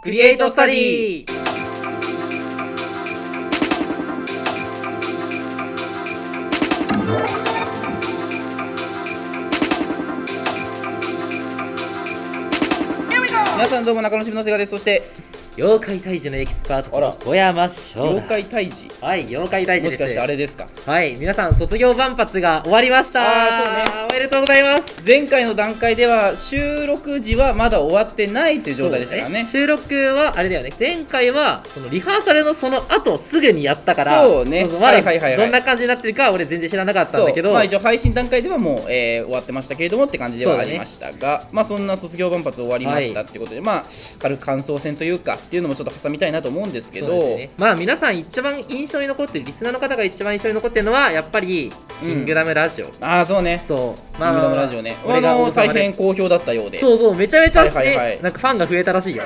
クリエイトスタディ皆さんどうも中野志のせがですそして妖怪退治のエキスパートあら小山翔妖太怪退治はい妖怪退治もでしすかしてあれですかはい皆さん卒業万発が終わりましたあーそうねおめでとうございます前回の段階では収録時はまだ終わってないという状態でしたからねそう収録はあれだよね前回はそのリハーサルのその後すぐにやったからそうねまはだいはいはいはいどんな感じになってるか俺全然知らなかったんだけどそうまあ、一応配信段階ではもう、えー終わってましたけれどもって感じではありましたが、まあそんな卒業万発終わりましたってことで、まあ軽く感想戦というかっていうのもちょっと挟みたいなと思うんですけどそうですねまあ皆さん一番印象に残ってるリスナーの方が一番印象に残ってるのはやっぱり「キングダムラジオ」ああそうねそ「うまあ、ラジオね」あ俺がの王様大で変好評だったようでそうそうめちゃめちゃ、はいはいはいえなんかファンが増えたらしいよ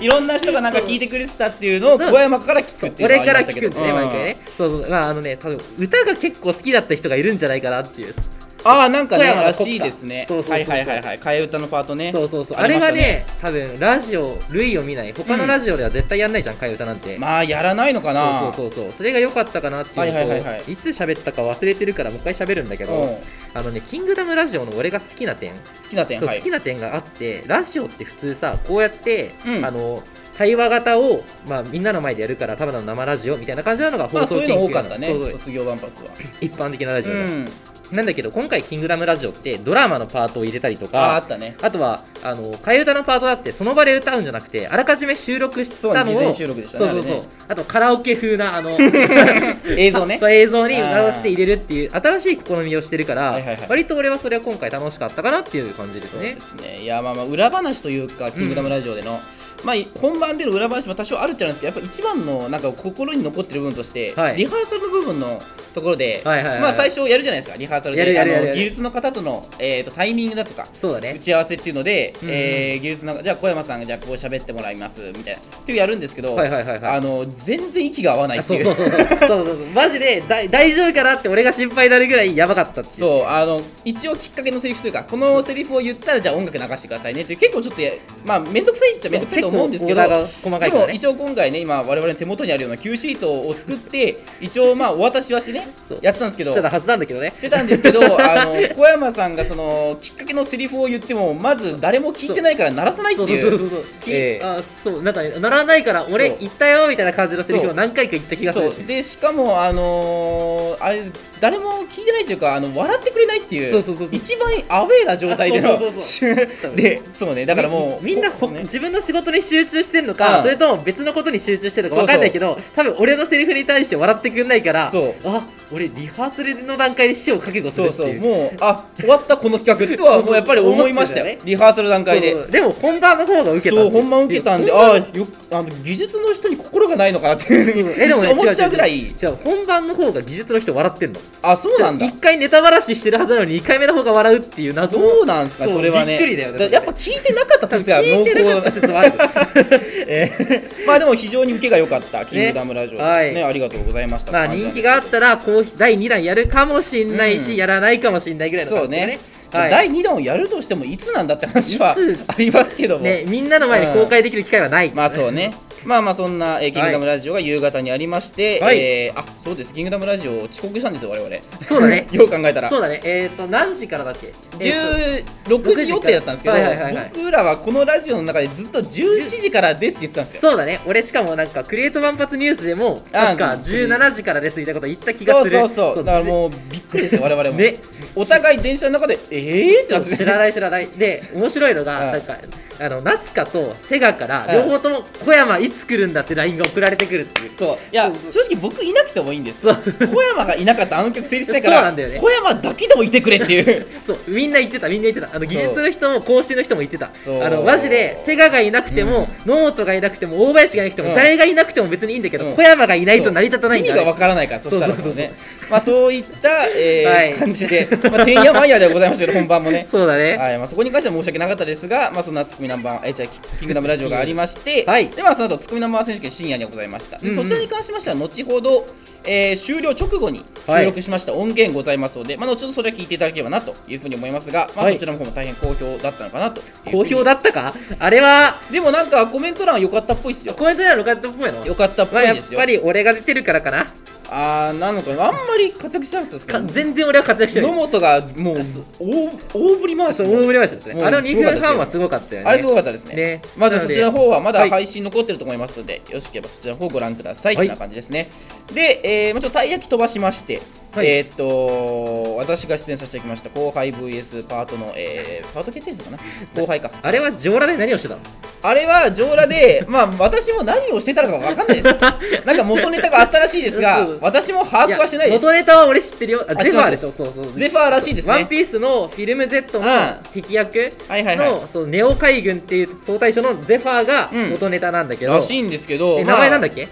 いろんな人がなんか聞いてくれてたっていうのを小山から聞くっていうのが俺ありかまらした聞くけんどでね毎回うんねそうそうまああのね多分歌が結構好きだった人がいるんじゃないかなっていうああなんかね小山のらしいですねそうそうそうはいはいはいはい替え歌のパートねそうそうそうあありれましがたねね多分ラジオ類を見ない他うのんラジオでは絶対やんないじゃん替え歌なんてまあやらないのかなそうそうそうそうそれが良かったかなっていうのと、はいはいいはいはいつ喋ったか忘れてるからもう一回喋るんだけど、うんあのね「キングダムラジオ」の俺が好きな点好きな点そうは好いきな点があってラジオって普通さこうやって、うんあの対話型を、まあ、みんなの前でやるからただの生ラジオみたいな感じなのがま放あそ送ういうの多研究かなっのたねそうそう卒業万発は一般的なラジオうでは、んなんだけど今回「キングダムラジオ」ってドラマのパートを入れたりとああっかたねあとはあの替え歌のパートだってその場で歌うんじゃなくてあらかじめ収録しそうた事の前を収録でしたそねうそうそうあとカラオケ風 なあのあれね映像ね そう映像に直して入れるっていう新しい試みをしてるから、はいはいはい割と俺はそれは今回楽しかったかなっていう感じですそうねですねいやまあまあ裏話というか「キングダムラジオ」での、まあ本番での裏話も多少あるっちゃうんですけどやっぱ一番のなんか心に残ってる部分として、はいリハーサルの部分のところで、はいはいはいはいまあ最初やるじゃないですかリハーサルやるでやあるやるのやる技術の方との、えー、とタイミングだとかそうだね打ち合わせっていうので、うんえー技術のじゃあ小山さんがじゃあこう喋ってもらいますみたいなっていうやるんですけど、はいはいはいはいあの全然息が合わないあってそいううそうそうそうそうそうそうマジでだ大丈夫かなって俺が心配になるぐらいやばかったっていう そうあの一応きっかけのセリフというかこのセリフを言ったらじゃあ音楽流してくださいねっていう結構ちょっとやまあ面倒くさいっちゃ面倒くさいと思うんですけど結構オーダーが細かでいからもね一応今回ね今我々の手元にあるような Q シートを作って一応まあお渡しはしてねそうやってたんですけどしてたはずなんだけどねしてたんですけどあの小山さんがそのきっかけのセリフを言ってもまず誰も聞いてないから鳴らさないってそうそいうそううそうそう、きええあそうなんかねならないから俺そう行ったよみたいな感じのセリフを何回か言った気がすそるうでしかも、あのーあれ誰も聞いてないというかあの笑ってくれないっていうそうそうそうそう一番アウェーな状態でのあそうそうそ うでそうねだからもうみみんなほ、こね自分の仕事に集中してんのうかんそれとも別のことに集中してるのか分かんないけど多分俺のセリフに対して笑ってくんないからそうあ俺リハーサルの段階で死を覚悟するそっていううそうもうあ終わったこの企画とはもうやっぱり思いましたよ思ってたリハーサル段階でそうそうでも本番の方が受けたそう本番受けたんであいや本番あーよくあの技術の人に心がないのかなっていうえでもね思っちゃうぐらい違違う本番の方が技術の人笑ってんのあそうなんだ1回ネタばらししてるはずなのに2回目の方が笑うっていう謎のどうなんですかそうそれはねびっくりだよねやっぱ聞いてなかった説は濃聞いてなか厚った説はある えー まあでも非常に受けが良かった「キングダムラジオ」ねはいありがとうございましたまあ人気があったらこう第2弾やるかもしんないうし、んやらないかもしんないぐらいのそう感じでね、はい第2弾をやるとしてもいつなんだって話はいつありますけども、ねみんなの前に公開できる機会はない、まあそうねまあまあそんな、えーキングダムラジオ」が夕方にありまして、はいえーあそうです「キングダムラジオ」遅刻したんですよ我々 よそうだねう考えたらそうだねえっ、ー、と何時からだっけ、えーと16時予定だったんですけど、はいはいはいはい僕らはこのラジオの中でずっと17時からですって言ってたんですよそうだね俺しかもなんかクリエイト万発ニュースでも確かあー17時からですみたいなこと言った気がそうするそうそうだからもうびっくりですよ我々も、ねお互い電車の中でえーってなって知らない知らないで面白いはのがいなんかあの夏香とセガからはい両方とも「小山いつ来るんだ」って LINE が送られてくるっていうそういや正直僕いなくてもいいんですそう小山がいなかったらあの曲成立しないかそうら、なんだよね小山だけでもいてくれって いうそうみんな言ってたみんな言ってたあの技術の人も講師の人も言ってたそうあのマジでセガがいなくても、ノートがいなくても大林がいなくても、うん誰がいなくても別にいいんだけど、うん小山がいないと成り立たないん意だ味がわからないからそしたらもそううそうねまあそういった、えーはい感じでまあてんやまんやではございましたけど本番もねそうだね、はいまあ、そこに関しては申し訳なかったですが、まあ、そんなツッコミナンバー、え、じゃあ、キキングダムラジオがありまして、はいで、まあ、その後、ツッコミナンバー選手権深夜にございました。でうんうんそちらに関しましては、後ほど、えー終了直後にはい収録しました音源ございますので、まあ、後ほどそれは聞いていただければなというふうに思いますが、まあ、はいそちらの方も大変好評だったのかなというふうに好評だったかあれはでもなんか、コメント欄は良かったっぽいっすよ。コメント欄の方っぽいの良かったっぽまあ、いやっですよ。ぱり俺が出てるからかなあー、なのかな。あんまり活躍してなかったですけかど、全然俺は活躍して野ない本がもう、大大振り回しそてう大振りましたねもうあの2すごかったですよ分半はすごかったよねあれすごかったですね。ねまあじゃあそなのでちらの方はまだはい配信残ってると思いますので、よろしければそちらの方ご覧ください。はいこんな感じですね。で、えー、まあちょっとたい焼き飛ばしまして、はいえーっと、私が出演させていただきました後輩 VS パートの、えー、パート決定戦かな後輩か。あれは上裸で何をしてたのあれは上裸 で、まあ私も何をしてたのかわかんないです。なんか元ネタがあったらしいですが そう、私も把握はしてないですや元。ネタは俺知ってるよああゼファーでしょそうそうゼファーらしいですワンね。ピースのフィルム Z のうん敵役はいはいはいのそのネオ海軍っていう総大将のゼファーがうん元ネタなんだけど、らしいんですけど、え名前なんだっまけ、あ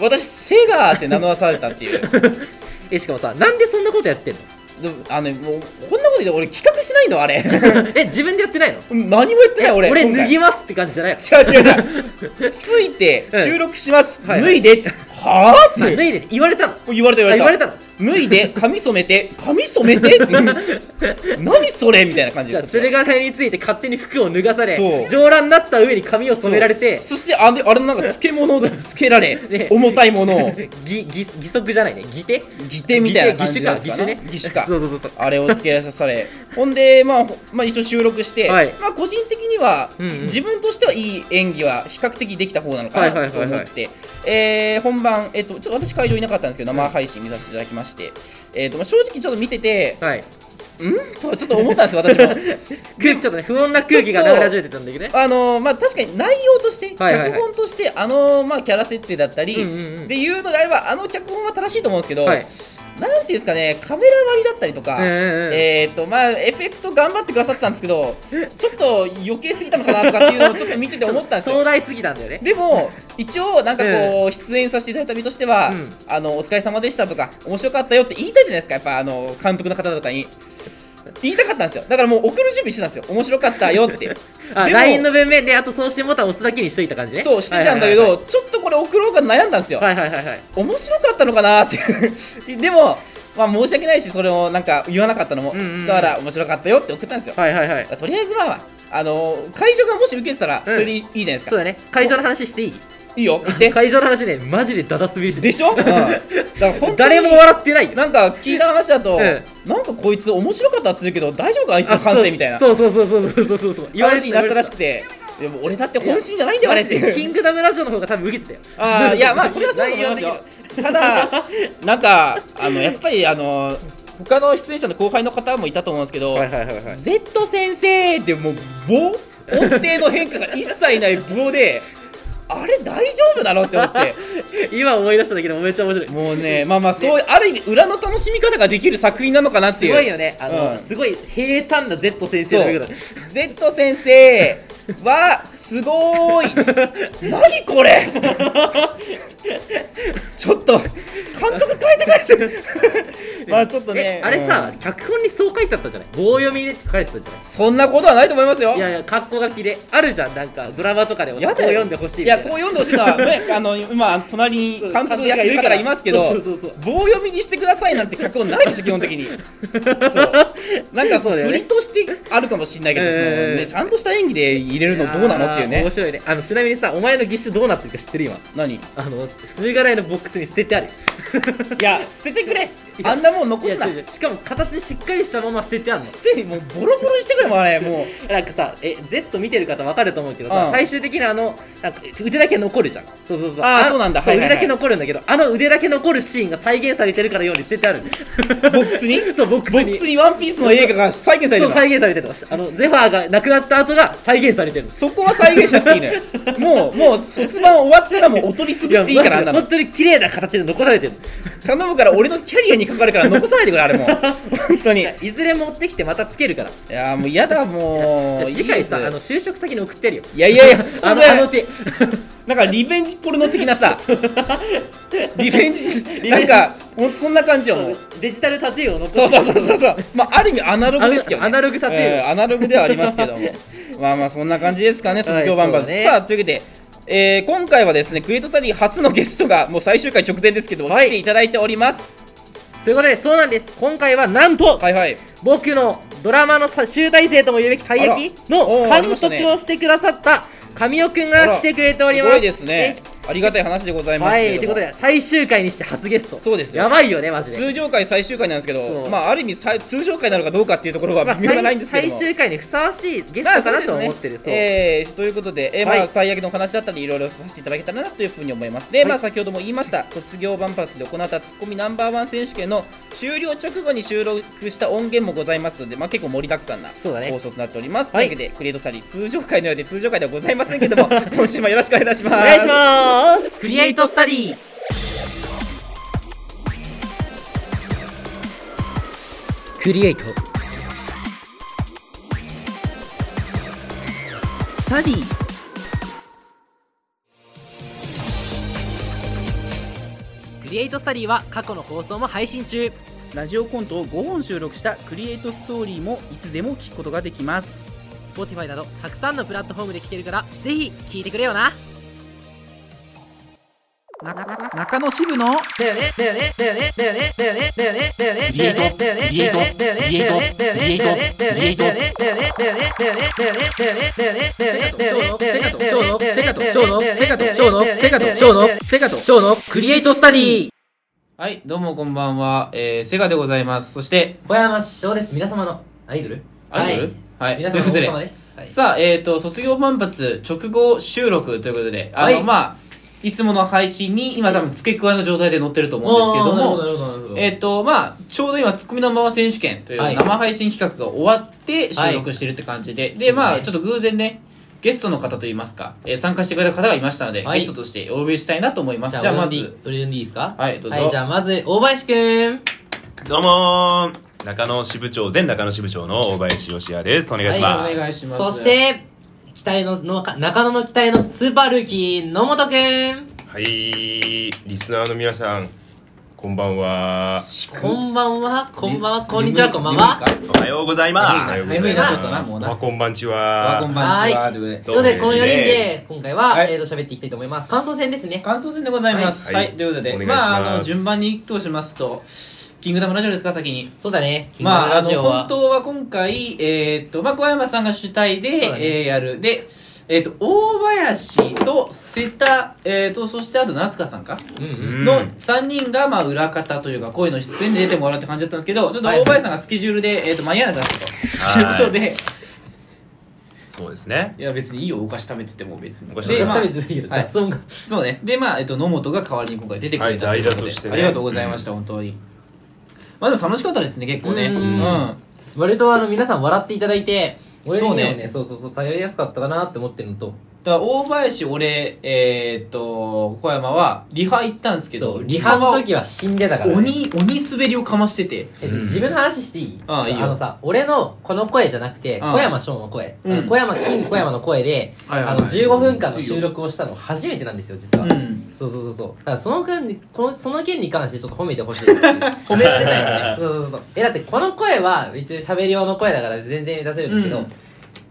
私、セガーって名乗らされたっていう。えしかもさなんでそんなことやってんの でもあのね、もうこんなこと言って俺企画しないのあ れえ自分でやってないの何も言ってない俺俺今脱回ぎますって感じじゃないの違う違う違う ついてうん収録します、はい脱いではあっあ脱ていで言われたのあ言われた言われ言たわれたの脱いで髪染めて髪染めて うん何それみたいな感じじゃであそれが体について勝手に服を脱がされそう上乱になった上に髪を染められてそしてあれあれなんか漬 物をつけられ、ね重たいものを ぎぎ義足じゃないね義手義手みたいな感じのやつ義か手なね義手かそうそうそうそうあれをつけささ れほんで、まあ、ほまあ一応収録して、はいまあ、個人的には、うんうん自分としてはいい演技は比較的できた方なのかはいはいなはいとは思いってえー本番、えっとちょっと私会場いなかったんですけど生配信見させていただきまして、えっとまあ、正直ちょっと見ててはいうんとはちょっと思ったんですよ私も 空気ちょっとね不穏な空気が流れ始めてたんだけどねあのーまあ、確かに内容として、はいはいはい脚本としてあのー、まあ、キャラ設定だったり、うんうんうんでいうのであればあの脚本は正しいと思うんですけど、はいなんていうんですかねカメラ割りだったりとか、うんうんうんえっ、とまあエフェクト頑張ってくださってたんですけどちょっと余計すぎたのかなとかっていうのをちょっと見てて思ったんです壮よ大すぎたんだよねでも一応なんかこう、出演させていただいた身としては、うんあのお疲れ様でしたとか面白かったよって言いたいじゃないですかやっぱあの監督の方とかに言いたかったんですよだからもう送る準備してたんですよ面白かったよ ってあでも LINE の文面であと送信ボタンを押すだけにしといた感じねそうしてたんだけど、ちょっとこれ送ろうか悩んだんですよ、はいはいはいはい面白かったのかなって いうでも、まあ、申し訳ないしそれをなんか言わなかったのも、うんうんうんだから面白かったよって送ったんですよ、はいはいはいとりあえずまああの会場がもし受けてたらうそんれでいい,、じゃないですそかうだね会場の話していいいいよ言って会場の話ねマジでダダ滑りしてでしょ、うん、だから本当に 誰も笑ってないよなんか聞いた話だと、えなんかこいつ面白かったっつってるけど大丈夫かあいつのそう感性みたいなそうそうそうそうそうそうそう言われ話てになったらしくててでも俺だって本心じゃないんだよあれって いうキングダムラジオの方が多分受けてたよああいやまあそれはそうだと思いますよただなんかあのやっぱりあの他の出演者の後輩の方もいたと思うんですけど、はいはいはいはい Z 先生ってもう棒音程の変化が一切ない棒であれ大丈夫だろうって思って今思い出したんだけどめっちゃ面白いもう ねまあまあそう、ある意味裏の楽しみ方ができる作品なのかなってすいうごいよねあの、うんすごい平坦な Z 先生の部分だ Z 先生はすご ーい何これちょっと監督変えてくれて まあちょっとね えあれさ、うん脚本にそう書いてあったじゃない棒読みでって書いてたじゃないそんなことはないと思いますよいやいや格好書きであるじゃんなんかドラマとかでもこうやだよ読んでほしいみいたやいなこう読んでほしいのは、ね、 あの今隣にそう監督やってる方がいますけどそうそうそうそう棒読みにしてくださいなんて脚本ないでしょ基本的にそう なんかこそううだよ振ねりとしてあるかもしれないけど、そのえーね、ちゃんとした演技で入れるのどうなのっていうあーね面白いねあのちなみにさお前の義手どうなってるか知ってる今何あの鈴がらいのボックスに捨ててある いや捨ててくれあんなもん残いやすな違う違うしかも形しっかりしたまま捨ててあるの捨てもうボロボロにしてくれもうあれもう なんかさえ Z 見てる方わかると思うけどさ、うん最終的にあのなんか腕だけ残るじゃんそうそうそうあーそうなんだはいはいはい腕だけ残るんだけどあの腕だけ残るシーンが再現されてるからように捨ててある ボックスにそうボックスボにックスにワンピースの映画が再現されてそるうの再現されてるのあのゼファーが亡くなった後が再現されてるんですそこは再現しなくていいのよもうもう卒番終わったらもうお取り潰していいからあんなの本当に綺麗な形で残されてる頼むから俺のキャリアにかかるから残さないでくれあれ もう本当にいいずれ持ってきてまたつけるからやもう嫌だもじゃあう 次回さいいあでのす就職先に送ってるよ いやいやいやあの危ないあの手なんかリベンジポルノ的な さリベンジなんかほんとそんな感じよもうデジタルタトゥーを残す そうそうそうそうそうまあある意味アナログですけど、ね、アナログタトゥーえアナログではありますけども まあまあそんな感じですかね卒業バンバーズ、はいそうねさあというわけでえー今回はですねクエイトサリー初のゲストがもう最終回直前ですけど、はい来ていただいておりますということでそうなんです今回はなんと、はいはい僕のドラマのさ集大成とも言うべきたい焼きのあらおーあり監ましたね督をしてくださった神尾くんあがら来てくれておりますごいですねありがたい話でございますはけい、といれどうこもとで最終回にして初ゲストそうですよやばいよねマジで通常回最終回なんですけそどうまあある意味さ通常回なのかどうかっていうところは微妙がないんですけど最も、終回にふさわしいゲまスあそうトでかなすとね思ってる、そうえーということで、えーまはあ、い最悪のお話だったり、いろいろさせていただけたらなというふうに思います。で、いまあ、先ほども言いました、卒業万発で行ったツッコミナンバーワン選手権の終了直後に収録した音源もございますので、まあ、結構盛りだくさんなそうだね放送となっております。はいというわけで、クリエイトサリー通常回のようで通常回ではございませんけど も、今週もよろしくお願いします。お願いしますクリエイトスタディクリエイトスタディクリエイトスタディは過去の放送も配信中ラジオコントを5本収録したクリエイトストーリーもいつでも聞くことができます。 Spotify などたくさんのプラットフォームで聴けるからぜひ聴いてくれよな中野支部のだよねだよねだよねだよねだよねだよねだよねだよねだよねだよねだよねだよねだよねだよねだよねだよねだよねだよねだよねだよねだよねだよねだよねだよねだよねだよねセカトショーのクリエイトスタディはい、どうもこんばんは、えー、セガでございます。そして、小山翔です皆様のアイドルアイドルはい、皆という様このと王で、様ねはいさあ、えっ、ー、と、卒業万発直後収録ということで、あの、はいまあ、いつもの配信に今多分付け加えの状態で載ってると思うんですけれども、なるほどなるほどなるほどえっ、と、まあ、ちょうど今、ツッコミナンバーワン選手権というはい生配信企画が終わって収録してるって感じで、で、まはあ、いちょっと偶然ね、ゲストの方といいますか、えー参加してくれた方がいましたので、はいゲストとしてお呼びしたいなと思います。じじゃゃあ、あままずず、俺呼んでいいですかはいどうぞはいじゃあまず大林くんどうもー中野支部長前中野支部長の大林義也ですお願いしまはす、お願いしますそして期待のの中野の期待のスーパールーキー野本くんはい、リスナーの皆さん、こんばんは。こんばんはこんばんはこんにちはこんばんはおはようございおはまようすござ眠いいますなちょっとなもうなあこんばんちあは。こんばんちは、はいということで。ということでこの4人で今回は、はいえー、と喋っていきたいと思います感想戦ですね感想戦でございます。は、はいいということで、お願いしますまあ、あの、順番にとしますと、キングダムラジオですか、先に。そうだねまあ、あラジの、オ本は、当は今回、えーっと、まあ、小山さんが主体で、そうだねえーやる。で、えーっと、大林と瀬田、えーっと、そしてあと夏香さんか、うんうんうんの3人が、まあ、裏方というか、声の出演で出てもらうって感じだったんですけど、ちょっとはい大林さんがスケジュールで、えーっと、間に合わなかったと。はいということで、そうですねいや、別にいいよ、お菓子食べてても別に。お菓子で食べてまあ私食べてるよはい雑音が、そうね。で、まあ、えっと、野本が代わりに今回出てくれたはいいうこ代打としてねありがとうございました、本当に。まあ、でも楽しかったですね、結構ね。うんうん。割とあの皆さん笑っていただいて俺にもそうねねそうそうそう頼りやすかったかなって思ってるのとだから大林俺えーっと小山はリハ行ったんですけそどうリハの時は死んでたから、ね、鬼鬼滑りをかましててえちょ自分の話していいああいいよのさ俺のこの声じゃなくてああ小山翔の声、あのうん小山金小山の声で、はいはいあはいの15分間の収録をしたの初めてなんですよ実は、うんそうそうそうそうだからその件にこのその件に関してちょっと褒めてほしい褒められないよねそうそうそうえだってこの声は別に喋り用の声だから全然出せるんですけど、うん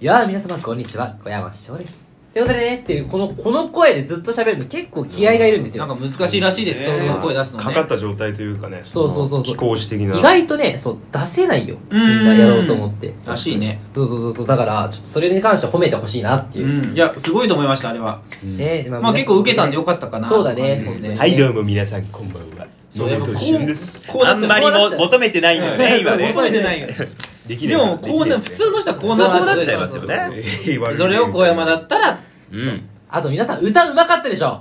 いやー皆様こんにちは小山翔ですということでねっていうこのこの声でずっと喋るの結構気合がいるんですよ、なんか難しいらしいですよ、ねその声出すのねかかった状態というかね、そうそうそうそうの気候的な。意外とねそう出せないよみうんんなやろうと思ってらしいねそうそうそうそうだからちょっとそれに関しては褒めてほしいなってういう、ねんいやすごいと思いましたあれは、ままあ結構受けたんでよっかったかなそうだねって感じですはいどうも皆さんこんばんはそう野本俊ですこうこうなあっちゃうんまりこうなっもちゃう求めてないよね今 ね求めて ないよできれでばもこうなで普きれば通の人はこうこうなっなっちゃいゃうますよねそれを小山だったらうんあと皆さん歌うまかったでしょ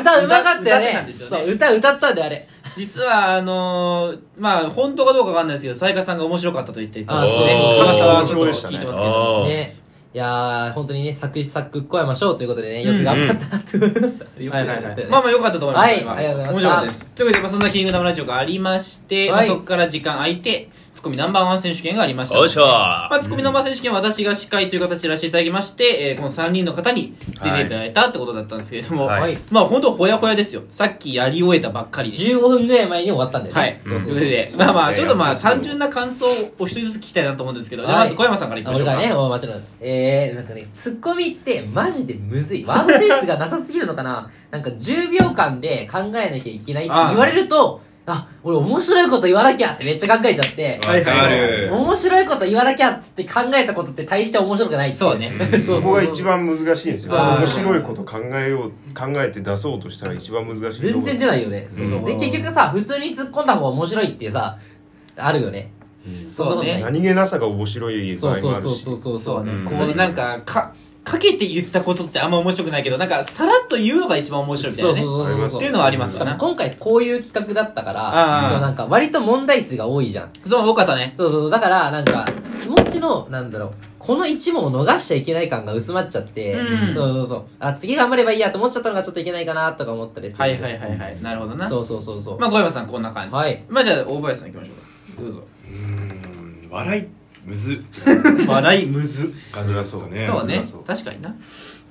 歌うまか歌っったよてたねんですよねそう歌歌ったんであれ実はあのー、まあ本当かどうかわかんないですけど才加さんが面白かったと言っていてあそうねおー噂はちょっと聞そうでいしたねてますけどあーねいやー本当にね作詞作曲小山翔ということでねよく頑張ったなと思います、よ くはい頑は張っいはたよねい。まあまあ良かったと思います。はいこれありがとうございま面した白かったです。というわけで、まあそんなキングダムラジオがありまして、まあはいそこから時間空いて、ツッコミナンバーワン選手権がありましたのよでいしょまあ、ツッコミナンバー選手権は私が司会という形でいらしていただきまして、えーこの3人の方に出ていただいたってことだったんですけれども、はいはいまあ本当ほやほやですよ。さっきやり終えたばっかりで。 15分ぐらい前に終わったんだよね。はい。そうそそうれで、そうまあまあ、ちょっとまあそうですね単純な感想を一人ずつ聞きたいなと思うんですけど、じゃあはいまず小山さんからいきましょ俺うかか。らね、もうもちろん。えー、なんかね、ツッコミってマジでむずい。ワードセンスがなさすぎるのかななんか10秒間で考えなきゃいけないって言われると、あ、俺面白いこと言わなきゃってめっちゃ考えちゃって、わかる。面白いこと言わなきゃっつって考えたことって大して面白くないっていそうね。そこが一番難しいんですよ。そう面白いこと考えよう考えて出そうとしたら一番難しいところ。全然出ないよね。そうで、結局さ、普通に突っ込んだ方が面白いっていうさ、あるよね。そんなそこうとなねい。何気なさが面白い場そ合うもそあうるそうしそ。うそうそうね。んこうなんか、か、かけて言ったことってあんま面白くないけど、なんか、さらっと言うのが一番面白いみたいなそうね。そうそうそうそっうていうのはありますしよかねも。今回こういう企画だったからあーそうなんか割と問題数が多いじゃんそう、多かったね。そうそうそうだからなんか気持ちのなんだろうこの一問を逃しちゃいけない感が薄まっちゃって、うんそうそうそうあ次頑張ればいいやと思っちゃったのがちょっといけないかなとか思ったりするはいはいはいはい。なるほどな。そうそうそうそう、まあ、小山さんこんな感じ。はいまあ、じゃあ、大林さん行きましょうか。どうぞ。笑い むず笑いむず。感じがそうねそうねそ。確かにな。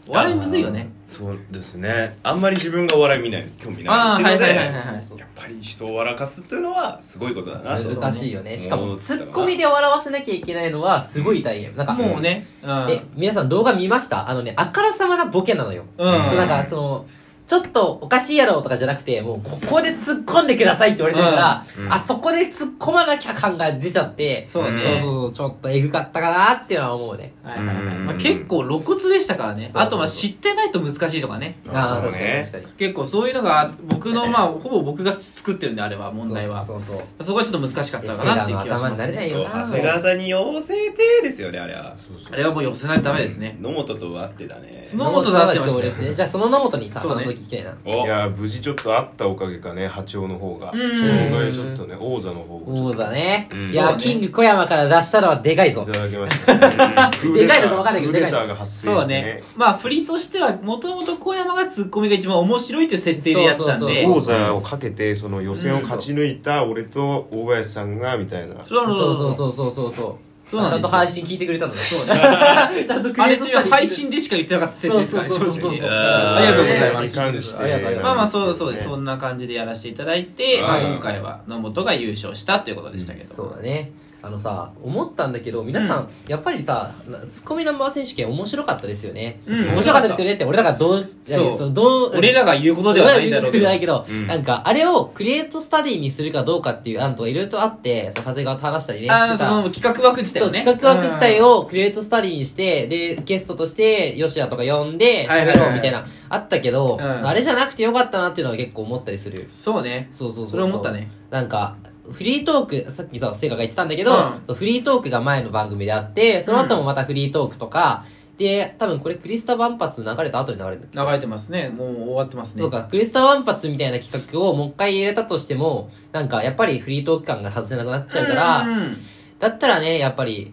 お笑いむずいよね。そうですねあんまり自分がお笑い見ない興味あなあ、いはいってはいいうはのいではい。やっぱり人を笑かすっていうのはすごいことだなと難しいよねそうねしかもツッコミで笑わせなきゃいけないのはすごい大変なんかもうね。うん。え皆さん動画見ましたあのねあからさまなボケなのよそうなんかそのちょっとおかしいやろとかじゃなくてもうここで突っ込んでくださいって言われてるから、うんあそこで突っ込まなきゃ感が出ちゃってそうねそうそうそうちょっとエグかったかなっていうのは思うねはいはいはいうんまあ、結構露骨でしたからねそうそうあとは知ってないと難しいとかねああそ確うかにね確かに結構そういうのが僕のまあほぼ僕が作ってるんであれは問題はそそうそうそうこはちょっと難しかっエたセかなっガていうの気がし頭まにすなれないねよな長谷川さんに要請てですよねあれはあれはもう寄せないとダメですね野本とは合ってたねそ野本と会ってましたよ野本は強烈ねじゃあその野本にさそうね話を聞きたいなおいやー無事ちょっとあったおかげかね八王の方が。そんのおかげでちょっとね王座の方がちょ王っと座ね、うんいや、そうねキング小山から出したのはでかいぞいただきました。クー デでかいタのーかわかんないけどクでーかデいタのーが発生そしうてねね。まあ振りとしてはもともと小山がツッコミが一番面白いって設定でやってたんそうそうでそ王座をかけてその予選を勝ち抜いた俺と大林さんがみたいな。そうそうそうそそうそううそうそうそうそうそうなんですよちゃんと配信聞いてくれたのねそうね ちゃんとクあリエれイト中されてる配信でしか言ってなかった設定ですからねそう正そうそうそう直ねそうありがとうございまにす関してありがとうございまあまあそうそうです、そねんな感じでやらせていただいて、まあ、今回は野本が優勝したということでしたけど、そうだねあのさ思ったんだけど皆さん、やっぱりさなツッコミナンバー選手権面白かったですよね、うん面白かったですよねって俺らがどういやそうのどう俺らが言うことではないんだろうけ俺どらが言うことではないけど、うんなんかあれをクリエイトスタディにするかどうかっていう案とかいろいろとあってそう長谷川と話したりねあしあてそたの企画枠自体そをうね企画枠自体をクリエイトスタディにして、で、ゲストとして、ヨシアとか呼んで、はいはいは喋いろうみたいな、あったけど、うんあれじゃなくてよかったなっていうのは結構思ったりする。そうねそうそうそうう。それ思ったねなんか、フリートーク、さっきさ、セガが言ってたんだけど、うんそうフリートークが前の番組であって、その後もまたフリートークとか、で、多分これクリスタ万発流れた後に流れるんだっけ流れてますねもう終わってますねそうか、クリスタ万発みたいな企画をもう一回入れたとしても、なんかやっぱりフリートーク感が外せなくなっちゃうから、んだったらね、やっぱり、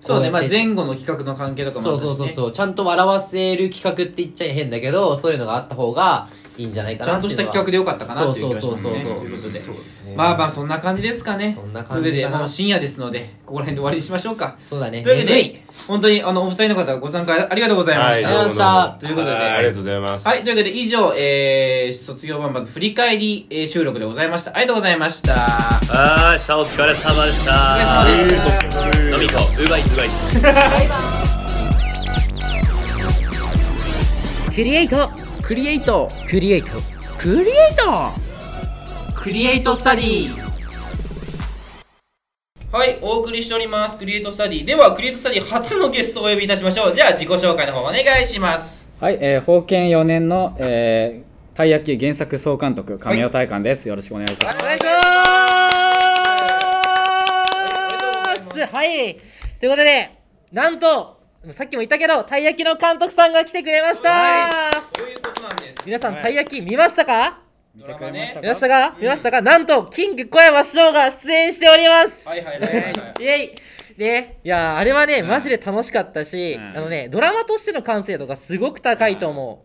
そうね、こまあ、うやって前後の企画の関係とかもあっそうたし、ね、そうそうそうちゃんと笑わせる企画って言っちゃ変だけどそういうのがあった方がいいんじゃないかちゃなんってといしうたのは企画でよかったかなっていう気がしそうまそすうそうねそうということそうでねまあまあそんな感じですかねそんな感といじかなうわけでもう深夜ですのでここら辺で終わりにしましょうかそうだねというわけ眠いで本当にあのお二人の方ご参加ありがとうございました、ははいありがとうございましとたいうことではいありがとうございます。い、というわけで以上、えー、卒業版まず振り返り、えー収録でございました。ありがとうございました。あーしたお疲れ様でしたお疲れ様でした飲み行こうウーバーイーツウーバーイーツクリエイトクリエイトクリエイトクリエイトクリエイトスタディはい、お送りしております。クリエイトスタディ。では、クリエイトスタディ初のゲストをお呼びいたしましょう。じゃあ、自己紹介の方お願いします。はい、えー、封建4年の、えー、たい焼き原作総監督亀尾大観です、よろしくお願いします、お願いします。はいということでなんとさっきも言ったけどたい焼きの監督さんが来てくれました、そういうことなんです。皆さん、たい焼き見ましたかドラマね。見ましたか見ましたか、なんとキング小山師匠が出演しておりますはいはいはいはいはい。イエイね、いやーあれはね、マジで楽しかったし、あのねドラマとしての完成度がすごく高いと思う、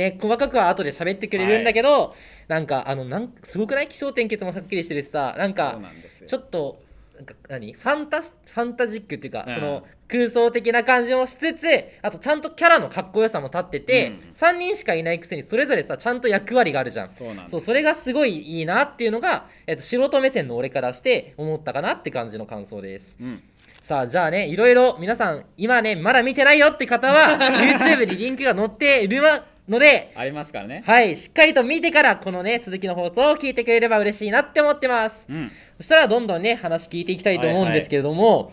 ね、細かくは後で喋ってくれるんだけど、なんかあのなんすごくない気象点結もはっきりしてるしさなんかそうなんですよちょっとなんか何ファンタスファンタジックっていうか、うんその空想的な感じもしつつあとちゃんとキャラのかっこよさも立ってて、3人しかいないくせにそれぞれさちゃんと役割があるじゃんそうなんですそうそれがすごいいいなっていうのが、えっと、素人目線の俺からして思ったかなって感じの感想です、んさあじゃあねいろいろ皆さん今ねまだ見てないよって方 は YouTube にリンクが載っているのでありますからねはいしっかりと見てからこのね続きの放送を聞いてくれれば嬉しいなって思ってます、うんそしたらどんどんね話聞いていきたいと思うんですけれども、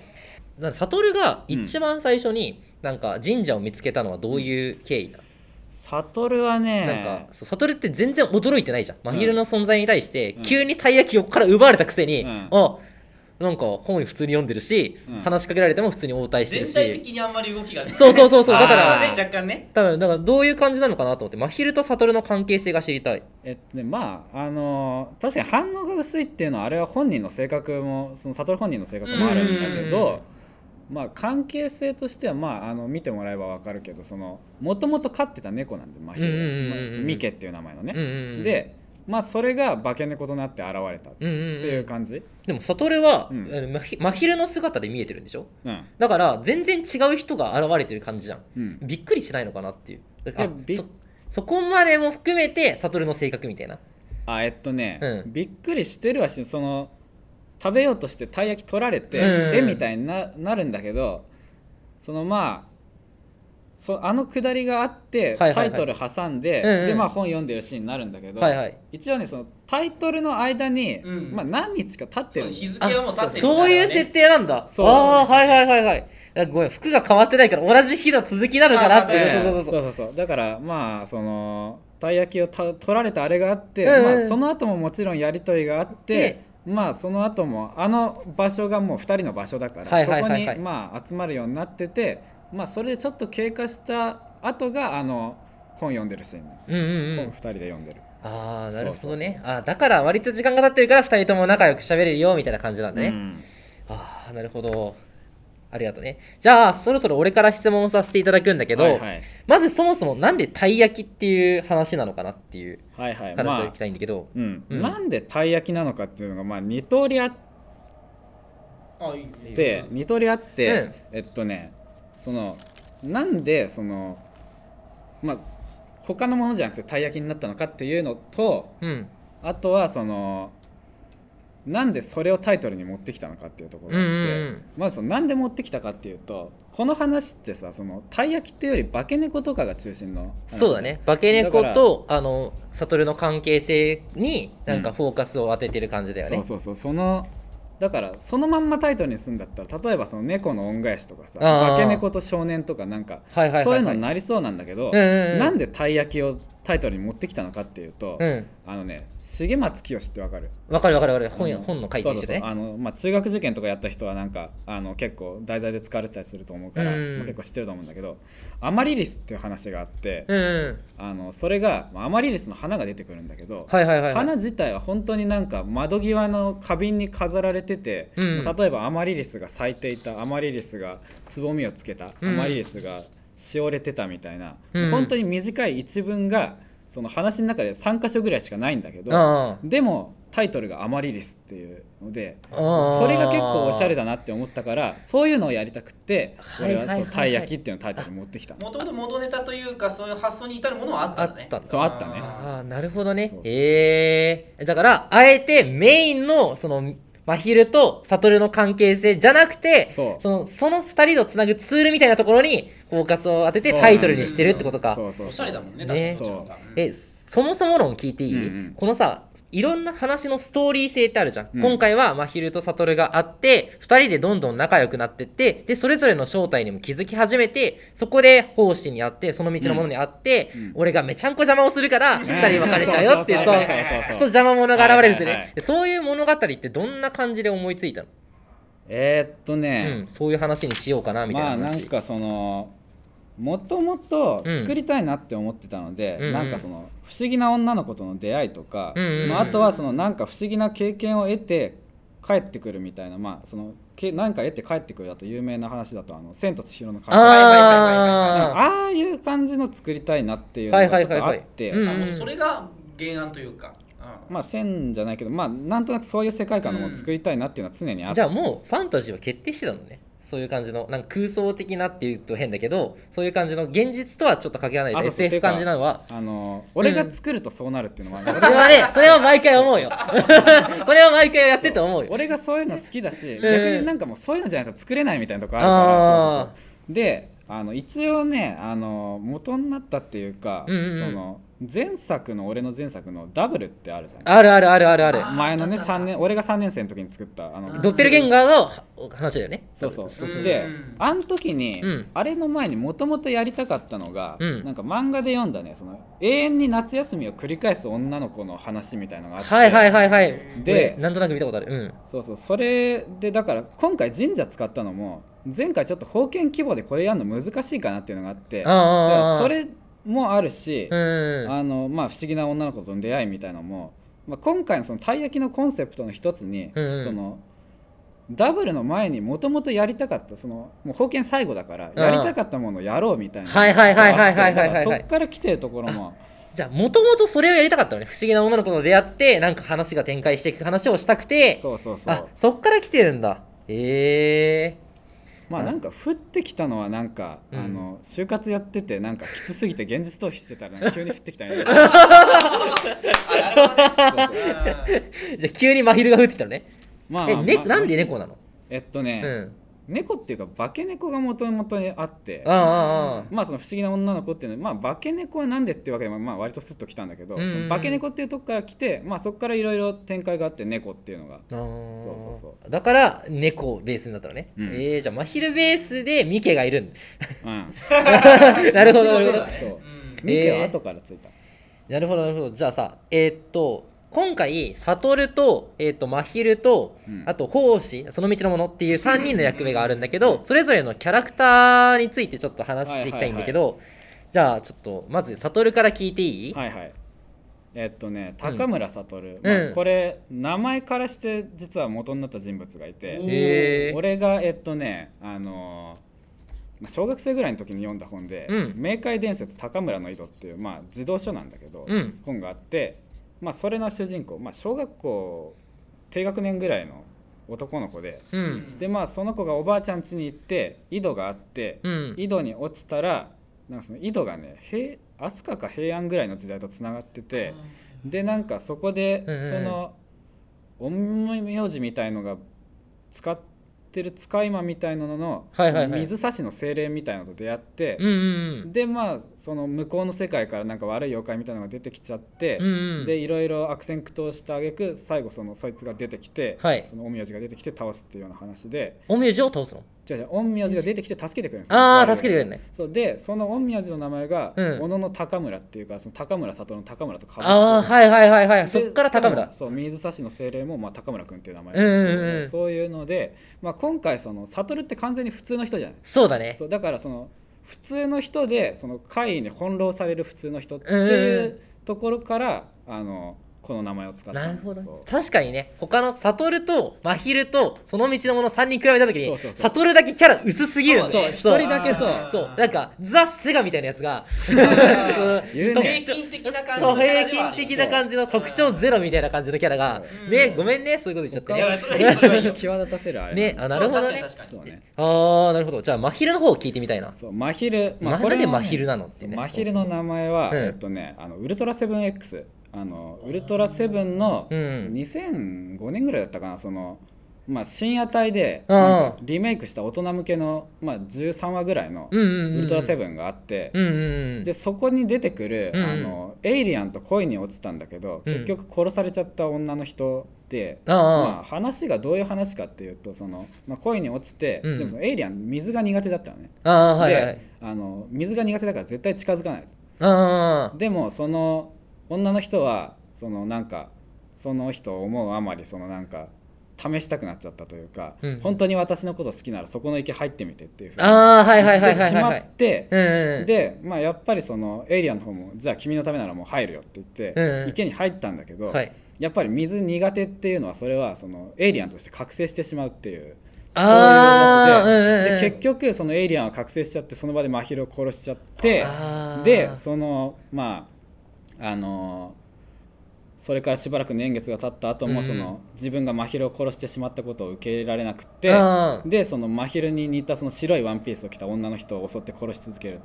なんか悟が一番最初になんか神社を見つけたのはどういう経緯だ、サトルはねなんかそう悟って全然驚いてないじゃん真昼の存在に対して、うん急にたい焼きをここから奪われたくせに、うんあなんか本普通に読んでるし、うん話しかけられても普通に応対してる全し体的にあんまり動きが ねそうそうそうそうだかあらーね若干ね多分だからどういう感じなのかなと思って真昼と悟の関係性が知りたいえっとねまああのー確かに反応が薄いっていうのはあれは本人の性格もその悟本人の性格もあるんだけど、まあ、関係性としては、まあ、あの見てもらえば分かるけどもともと飼ってた猫なんで、まあうんうんうんうんまあミケっていう名前のね。うんうんうんで、まあ、それが化け猫となって現れたってうんうんうんいう感じ。でも悟は、うんあのまひ真昼の姿で見えてるんでしょうんだから全然違う人が現れてる感じじゃんうんびっくりしないのかなっていうやあびっそそこまでも含めて悟の性格みたいなあえっとね、うんびっくりしてるはしその食べようとしてたい焼き取られて、うんうんうんえみたいにななるんだけどそのまあそあのくだりがあって、はいはいはいタイトル挟んで、うんうんでまあ本読んでるシーンになるんだけど、はいはい一応ねそのタイトルの間に、うんまあ、何日か経っそてるうんだよ日付はもう立ってるからねそういう設定なんだそうああはいはいはいはいあごめん服が変わってないから同じ日の続きなのかなってあそう確かそにうそうそうそうそうそうだからまあそのたい焼きをた取られたあれがあって、うんうんまあ、その後ももちろんやり取りがあって、まあその後もあの場所がもう2人の場所だから、はいはいはいはいそこにまあ集まるようになっててまあそれでちょっと経過した後があの本読んでるシーン、うんうんう本ん2人で読んでるああなるほそどうそうそうねあーだから割と時間が経ってるから2人とも仲良く喋れるよみたいな感じなんだね、うんああなるほどありがとうねじゃあそろそろ俺から質問させていただくんだけど、はいはいまずそもそもなんでたい焼きっていう話なのかなっていうはいはい話まをあ聞きたいんだけど、うんうんなんでたい焼きなのかっていうのがまあ2通りあっあいいで二通りあって、うんえっとねそのなんでそのまあ他のものじゃなくてたい焼きになったのかっていうのとうん、あとはそのなんでそれをタイトルに持ってきたのかっていうところがあっうて、んうんうんまずそのなんで持ってきたかっていうとこの話ってさそのたい焼きっていうより化け猫とかが中心の話そうだね化け猫だからとあの悟の関係性になんかフォーカスを当ててる感じだよね、そうそうそうそのだからそのまんまタイトルにするんだったら例えばその猫の恩返しとかさあー化け猫と少年とかなんかはいはいはいはいそういうのになりそうなんだけど、うんうんうんなんでたい焼きをタイトルに持ってきたのかっていうと、うんあのね重松清ってわかるわかるわかるわかる本,、あ本の書いてる人そうそうねそうあの、まあ、中学受験とかやった人はなんかあの結構題材で使われてたりすると思うから、うんまあ結構知ってると思うんだけどアマリリスっていう話があって、うんうんあのそれがまあアマリリスの花が出てくるんだけど、はいはいはい、はい、花自体は本当になんか窓際の花瓶に飾られてて、うん例えばアマリリスが咲いていたアマリリスがつぼみをつけた、うんアマリリスがしおれてたみたいな、うん本当に短い一文がその話の中で3箇所ぐらいしかないんだけどあでもタイトルが「アマリリス」っていうのでああそれが結構おしゃれだなって思ったからそういうのをやりたくってはい俺はいはいははいその「たい焼き」っていうのをタイトルに持ってきたもともと元ネタというかそういう発想に至るものはあっあたあんだっねたんだそうあったねああなるほどねそうそうそうへえだからあえてメインのその真昼と悟の関係性じゃなくてそうのその2人をつなぐツールみたいなところにフォーカスを当ててそうタイトルにしてるってことかそうそうそうおしゃれだもんね確かねにそっちの方がうんえそもそも論聞いていい、うんうんこのさいろんな話のストーリー性ってあるじゃん、うん今回は真昼と悟があって2人でどんどん仲良くなってってでそれぞれの正体にも気づき始めてそこで奉仕にあってその道のものにあって、ん俺がめちゃんこ邪魔をするから2人別れちゃうよっていうそそううクそうそうそうソ邪魔者が現れるってね、はいはいはいそういう物語ってどんな感じで思いついたの、えーっとね、うん、そういう話にしようかなみたいなまあ話、なんかそのもともと作りたいなって思ってたので、うんなんかその不思議な女の子との出会いとか、うんうんうんまあ、あとはそのなんか不思議な経験を得て帰ってくるみたいなまあそのけなんか得て帰ってくるだと有名な話だと「あの千と千尋の神あ隠しあーああいう感じの作りたいなっていうのがちょっとあって、はいはいはいはいうんあもうそれが原案というかまあ線じゃないけどまあなんとなくそういう世界観を作りたいなっていうのは常にあっじて、ゃあもうファンタジーは決定してたのねそういう感じのなんか空想的なっていうと変だけどそういう感じの現実とはちょっとかけ離れあてそうそうって SF いうか感じなのはあの俺が作るとそうなるっていうのは、それはねそれは毎回思 うよそれは毎回やってて思うよ俺がそういうの好きだし、ん逆になんかもうそういうのじゃないと作れないみたいなとこあるからあーそうそうそうであの一応ねあの元になったっていうか、うんうんうんその前作の俺の前作のダブルってあるじゃんあるあるあるあるある前のね3年俺が3年生の時に作ったあのドッペルゲンガーの話だよねそうそうそううんであの時に、うんあれの前にもともとやりたかったのが、うんなんか漫画で読んだねその永遠に夏休みを繰り返す女の子の話みたいのがあって、はいはいはいはいででなんとなく見たことあるうんそうそうそれでだから今回神社使ったのも前回ちょっと封建規模でこれやるの難しいかなっていうのがあってああだあかああらあそれもあるし、うんあのまあ、不思議な女の子との出会いみたいのも、まあ、今回のそのたい焼きのコンセプトの一つに、うんうんそのダブルの前にもともとやりたかったそのもう封建最後だからやりたかったものをやろうみたいなはいはいはいはいはいはいはいはいそうあってだからそっから来てるところもじゃあもともとそれをやりたかったのね不思議な女の子と出会ってなんか話が展開していく話をしたくてそうそうそあうそっから来てるんだへえまあなんか降ってきたのはなんか、うんあの就活やっててなんかきつすぎて現実逃避してた らなんか急に降ってきたみたいなそうそう じゃあ急に真昼が降ってきたのねまあえ、まあねまあなんで猫なのえっとうね、ん猫っていうか化け猫がもともとあってああああまあその不思議な女の子っていうのは、まあ、化け猫はなんでっていうわけでも、まあ、割とスッときたんだけど、うんうんその化け猫っていうとこから来て、まあ、そこからいろいろ展開があって猫っていうのがあーそうそうそだから猫をベースになったのね、うんえー、じゃあ真昼ベースでミケがいるんうん なるほどなるほどそうミケは後からついた、なるほどなるほどじゃあさえーっと今回悟と,、えーっと真昼と、うんあと奉仕その道のものっていう3人の役目があるんだけどそれぞれのキャラクターについてちょっと話していきたいんだけど、じゃあちょっとまず悟から聞いていい、はいはいえっとね高村悟、うんまあ、これ名前からして実は元になった人物がいて、へー俺がえっとねあのーまあ小学生ぐらいの時に読んだ本で「うん冥界伝説高村の井戸」っていう、まあ、児童書なんだけど、うん本があって、まあ、それの主人公、まあ、小学校低学年ぐらいの男の子で、うんでまあその子がおばあちゃん家に行って井戸があって、うん井戸に落ちたらなんかその井戸がね平飛鳥か平安ぐらいの時代とつながっててでなんかそこでうんうんうんその陰陽師みたいのが使ってる使い魔みたいなののはいはいはいその水差しの精霊みたいなのと出会ってうんうんでまあその向こうの世界からなんか悪い妖怪みたいなのが出てきちゃってうんうんでいろいろ悪戦苦闘した挙句最後そのそいつが出てきてはいその陰陽師が出てきて倒すっていうような話で。おみじを倒すのじゃじゃ陰陽師が出てきて助けてくれるんですあー我々が助けてくれるねそうでその陰陽師の名前がうん小野の高村っていうかその高村里の高村とかぶってああはいはいはいはいでそっから高し村もそう水差しの精霊もまあ高村君っていう名前うんうんうんそういうそういうのでまあ今回その悟って完全に普通の人じゃないそうだねそうだからその普通の人でその怪異に翻弄される普通の人ってうんいうんうところからあのこの名前を使ったなるほどねそう 確かにね他の悟と真昼とその道のもの3人比べた時そうにそうそう悟だけキャラ薄すぎるよねそうそ一人だけそうそうなんかザ・セガみたいなやつが言う特平ね均的な感じ徴のキャ平ラではあ均ります的な感じの特徴ゼロみたいな感じのキャラがねごめんねそういうこと言っちゃいやいっやそ れはいいそれはいいよ際立たせるあてれねねあなるほどねそう確かに確そうかにねああなるほどじゃあ真昼の方を聞いてみたいなそうマヒル、なんでマヒルなのってねそうマヒルの名前は、うんえっとねあのウルトラセブン X あのウルトラセブンのうん2005年ぐらいだったかなそのまあ深夜帯でうんなんかリメイクした大人向けのまあ13話ぐらいのうんうんうんウルトラセブンがあってうんうんうんでそこに出てくるうんあのエイリアンと恋に落ちたんだけどうん結局殺されちゃった女の人でああまあ話がどういう話かっていうとそのまあ恋に落ちてうんでもそのエイリアン水が苦手だったのねああはいはいであの水が苦手だから絶対近づかないとあでもその女の人はそのなんかその人を思うあまりそのなんか試したくなっちゃったというか、うん本当に私のこと好きならそこの池入ってみてっていうふうあにああはいはい言はいってはいしはまいって、うんうんうんで、まあ、やっぱりそのエイリアンの方もじゃあ君のためならもう入るよって言って、うんうん池に入ったんだけど、はいやっぱり水苦手っていうのはそれはそのエイリアンとして覚醒してしまうっていうそういうあーやつで,、うんうんうんで結局そのエイリアンは覚醒しちゃってその場で真宙を殺しちゃってあーでそのまああのーそれからしばらく年月が経った後うも、んその自分が真昼を殺してしまったことを受け入れられなくてあーでその真昼に似たその白いワンピースを着た女の人を襲って殺し続ける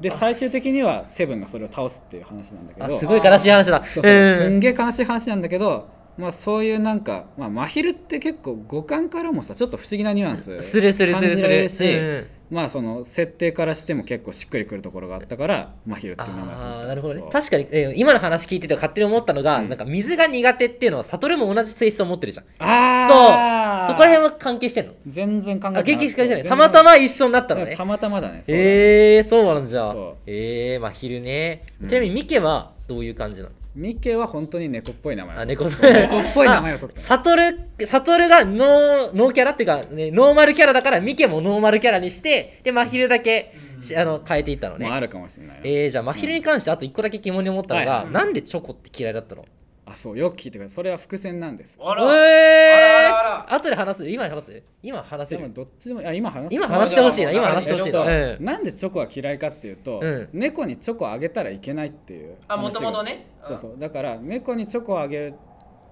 で最終的にはセブンがそれを倒すっていう話なんだけあどすごい悲しい話だそうそうすんんげえ悲しい話なんだけど、まあ、そういうなんか、まあ、真昼って結構五感からもさちょっと不思議なニュアンスするするす感るじられるすし、るまあ、その設定からしても結構しっくりくるところがあったから真昼っていう名前だと思っあたあなるほどねそう確かに、えー今の話聞いてて勝手に思ったのが、うんなんか水が苦手っていうのは悟も同じ性質を持ってるじゃんあーそこら辺は関係してんの全然考えてなかあった元気しかじゃないたまたま一緒になったのうねんたまたまだねそうだねええー、そうなんじゃそうええー、まあ昼ね、ちなみにミケはどういう感じなのミケは本当に猫っぽい名前あ猫っぽい猫っぽい名前を取ったサトル、サトルがノー、ノーキャラっていうか、ね、ノーマルキャラだから、ミケもノーマルキャラにして、で、真昼だけ、しあの、変えていったのもうね。あるかもしれないなえー、じゃあ、真昼に関して、あと一個だけ疑問に思ったのが、はいなんでチョコって嫌いだったのあそうよく聞いてくださいそれは伏線なんですあら、えあらあらあー、後で話す今話す今話せでるもどっちでもあ今話す今話してほしいな、じゃ今あ話してほしいな。じゃうん。なんでチョコは嫌いかっていうと、うん猫にチョコあげたらいけないっていうあ話もがともとねそうそうだから猫にチョコあげる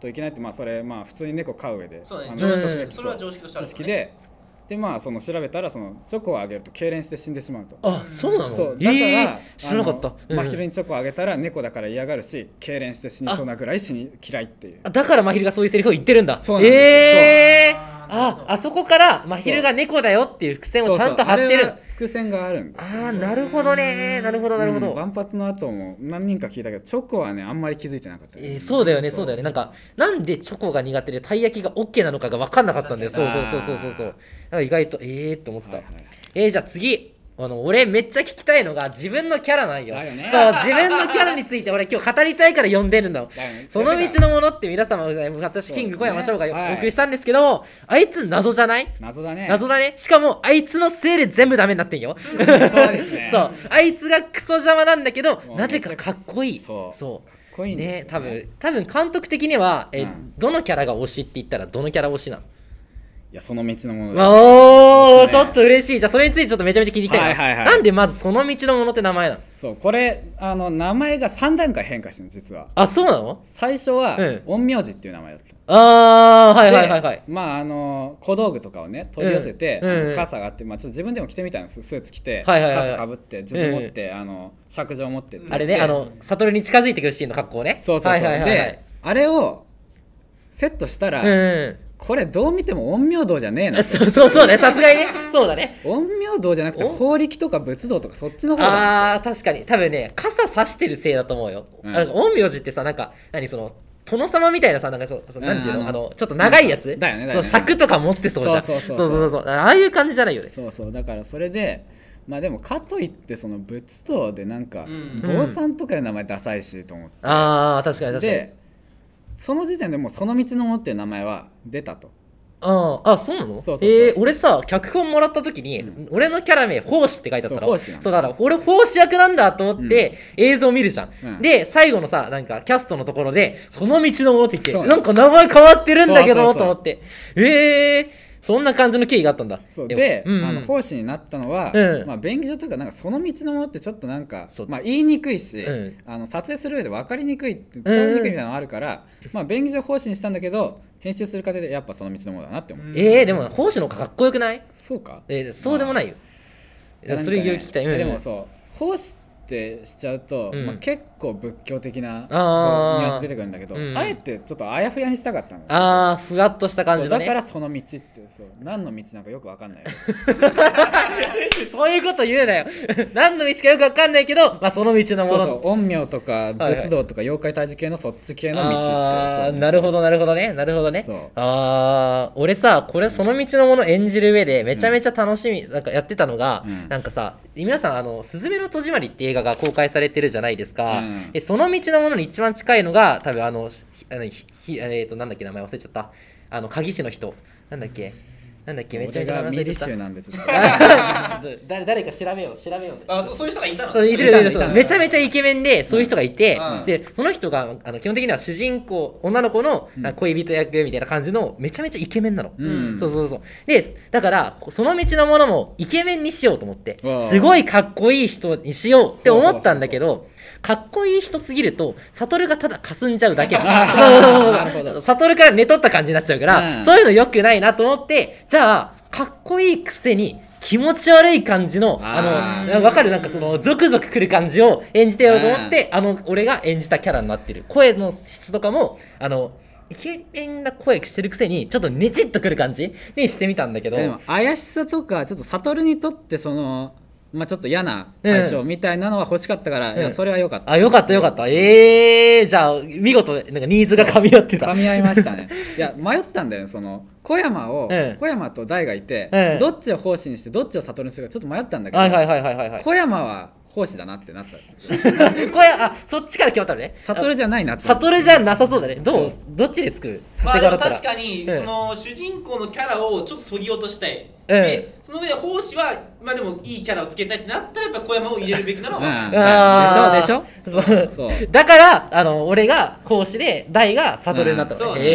といけないってまあそれまあ普通に猫飼う上でそうだねあの常識としてうんそれは常識としてあ常るもんね識ででまあその調べたらそのチョコをあげると痙攣して死んでしまうとあ、そうなのそうだから、えー、知らなかった。あのう真ん昼にチョコあげたら猫だから嫌がるし痙攣して死にそうなぐらい死に嫌いっていうあだから真昼がそういうセリフを言ってるんだ。そうなんですよえー、そうなるほあどあそこから真昼が猫だよっていう伏線をちゃんと張ってそうそうあれるは。伏線があるんであすよあーなるほどねなるほどなるほど、うん万発の後も何人か聞いたけどチョコはねあんまり気づいてなかった、えーそうだよねそうだよねなんかなんでチョコが苦手でたい焼きが OK なのかが分かんなかったんだよそうそうそうそうそうそうだから意外とええー、って思ってた、はいはいえー、じゃあ次あの俺めっちゃ聞きたいのが自分のキャラなんよだよねそう自分のキャラについて 俺今日語りたいから呼んでるのだよねその道のものって皆様私キング小山翔がお送りしたんですけど、あいつ謎じゃない謎だね謎だねしかもあいつのせいで全部ダメになってんよそうですね そうあいつがクソ邪魔なんだけどもうなぜかかっこいいそうそうかっこいいんですね多分多分監督的にはえ、うんどのキャラが推しって言ったらどのキャラ推しなの、いやその道のものだまあ、おー、そうですちねょっと嬉しいじゃあそれについてちょっとめちゃめちゃ聞いていきたいな、はいはいはいなんでまずその道のものって名前なのそうこれあの名前が3段階変化してるの実はあそうなの最初は、うん陰陽師っていう名前だったあーはいはいはいはいでまああの小道具とかをね取り寄せて、うんあのうん傘があって、まあ、ちょっと自分でも着てみたんですスーツ着て、はいはいはい傘かぶって術持って、あの尺状持ってってあれねあの悟に近づいてくるシーンの格好ねそうそうそう、はいはいはいはいであれをセットしたら、うんうんこれどう見ても陰陽道じゃねえなとそうそうそうねさすがにねそうだね陰陽道じゃなくてお法力とか仏道とかそっちの方だあー確かに多分ね傘さしてるせいだと思うよ、うんなんか陰陽師ってさなんか何その殿様みたいなさなんかちょそのなんていうの,、うんああののちょっと長いやつだよねだそようね尺とか持ってそうじゃんそうそうそそうそううそうそうああいう感じじゃないよねそうそうだからそれでまあでもかといってその仏道でなんかん坊さんとかの名前ダサいしと思って、あー確かに確かにでその時点でもうその道のものっていう名前は出たとあーあそうなのそうそうそうえー俺さ脚本もらった時に、俺のキャラ名奉仕って書いてあったのそう奉仕なのだから俺奉仕役なんだと思って、映像見るじゃん、うんで最後のさなんかキャストのところでその道のものってきてそうなんか名前変わってるんだけどそうそうそうと思ってええー、そんな感じの経緯があったんだそうで、もうんあの奉仕になったのは、うんまあ、便宜上というかなんかその道のものってちょっとなんかそう、まあ、言いにくいし、うんあの撮影する上で分かりにくいって伝わりにくいみたいなのがあるから、まあ、便宜上奉仕にしたんだけど編集する過程でやっぱその道のものだなって思って、ええー、でも奉仕の方がかっこよくない、そうかえー、そうでもないよ、なんかそねれいろいろ聞きたい、うんでもそう奉仕ってしちゃうと、うんまあ、結構仏教的なそうニあーュアンス出てくるんだけど、うんあえてちょっとあやふやにしたかったのよああふわっとした感そじうのだねからその道ってそう何の道なんかよく分かんないそういうこと言うなよ。 何の道かよくわかんないけど、まあ その道のもその。うそう陰陽とかはい仏道とか妖怪退治系のそっち系の道ってあそあうなるほどなるほどねなるほどねそうああ俺さこれその道のもの演じる上でめちゃめちゃ楽しみ、なんかやってたのが、うんなんかさ皆さんあの「すずめの戸締まり」って映画が公開されてるじゃないですか、うんえその道のものに一番近いのが多分あのひあのひひえっ、となんだっけ名前忘れちゃったあの鍵師の人なんだっけなんだっけめちゃめ俺ちゃ名前がミ忘れリちゃシっュたなんでちょっ とちょっと誰誰か調べよう調べようあそそういう人がいたのそういてるいたいてるいたそうめちゃめちゃイケメンでそういう人がいて、うんでその人があの基本的には主人公女の子のあ恋人役みたいな感じのめちゃめちゃイケメンなの、んそうそうそうでだからその道のものもイケメンにしようと思ってわあすごいかっこいい人にしようって思ったんだけどかっこいい人すぎると悟がただかすんじゃうだけなるほど悟から寝とった感じになっちゃうから、うんそういうの良くないなと思ってじゃあかっこいいくせに気持ち悪い感じのああのわかるなんかそのゾクゾクくる感じを演じてやろうと思って、あの俺が演じたキャラになってる声の質とかもあのイケメンな声してるくせにちょっとねちっとくる感じにしてみたんだけど でも怪しさとかちょっと悟にとってそのまあちょっと嫌な対象みたいなのは欲しかったから、んいやそれは良かった、あよかったよかったええー、じゃあ見事なんかニーズが噛み合ってた噛み合いましたねいや迷ったんだよねその小山を、ええ小山と大がいて、ええどっちを奉仕にしてどっちを悟にするかちょっと迷ったんだけど、はいはいはいはいはいはい小山は奉仕だなってなったんですよこれあそっちから決まったのね悟じゃないなってなった悟じゃなさそうだねどうどっちで作るまあでも確にかにうんその主人公のキャラをちょっとそぎ落としたい、うんでその上で奉仕はまあでもいいキャラをつけたいってなったらやっぱ小山を入れるべきなのは、うんあーでしょでしょそうそうだからあの俺が講師で大が悟になったうんのそうねねへ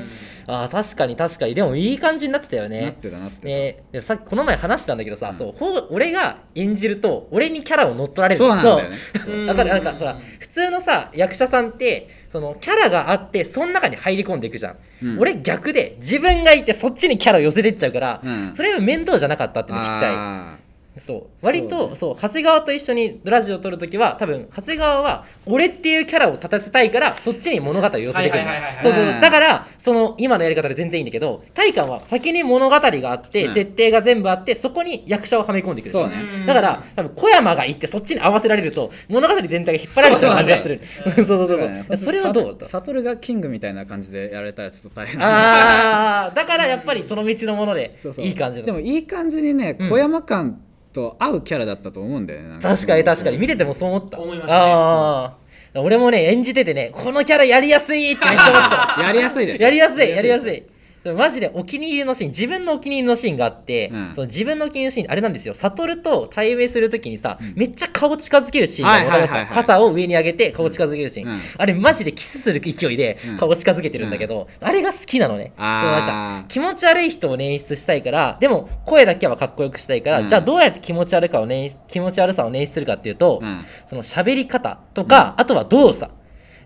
えあー確かに確かにでもいい感じになってたよねなってたなってたねでもさっきこの前話したんだけどさ、そうほう俺が演じると俺にキャラを乗っ取られるそうなんだよねそうだからなんかほら普通のさ役者さんってそのキャラがあってその中に入り込んでいくじゃん、うん俺逆で自分がいてそっちにキャラを寄せてっちゃうから、うんそれは面倒じゃなかったっていうの聞きたいあそう割とそう,、長谷川と一緒にラジオを撮るときは多分長谷川は俺っていうキャラを立たせたいからそっちに物語を寄せてくるのはいはいはいはいそうそううんだからその今のやり方で全然いいんだけど大観は先に物語があって、うん設定が全部あってそこに役者をはめ込んでいくでしょそうねだから多分小山が行ってそっちに合わせられると物語全体が引っ張られちゃう感じがする そうそうそうそうだかそられはどうだったさ悟がキングみたいな感じでやられたらちょっと大変あーだからやっぱりその道のものでそうそういい感じだでもいい感じにねうん小山感と合うキャラだったと思うんだよねなん確かに確かに見ててもそう思った思いましたねあー俺もね演じててねこのキャラやりやすいってめっちゃ思ったやりやすいでしょやりやすいやりやすでいでもマジでお気に入りのシーン自分のお気に入りのシーンがあって、うんその自分のお気に入りのシーンあれなんですよ悟と対面するときにさ、めっちゃ顔近づけるシーンがはいわはかいりはますいはいか傘を上に上げて顔近づけるシーン、うんあれマジでキスする勢いでうん顔近づけてるんだけど、あれが好きなのねあーそうなんか気持ち悪い人を演出したいからでも声だけはかっこよくしたいから、うんじゃあどうやって気持ち悪かをね気持ち悪さを演出するかっていうと、うんその喋り方とか、あとは動作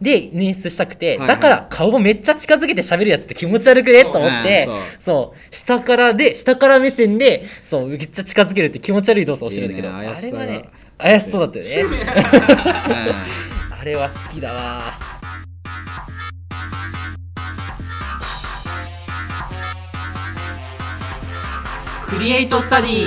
で演出したくて、いはいだから顔をめっちゃ近づけて喋るやつって気持ち悪くねと思ってそうねそう下からで下から目線でそうめっちゃ近づけるって気持ち悪い動作をしてるんだけどいいねあ怪れしさがはね怪しそうだった よねう あれは好きだわクリエイトスタディ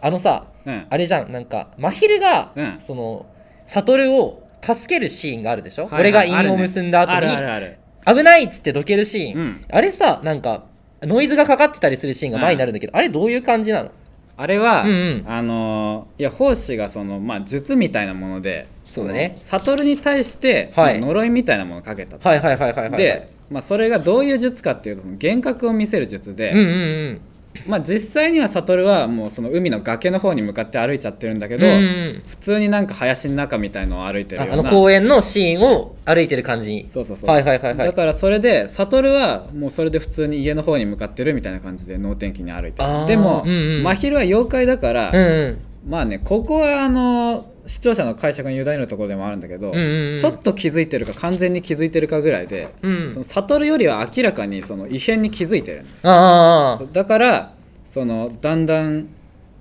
あのさんうん あれじゃんなんかまひるが、うんその悟を助けるシーンがあるでしょ、はいはい俺が韻を結んだ後にあるねあるあるある危ないっつってどけるシーン、うんあれさなんかノイズがかかってたりするシーンが前になるんだけど、あれどういう感じなのあれは、うんうんあのーいや奉仕がその、まあ、術みたいなものでそうだねその悟に対して、はいまあ呪いみたいなものをかけたと、はいはいはいはいはいで、まあ、それがどういう術かっていうとその幻覚を見せる術で、うんうんうんまあ、実際には悟はもうその海の崖の方に向かって歩いちゃってるんだけど、うんうん普通になんか林の中みたいのを歩いてるあよあうのな公園のシーンを歩いてる感じそうそうそう、はいはいはいはいだからそれで悟はもうそれで普通に家の方に向かってるみたいな感じで能天気に歩いてあーるでも、うんうん真昼は妖怪だから、うんうんまあねここはあの視聴者の解釈に委ねるところでもあるんだけうど、んうんうんちょっと気づいてるか完全に気づいてるかぐらいで、うんその悟よりは明らかにその異変に気づいてるあーだからそのだんだん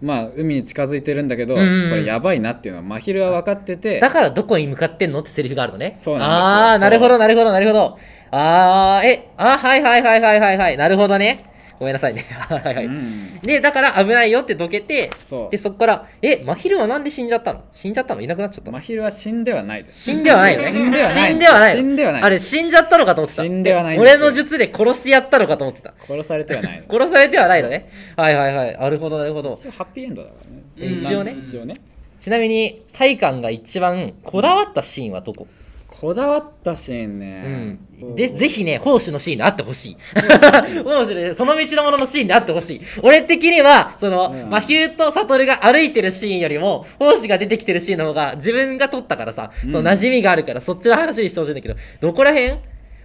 まあ海に近づいてるんだけど、うんうんうんこれやばいなっていうのは真昼は分かっててだからどこに向かってんのってセリフがあるのねそうなんですよああそーうなるほどなるほどなるほどああえあはいはいはいはいはいはいなるほどねごめんなさいね はいはいはい、うんでだから危ないよってどけてそうでそこからえ真昼はなんで死んじゃったの死んじゃったのいなくなっちゃったの真昼は死んではないです死んではないのね。 死んではない死んではないの死んではないあれ、死んじゃったのかと思ってた。死んではないんです俺よの術で殺してやったのかと思ってた。殺されてはないの殺されてはないのね。はいはいはい。なるほど、なるほど。一応ハッピーエンドだからねうん一応ね一応ねちなみに、体感が一番こだわったシーンはどここだわったシーンうね、ん。で、ぜひね、奉仕のシーンであってほしい。 奉仕で、その道のもののシーンであってほしい。俺的には、その、うん真昼と悟が歩いてるシーンよりも、奉仕が出てきてるシーンの方が、自分が撮ったからさ、その馴染みがあるから、そっちの話にしてほしいんだけど、どこら辺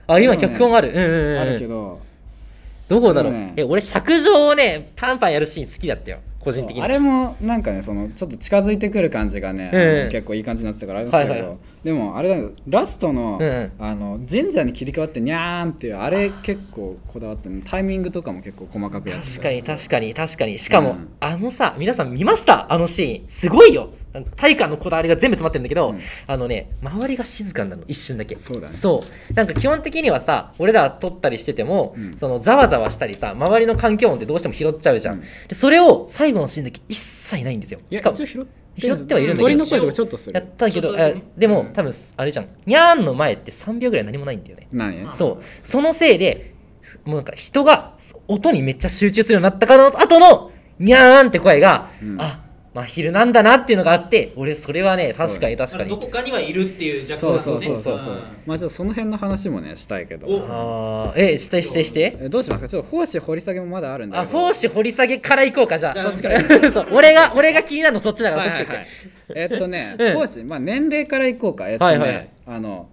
あ、今でも脚ね本ある。うんうんうん。あるけどどこだろう、でもねえ俺、尺上をね、パンパンやるシーン好きだったよ。個人的にあれもなんかねそのちょっと近づいてくる感じがね、ええ結構いい感じになってたからあれなんですけはど、いはいでもあれだよラストの,、ええあの神社に切り替わってにゃーんっていうあれ結構こだわってるタイミングとかも結構細かくやってたし確かに確かに確かにしかも、うんあのさ皆さん見ましたあのシーンすごいよ体感のこだわりが全部詰まってるんだけど、うんあのね周りが静かになるの一瞬だけそうだねそうなんか基本的にはさ俺ら撮ったりしてても、んそのざわざわしたりさ周りの環境音ってどうしても拾っちゃうじゃん、うんでそれを最後のシーンだけ一切ないんですよいやしかも一応拾っ拾ってはいるんだけど鳥の声とかちょっとすやるったけちょどっとだあけねでも、多分あれじゃんにゃーんの前って3秒ぐらい何もないんだよねなんやそう。そのせいで、もうなんか人が音にめっちゃ集中するようになったからの後の、にゃーんって声が、んあ、まあ昼なんだなっていうのがあって、俺それはね、そう確かに確かどに。こかにはいるっていうジャッそうクそうそうそうそう、んまあちょっとその辺の話もねしたいけどおあーえ、してしてして。えどうしますかちょっと奉仕掘り下げもまだあるんだあ、けど奉仕掘り下げから行こうか、じゃあ。じゃあそっちか そう俺が、俺が気になるのそっちだから、はいはそっいちはいで。えっとねええ講師、まあ、年齢からいこうかえっとね、はいはいあの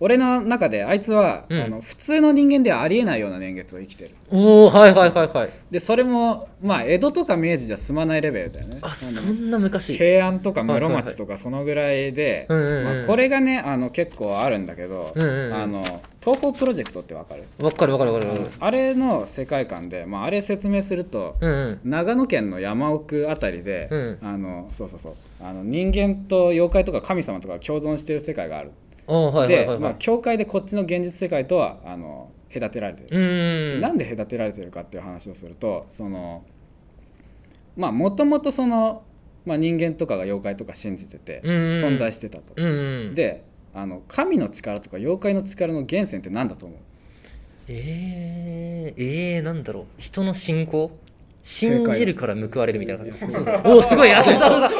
俺の中であいつは、うんあの普通の人間ではありえないような年月を生きてるおー、はいはいはいはい。でそれもまあ江戸とか明治じゃ済まないレベルだよねあ、あのそんな昔。平安とか室町とかそのぐらいで、うんうんうんまあ、これがねあの結構あるんだけど、うんうんうんあの東宝プロジェクトってわかるわかるわかるわかるわかる。あれの世界観で、まあ、あれ説明すると、うんうん。長野県の山奥あたりで、うんあのそうそうそうあの人間と妖怪とか神様とか共存してる世界がある、おー、はいはいはいで、まはあ、い。教会でこっちの現実世界とはあの隔てられてうる、ーん。なんで隔てられてるかっていう話をするとそのまあもともとその、まあ、人間とかが妖怪とか信じてて、うんうん存在してたと、うんうん。であの神の力とか妖怪の力の源泉って何だと思うえー、えー、なんだろう人の信仰解信じるから報われるみたいな感じおおすごい当たった当たっ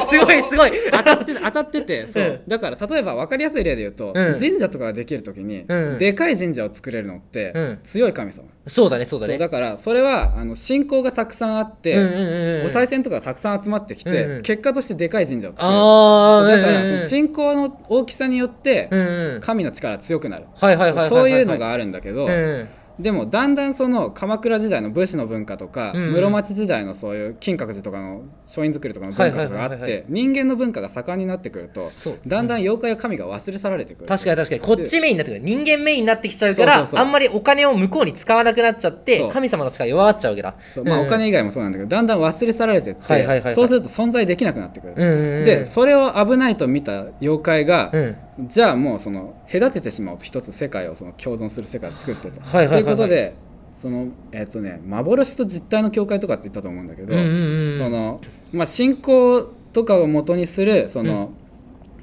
たすごいすごい当たって当たっててそう、うんだから例えば分かりやすい例で言うと、うん神社とかができる時に、うんでかい神社を作れるのって、うん強い神様そうだねそうだそうねだからそれはあの信仰がたくさんあって、うんうんうんうんお賽銭とかがたくさん集まってきて、うんうん結果としてでかい神社を作れるあそうあだからその信仰の大きさによって、うんうん神の力強くなる、はいはいはいはいそういうのがあるんだけど、うんうんでもだんだんその鎌倉時代の武士の文化とか、うんうん室町時代のそういう金閣寺とかの書院作りとかの文化とかがあはいはいはっいはいて人間の文化が盛んになってくるとそうだんだん妖怪や神が忘れ去られてくる確かに確かにこっちメインになってくる人間メインになってきちゃうかそうらそうそうあんまりお金を向こうに使わなくなっちゃっそてう神様の力弱っちゃうわけだそうまあ、お金以外もそうなんだけどだんだん忘れ去られてって、はいはいはいはいそうすると存在できなくなってくる、うんうんうんでそれを危ないと見た妖怪が、うんじゃあもうその隔ててしまうと一つ世界をその共存する世界を作ってと。はいはいはいはいということでそのえっ、とね幻と実体の境界とかって言ったと思うんだけど、うんうんうんそのまあ、信仰とかを元にするその、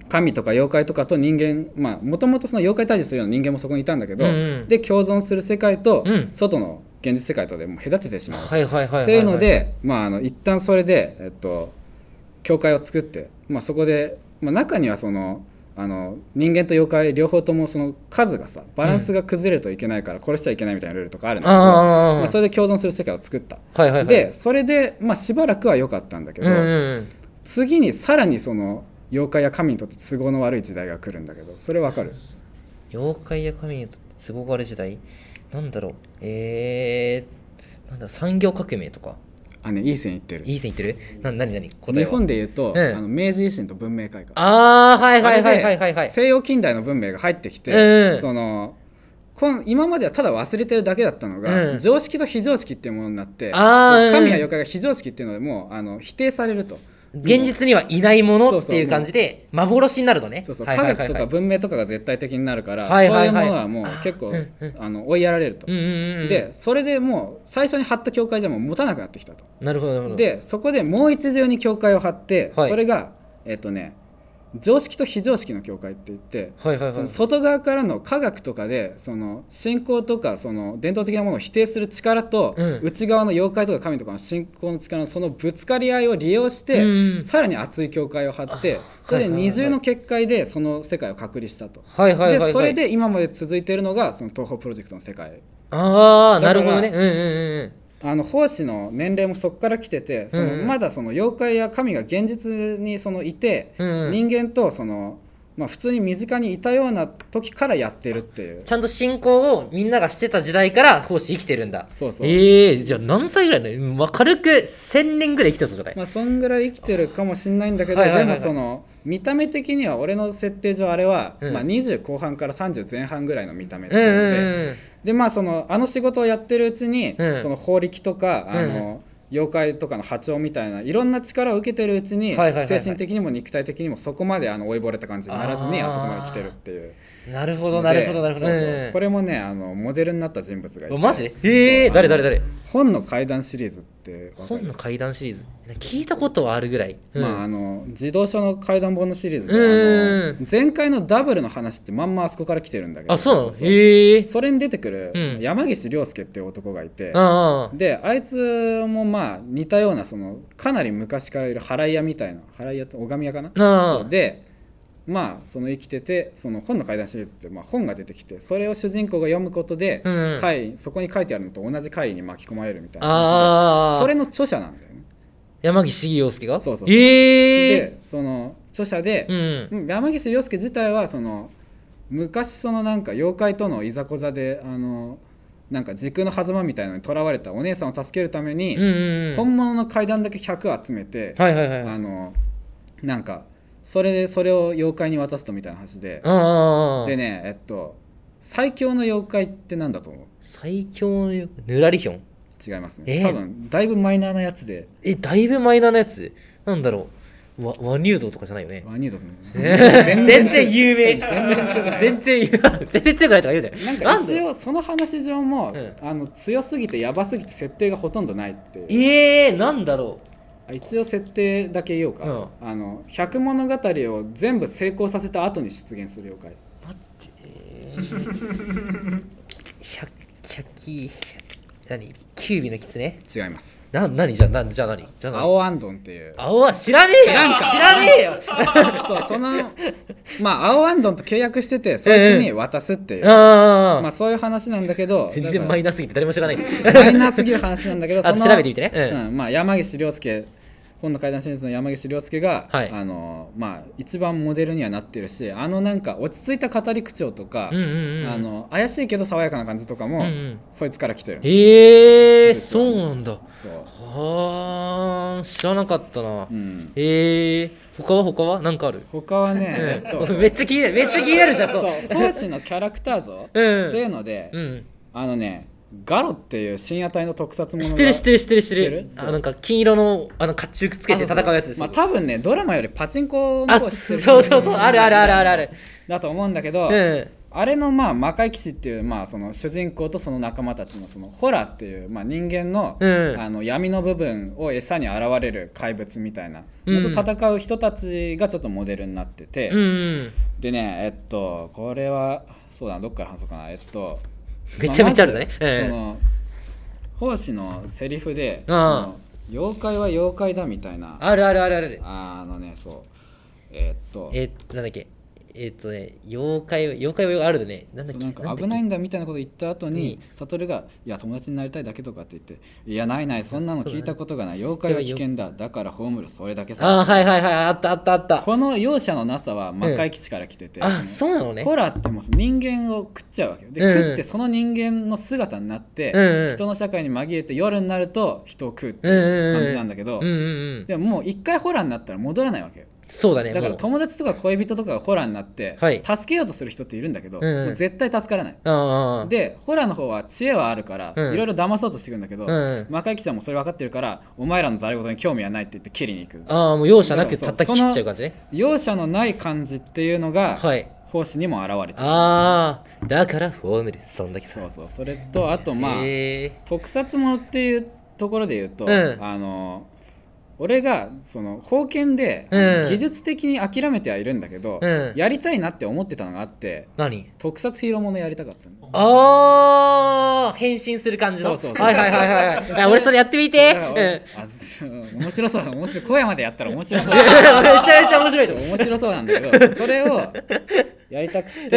神とか妖怪とかと人間まあもともとその妖怪退治するような人間もそこにいたんだけど、うんうんで共存する世界とうん外の現実世界とでもう隔ててしまうはいはいはいはっいていうので、まあ、あの一旦それで、えっと、教会を作って、まあ、そこで、まあ、中にはそのあの人間と妖怪両方ともその数がさバランスが崩れるといけないから殺しちゃいけないみたいなルールとかあるんだけど、あーまあ、それで共存する世界を作った。はいはいはいでそれで、まあ、しばらくは良かったんだけうど、んうん次にさらにその妖怪や神にとって都合の悪い時代が来るんだけどそれわかる妖怪や神にとって都合がある時代なんだろうえー、なんだろう産業革命とかあねいい線いってるいい線いってるな何何答え日は本で言うと、ええあの明治維新と文明開化ああはいあはれいではいはいはいはい西洋近代の文明が入ってきて、うんそのこん今まではただ忘れてるだけだったのが、うん常識と非常識っていうものになってあーそのうん神や妖怪が非常識っていうのでもうあの否定されると現実にはいないもそのうっそうていう感じで幻になるのねそうそうはい科はいはい学とはいか文明とかが絶対的になるから、はいはいはいそういうものはもう結構うんうんあの追いやられると、うんうんうんうんでそれでもう最初に張った教会じゃもう持たなくなってきたと。なるほどなるほどでそこでもう一重に教会を張って、はいそれがえっ、とね常識と非常識の教会って言って、はいはいはいその外側からの科学とかでその信仰とかその伝統的なものを否定する力と、うん内側の妖怪とか神とかの信仰の力のそのぶつかり合いを利用して、うんさらに熱い教会を張ってそれではいはいはい二重の結界でその世界を隔離したと。はいはいはいはいでそれで今まで続いているのがその東宝プロジェクトの世界ああなるほどねだうかんうんうんうんあの奉仕の年齢もそこから来ててその、うんうんまだその妖怪や神が現実にそのいて、うんうん人間とその、まあ、普通に身近にいたような時からやってるっていうちゃんと信仰をみんながしてた時代から奉仕生きてるんだそうそう、ええじゃあ何歳ぐらいなのまあ軽く1000年ぐらい生きてるぞそれ、まあ、そんぐらい生きてるかもしんないんだけど、はいはいはいはいでもその見た目的には俺の設定上あれは、うんまあ、20後半から30前半ぐらいの見た目ってうんいううんので、うんでまあそのあの仕事をやってるうちに、うんその法力とかあの、妖怪とかの波長みたいないろんな力を受けてるうちはに、いはいはいはい精神的にも肉体的にもそこまであの追いぼれた感じにならずにあーあそこまで来てるっていうなるほのどでなるほどなるほどそうそううんこれもねあのモデルになった人物がいておマジでええそう誰誰誰本の怪談シリーズってわかる本の怪談シリーズ聞いたことはあるぐらい、うんまあ、あの自動車の階段本のシリーズでうんあの前回のダブルの話ってまんまあそこから来てるんだけどあそうなのそええそれに出てくるうん山岸亮介っていう男がいて、ああであいつもまあ似たようなそのかなり昔からいる払い屋みたいな払い屋って拝み屋かなああそうでまあその生きててその本の怪談シリーズってまあ本が出てきてそれを主人公が読むことでうん会そこに書いてあるのと同じ会に巻き込まれるみたいな話ああでそれの著者なんだよね。山岸洋介がそうそうそうええでその著者で、うんうん山岸洋介自体はその昔そのなんか妖怪とのいざこざであのなんか時空の狭間みたいなのにとらわれたお姉さんを助けるために、うんうんうん本物の階段だけ100集めて、はいはいはいああのなんかそれでそれを妖怪に渡すとみたいな話で、あでねえっと最強の妖怪ってなんだと思う最強のぬらりひょん違いますね、えー多分だいぶマイナーなやつでえだいぶマイナーなやつなんだろうわ和乳道とかじゃないよねワニードと思う全然有名全然 有名全然強くないとか言うてなんなかんだ一よ応その話上も、うんあの強すぎてやばすぎて設定がほとんどないっていうええなんだろあ一応設定だけ言おうか、うんあの百物語を全部成功させた後に出現する妖う百百鬼百何キュービの狐怪違いますな何じゃあ何じゃあ何じゃあ何青アンドンっていう青は知らねえよ知らねえよ そうそのまあ青アンドンと契約しててそいつに渡すっていう、あまあ、あそういう話なんだけど全然マイナーすぎて誰も知らないだ からマイナーすぎる話なんだけどあその調べてみてねうんうんまあ、山岸亮介本の怪談シリーズの山岸亮介が、はいあのまあ、一番モデルにはなってるしあのなんか落ち着いた語り口調とか、うんうんうんあの怪しいけど爽やかな感じとかも、うんうんそいつから来てるええそうなんだそう、はあ知らなかったな、うん、ええ他は他は何かある他はね、えっとめっちゃ気になるめっちゃ気になるじゃんそそうう奉仕のキャラクター像うというんので、うんあのねガロっていう深夜帯の特撮ものが知ってる知ってる知ってる知ってる知ってるそうあなんか金色のあの甲冑つけて戦うやつですまあ多分ねドラマよりパチンコのあ方を知ってるそうそうそうあるあるあるあるあるだと思うんだけど、うんあれのまあ魔界騎士っていうまあその主人公とその仲間たちのそのホラーっていうまあ人間の,、うんあの闇の部分を餌に現れる怪物みたいな、うんのと戦う人たちがちょっとモデルになってて、うんうんでねえっとこれはそうだなどっから話そうかなえっとめちゃめちゃあるんだねまあまずうんその奉仕のセリフで「そああの妖怪は妖怪だ」みたいなあるあるあるあるあのねそうえーっとえーなんだっけえーっとね妖怪は妖怪はあるよねなんだっそうけなんかだっけ危ないんだみたいなこと言った後うにん悟が「いや友達になりたいだけとか」って言って「いやないないそんなの聞いたことがない妖怪は危険だだから葬るそれだけあさーはいはいはいあったあったあった」この容赦のなさは魔界基地から来てて、あそのそうなのねホラーってもう人間を食っちゃうわけよで、うん食ってその人間の姿になって、うんうん人の社会に紛れて夜になると人を食うっていう感じなんだけうど、んうんうんでももう一回ホラーになったら戻らないわけよそうだねだからもう友達とか恋人とかがホラーになって、はい助けようとする人っているんだけど、うんうんもう絶対助からないあーあーあーでホラーの方は知恵はあるから、うんいろいろ騙そうとしてくんだけど、うんうん魔界記者もそれ分かってるからお前らのざれ事に興味はないって言って切りに行くああもう容赦なくそう叩き切っちゃう感じね容赦のない感じっていうのが、はい奉仕にも現れてるああだからフォームルそんだけそうそうそれとあとまあ、へえ特撮ものっていうところで言うと、うんあの俺がその封建で、うん技術的に諦めてはいるんだけど、うんやりたいなって思ってたのがあって何特撮ヒーローものやりたかったのああ変身する感じのそうそうそうはいはいはいはいはいあ俺それやってみてだからうん俺あそう面白そうだ面白い声までやったら面白そうめち ゃめちゃ面白いとそう思う面白そうなんだけ どそれをやりたくてうんうんうんうん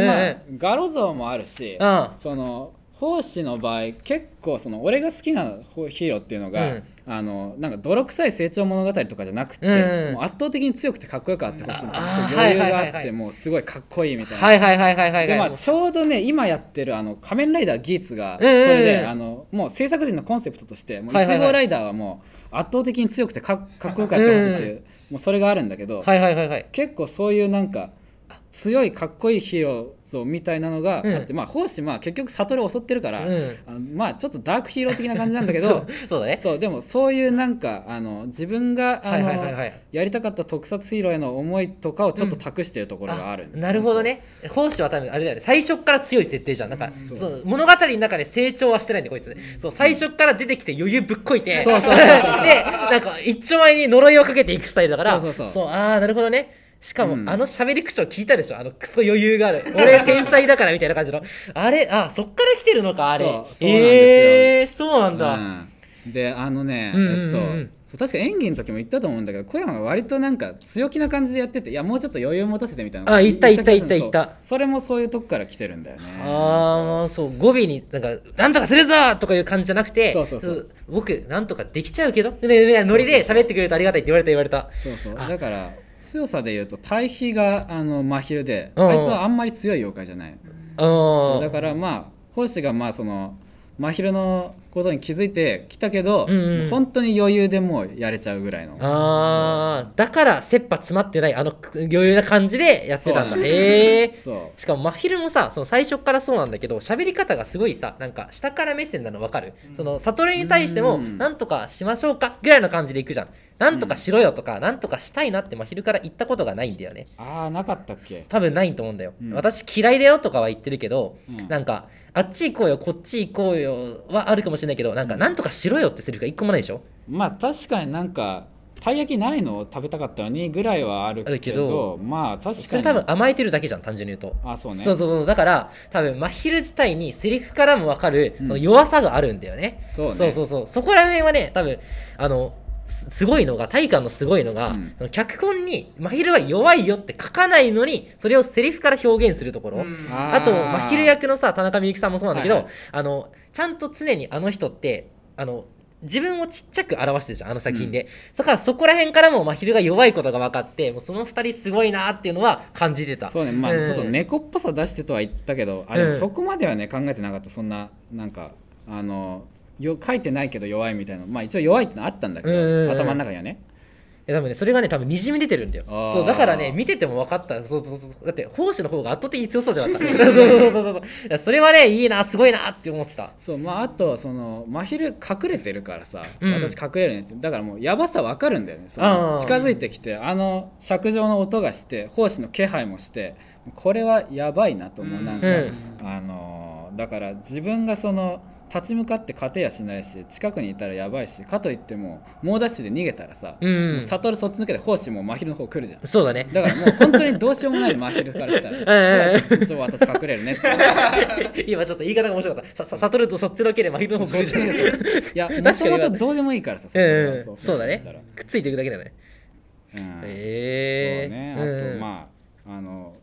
でまあ画路像もあるしうんその奉仕の場合結構その俺が好きなヒーローっていうのが、うんあのなんか泥臭い成長物語とかじゃなくて、うんもう圧倒的に強くてかっこよくあってほしいみたいあなー余裕はいはがいあはっいはていもうすごいかっこいいみたいな。はいはいはいはいはいでまはい。あ、ちょうどね今やってるあの「仮面ライダーギーツが」うんうんうんそれであのもう制作陣のコンセプトとして「もうはいはいはい1号ライダー」はもう圧倒的に強くてかっかっこよくやってほしいっていう,、もうそれがあるんだけど、はいはいはいはい。結構そういうなんか強いかっこいいヒーロー像みたいなのがあっうて、まあ奉仕まあ結局悟を襲ってるから、うんあのまあちょっとダークヒーロー的な感じなんだ けそうどそうだね。そうでもそういうなんかあの自分があはいの、はいはいはい。やりたかった特撮ヒーローへの思いとかをちょっと託してるところがある、なるほどね本師は多分あれだよね最初っから強い設定じゃんなんか、その物語の中で成長はしてないんでこいつそう最初っから出てきて余裕ぶっこいてそうそうそうそう でなんか一丁前に呪いをかけていくスタイルだからそうそうそうああなるほどねしかも、うんあの喋り口調聞いたでしょあのクソ余裕がある 俺繊細だからみたいな感じのあれあそっから来てるのかあれそうそうなんですよえー、そうなんだ、うんであのね、うんうんうんえっとそう確か演技の時も言ったと思うんだけど小山が割となんか強気な感じでやってていやもうちょっと余裕持たせてみたいなあ言った言った気がす言っるた言ったそうそれもそういうとこから来てるんだよねああそう語尾になんか「なんとかするぞ!」とかいう感じじゃなくてそうそうそう僕なんとかできちゃうけど」みたいなノリで喋ってくれるとありがたいって言われた言われたそうそうあだから強さで言うと対比があの真昼でうんうんあいつはあんまり強い妖怪じゃないそうだあからまあ講師がまあその真昼のことに気づいてきたけど、うんうんもう本当に余裕でもうやれちゃうぐらいのあーだから切羽詰まってないあの余裕な感じでやってたんだそうへえそしかも真昼もさその最初からそうなんだけど喋り方がすごいさなんか下から目線なの分かる、その悟りに対してもうんなんとかしましょうかぐらいの感じでいくじゃんなんとかしろよとか、なんとかしたいなって真昼から言ったことがないんだよねうああなかったっけ多分ないと思うんだよ、うん私嫌いだよとかは言ってるけど、うんなんかあっち行こうよこっち行こうよはあるかもしれないけどなんかなんとかしろよってセリフが一個もないでしょまあ確かになんかたい焼きないの食べたかったのにぐらいはあるあけどるけどまあ確かにそれ多分甘えてるだけじゃん単純に言うとあそうねそうそうそうだから多分真昼自体にセリフからも分かるその弱さがあるんだよね、そうねそうそうそうそこら辺はね多分あのすすごいのが体感のすごいのが、んその脚本に「真昼は弱いよ」って書かないのにそれをセリフから表現するところ、あーあと、まひる役のさ、田中みゆきさんもそうなんだけど、はいはあの、ちゃんと常にあの人って、あの、自分をちっちゃく表してるじゃん、あの作品で。だからそこら辺からも、まひるが弱いことが分かって、もうその二人すごいなーっていうのは感じてた。そうねまうあんちょっと猫っぽさ出してとは言ったけど、あでうもんそこまではね考えてなかったそんななんかあのよ書いてないけど弱いみたいなまあ一応弱いってのはあったんだけど、うんうんうん頭の中にはねいや多分ね、それがね、多分にじみ出てるんだよ。あーそう、だからね、見てても分かった。そうそうそう。だって、奉仕の方が圧倒的に強そうじゃなかった。 そうそうそうそう。いやそれはね、いいな、すごいなって思ってた。そうまああとその真昼隠れてるからさ、うん私隠れるねってだからもうやばさわかるんだよねそのあー近づいてきてあの尺状の音がして奉仕の気配もしてこれはやばいなと思う、なんか、うあのーだから自分がその立ち向かって勝てやしないし近くにいたらやばいしかといっても猛ダッシュで逃げたらさ、うんもう悟るそっち抜けて奉仕も真昼の方来るじゃんそうだ ね。だからもう本当にどうしようもないの真昼からしたらええだからちょ私隠れるねって今ちょっと言い方が面白かった。さ、さ、悟るとそっちのけで真昼の方来そっるちじゃんですよい確や、かもにともとどうでもいいからさ、うんうんそそううだねもしかしたらくっついていくだけだねうんへえそうね。あと、まあ、あの、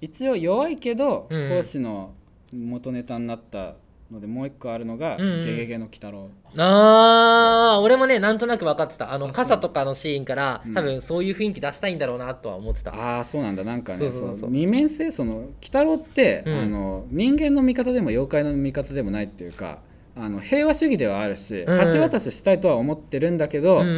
一応弱いけど、うん講師の元ネタになったので、もう一個あるのが、うんうんゲゲゲの鬼太郎。ああ俺もねなんとなく分かってたあのそう傘とかのシーンからうん多分そういう雰囲気出したいんだろうなとは思ってたああ、そうなんだ、なんかそね、うそうそそうう二面性、その、鬼太郎って、うんあの、人間の味方でも妖怪の味方でもないっていうか、あの平和主義ではあるしんうん橋渡ししたいとは思ってるんだけうど、んうんう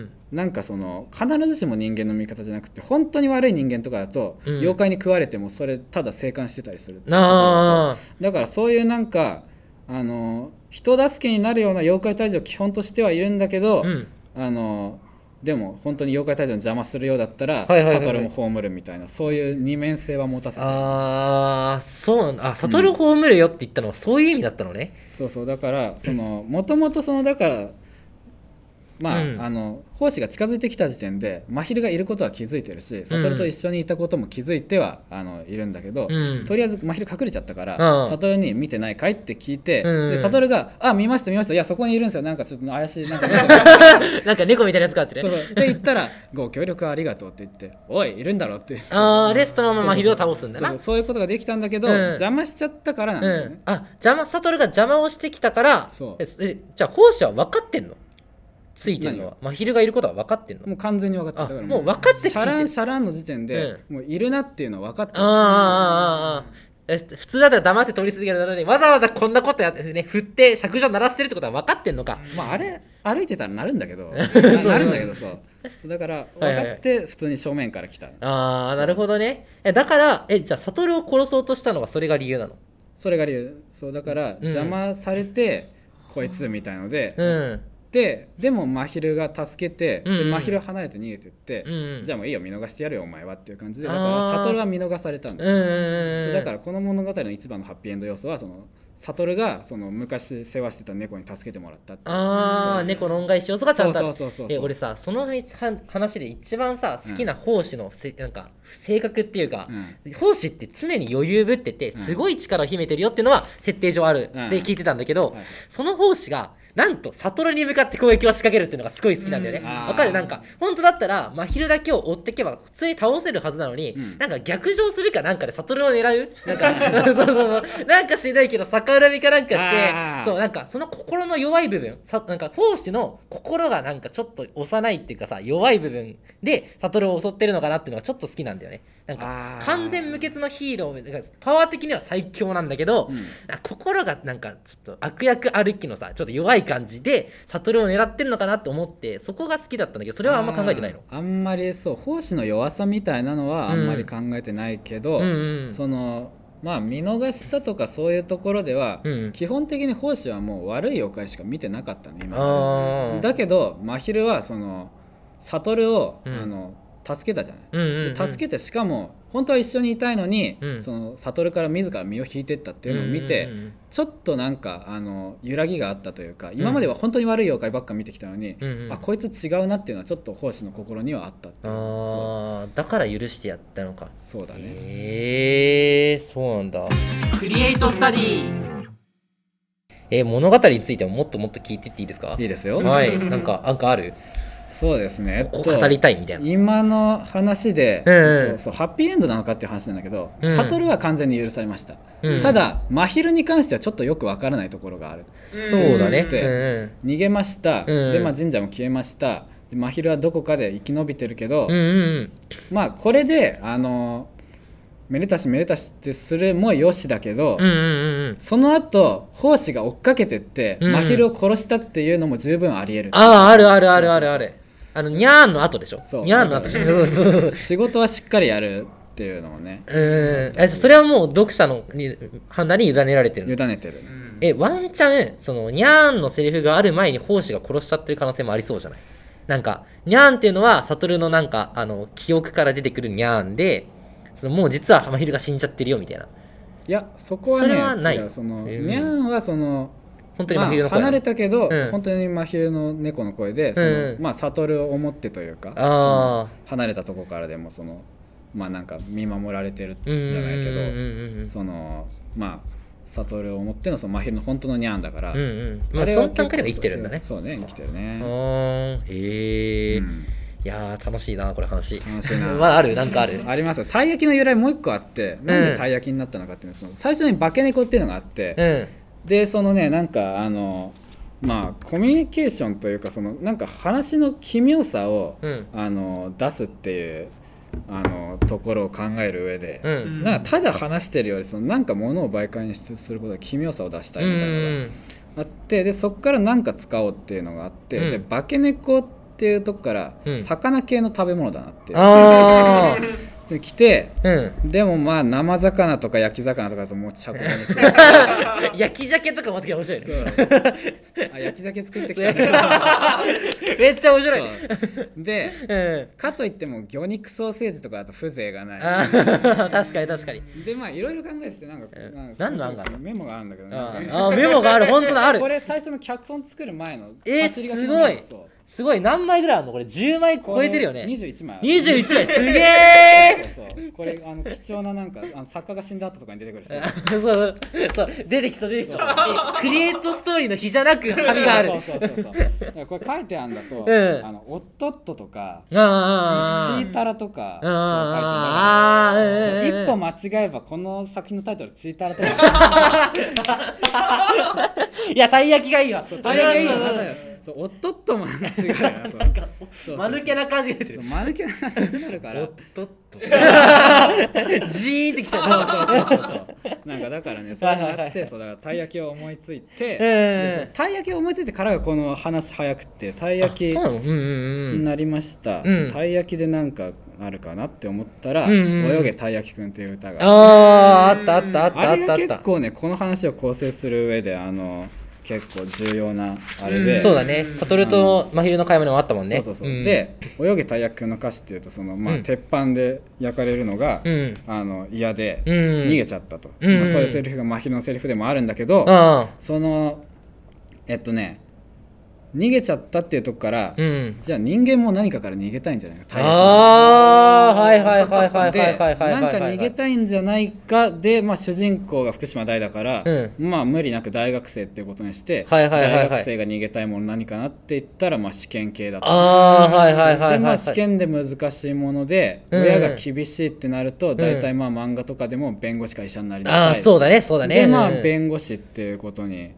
んなんかその必ずしも人間の味方じゃなくて本当に悪い人間とかだと、うん妖怪に食われてもそれただ生還してたりするうんあーだからそういうなんかあの人助けになるような妖怪退治を基本としてはいるんだけど、うんあのでも本当に妖怪退治の邪魔するようだったはら、いはいはいはい悟も葬るみたいなそういう二面性は持たせてあーそうなんだあ悟る葬るよって言ったのはそういう意味だったのねそうそうだからそのもともとそのだからまあ、うんあの奉仕が近づいてきた時点で真昼がいることは気づいてるし悟と一緒にいたことも気づいてはあのいるんだけど、うんとりあえず真昼隠れちゃったからうん悟に見てないかいって聞いて、うんで悟が「あ見ました見ましたいやそこにいるんですよなんかちょっと怪しいなんか見たなんか猫みたいなやつがあってそうね。そうって言ったら「ご協力ありがとう」って言って「おいいるんだろ」ってそうあーで、そのまま真昼を倒すんだそなう。そういうことができたんだけど、うん邪魔しちゃったからなんうだよねん、、あ邪魔悟が邪魔をしてきたからそうええじゃあ奉仕は分かってんのついてんのは真昼がいることは分かってんのもう完全に分かってあだからもう分かってきシてャランシャランの時点で、もういるなっていうのは分かってああああああえ普通だったら黙って通り過ぎるのにわざわざこんなことやって、ね、振って尺状鳴らしてるってことは分かってんのか、まああれ歩いてたらなるんだけ どななるんだけどそうそうだから分はいはいかって普通に正面から来たああなるほどねえだからえじゃあ悟を殺そうとしたのはそれが理由なのそれが理由そうだから邪魔されて、こいつみたいので、うんででも真昼が助けて、うんうでん真昼離れて逃げてって、うんじゃあもういいよ見逃してやるよお前はっていう感じであだーから悟が見逃されたんだうんうんそううんだからこの物語の一番のハッピーエンド要素はその悟がその昔世話してた猫に助けてもらったっていうああ猫の恩返し要素がちゃんとあるそうそうそうそうそえう俺さそのは話で一番さ好きな奉仕のせ、なんか性格っていうか、奉仕って常に余裕ぶっててすごい力を秘めてるよっていうのは設定上あるうんって聞いてたんだけど、はいその奉仕がなんと悟りに向かって攻撃を仕掛けるっていうのがすごい好きなんだよねうんあーわかるなんか本当だったら真昼だけを追ってけば普通に倒せるはずなのに、なんか逆上するかなんかで悟を狙うなんか そうそうそうなんかしないけど逆恨みかなんかしてあーそうなんかその心の弱い部分さなんか奉仕の心がなんかちょっと幼いっていうかさ弱い部分で悟を襲ってるのかなっていうのがちょっと好きなんだよねなんかあー完全無欠のヒーローなんかパワー的には最強なんだけど、なんか心がなんかちょっと悪役歩きのさちょっと弱い感じで悟を狙ってるのかなって思ってそこが好きだったんだけどそれはあんま考えてないのあーあんまりそう奉仕の弱さみたいなのはあんまり考えてないけど、うんうんそのまあ見逃したとかそういうところでは、うん基本的に奉仕はもう悪い妖怪しか見てなかったね今まあでーだけど真昼はその悟を、うんあの助けたじゃない、うんうんうんで助けてしかも本当は一緒にいたいのに、うんその悟から自ら身を引いてったっていうのを見て、うんうんうんちょっとなんかあの揺らぎがあったというか今までは本当に悪い妖怪ばっか見てきたのに、うんうんあこいつ違うなっていうのはちょっと奉仕の心にはあったっていうそあーだから許してやったのかうそうだねへえー、そうなんだクリエイトスタディえー物語についてももっともっと聞いてっていいですかいいですよはいなんかなんかあるそうですねこう語りたいみたいな今の話で、うんうんえっとそうハッピーエンドなのかっていう話なんだけど、うん悟は完全に許されました、うんただ真昼に関してはちょっとよくわからないところがあるそうだねで逃げました、うんで、まあ、神社も消えましたで真昼はどこかで生き延びてるけうど、んうんうんまあこれであのめでたしめでたしってするもよしだけど、うんうんうんうんその後奉仕が追っかけてって、うん真昼を殺したっていうのも十分ありえるあああるあるあるあるあるあのにゃーんの後でしょそうにゃーん の後でしょうん仕事はしっかりやるっていうのもねえじゃあそれはもう読者のに判断に委ねられてる委のねてる、えワンチャンそのにゃーんのセリフがある前に奉仕が殺しちゃってる可能性もありそうじゃないなんかにゃーんっていうのは悟のなんかあの記憶から出てくるにゃーんでそのもう実は浜昼が死んじゃってるよみたいないやそこはねそれはない違うその、うんにゃんはその本当にま真あ昼の声な離のれたけうど、ん本当に真昼の猫の声でその、うんまあ悟を思ってというかあーその離れたとこからでもそのまあなんか見守られてるうじんうんゃないけど、うんうんそのまあ悟を思ってのその真昼の本当のニャンだから、うんうんまあれそはの段階では生きてるんだねそうね生きてるうねーんへえ、うんいやー楽しいなこれ話楽しいな まああるなんかあるありますよたい焼きの由来もう一個あってなんでたい焼きになったのかっていうのはその最初に化け猫っていうのがあって、うんでそのねなんかあのまあコミュニケーションというかそのなんか話の奇妙さを、うんあの出すっていうあのところを考える上で、うんなんかただ話してるよりそのなんか物を媒介にすることで奇妙さを出したいみたいなのがあってでそこから何か使おうっていうのがあって、うんで化け猫っていうとこから、うん魚系の食べ物だなってあで来てあうん でもまあ生魚とか焼き魚とかだともう着眼 に焼き鮭とか持ってきて面白いねあ焼き酒作ってきたんだ めっちゃ面白いそうでうんかといっても魚肉ソーセージとかだと風情がなあー 確かに確かにいでまあいろいろ考えててなんかうんなんか何の案があるメモがあるんだけどあなんかーあーメモがある本当だあるこれ最初の脚本作る前のえー走り書きのメモすそうすごい何枚ぐらいあるのこれ10枚超えてるよね21枚ある21枚すげえそうそうこれあの貴重ななんかあの作家が死んだ後とかに出てくるし そうそうそう出てきそう出てきそう えクリエイトストーリーの日じゃなく紙 があるそうそうそうそうだからこれ書いてあるんだと、うんあのおっとっととかあチーータラとかうそんうあー書いてうんるそう一歩間違えばこの作品のタイトルチータラと かいやたい焼きがいいわ大変いいよそうおっとっとも間違えばそうそう間抜けな感じが出てそるう間抜けな感じになるかとらっとジーンってきちゃうそうそうそうそうなんかだからねそういうのはいやはっいはてそうだからたい焼きを思いついてええでそうたい焼きを思いついてからがこの話早くってたい焼きそうなのうんうんうにんなりました、うんたい焼きでなんかあるかなって思ったら「うんうんうん泳げたい焼きくん」っていう歌がああーあったあったあったあったれがあっ結た構ねこの話を構成する上であの結構重要なあれで、そうだね悟と真昼の買い物もあったもんねそうそうそう、んで「泳げたい焼きくん」の歌詞っていうとその、まあうん鉄板で焼かれるのが、うんあの嫌で、うん逃げちゃったと、うんまあそういうセリフが真昼のセリフでもあるんだけど、あそのえっとね逃げちゃったっていうとこから、あうんじゃあ人間も何かから逃げたいんじゃないかたい焼きはああはいはいはいはいではいはいはいはいなんはかいはい逃げたいんじゃないかで、まあ、主人公が福島大だから、まあ無理なく大学生っていうことにして、はいはいはいはい大学生が逃げたいもの何かなって言ったら、まあ、試験系だったああはいはいはいはいはいでまあ試験で難しいもので、うん親が厳しいってなると大体まあ漫画とかでも弁護士か医者になりなあさあい、そうだねそうだねでまあうん弁護士っていうことに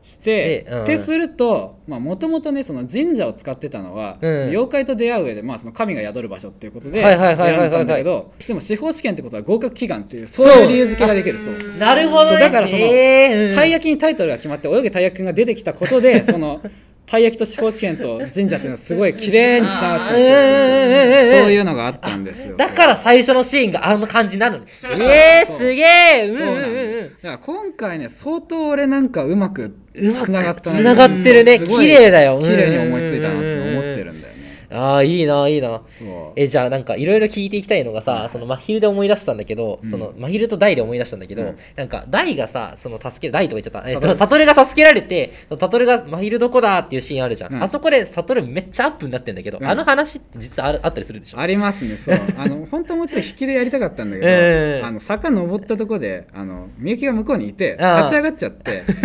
ししててうんってするともともとねその神社を使ってたのは、うんその妖怪と出会う上で、まあ、その神が宿る場所っていうことでは選いはいんはいはいはいはいでたんだけどでも司法試験ってことは合格祈願っていうそういう理由付けができるそう。なるほどねそうだからそのえーうんたい焼きにタイトルが決まって泳げたい焼きくんが出てきたこ とでそのたい焼きと司法試験と神社っていうのはすごい綺麗に伝わってるんですよそういうのがあったんですよだから最初のシーンがあの感じなのにええそうすげえうそんううなんうんだんうよんだから今回ね相当俺なんかうまくつながったつながってるねうんすごい綺麗だよ綺麗に思いついたなってうんうんうん思ってるんだよねああいいないいなそうえじゃあなんかいろいろ聞いていきたいのがさその真昼で思い出したんだけど、その真昼と大で思い出したんだけど、なんか大がさその助け大とか言っちゃったえっと悟が助けられて悟が真昼どこだっていうシーンあるじゃん、うんあそこで悟めっちゃアップになってんだけど、うんあの話って実はあるあったりするでしょあります ねそうあの本当もちろん引きでやりたかったんだけど、ええあの坂登ったとこであのみゆきが向こうにいてああ立ち上がっちゃっ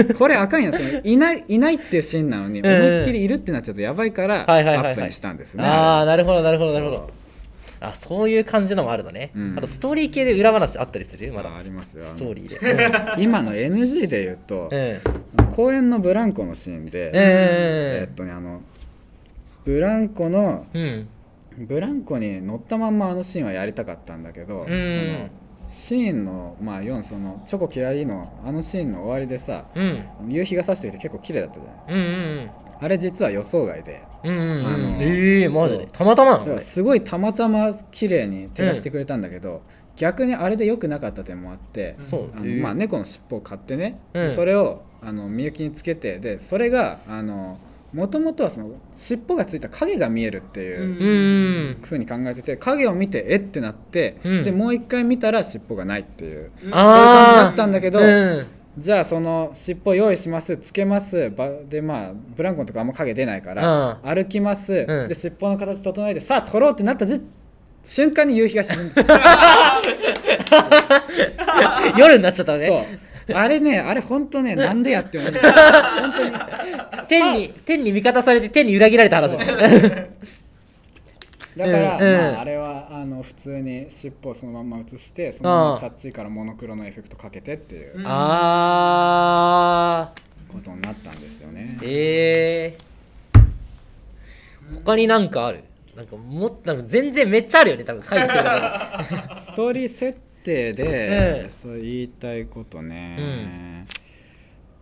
て これあかんやんそのいないいないっていうシーンなのにええ思いっきりいるってなっちゃうとやばいからアはいはいはいはいップにしたんですね、あああなるほどなるほどなるほそどうあそういう感じのもあるのね、うんあとストーリー系で裏話あったりするまれだはありますよあのストー リーで今の NG で言うと、うんうん公園のブランコのシーンで、ええっとねあのブランコのえうんブランコに乗ったまんまあのシーンはやりたかったんだけど、んそのシーンのまあ4そのチョコ嫌いのあのシーンの終わりでさうん夕日が差してきて結構綺麗だったじゃないうんうんあれ実は予想外でうんうんあのええマジでそうたまたまなのこだかれらすごいたまたま綺麗に照らしてくれたんだけど、逆にあれで良くなかった点もあって、そうあのまあ、猫の尻尾を買ってね、うんでそれをあのみゆきにつけてでそれがあの元々はその尻尾がついた影が見えるっていううんうん風に考えてて影を見てえってなって、うんでもう一回見たら尻尾がないっていう、そういあうー感じだったんだけど、うんじゃあその尻尾用意しますつけますばでまあブランコのとかあんま影出ないから、歩きます、うんで尻尾の形整えてさあ取ろうってなったじ瞬間に夕日 が沈んで夜になっちゃったのそねうあれねあれ本当ねなんでやって思うんだよ本当に天に天に味方されて天に裏切られた話そうだから、うんうんまあ、あれはあの普通に尻尾をそのまんま写してそのままチャッチーからモノクロのエフェクトかけてっていうああことになったんですよね、ええ他になんかあるなんかもっと全然めっちゃあるよね多分書いてる ことがストーリー設定で、ええそう言いたいことね、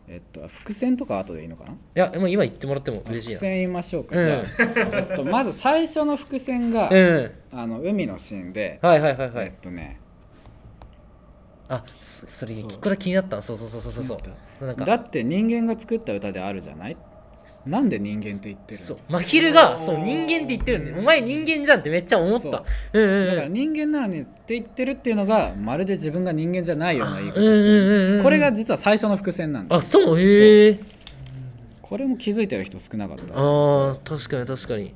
えっと伏線とか後でいいのかないやもう今言ってもらっても嬉し伏いな線言いましょうか、うんじゃあ、えっと、まず最初の伏線が、うんあの海のシーンで、はいはいはいはえっいとねあそそれこれ気になったのそうそうそうそうそうそうなんだかって人間が作った歌であるじゃないなんで人間って言ってるのそう真昼がそう人間って言ってるのにお前人間じゃんってめっちゃ思っそうたうんうんだうからん人間なのにって言ってるっていうのがまるで自分が人間じゃないような言い方うんうんうしてんうるんこれが実は最初の伏線なんだあそうへえここれも気づいてる人少なかったあー確かに確かに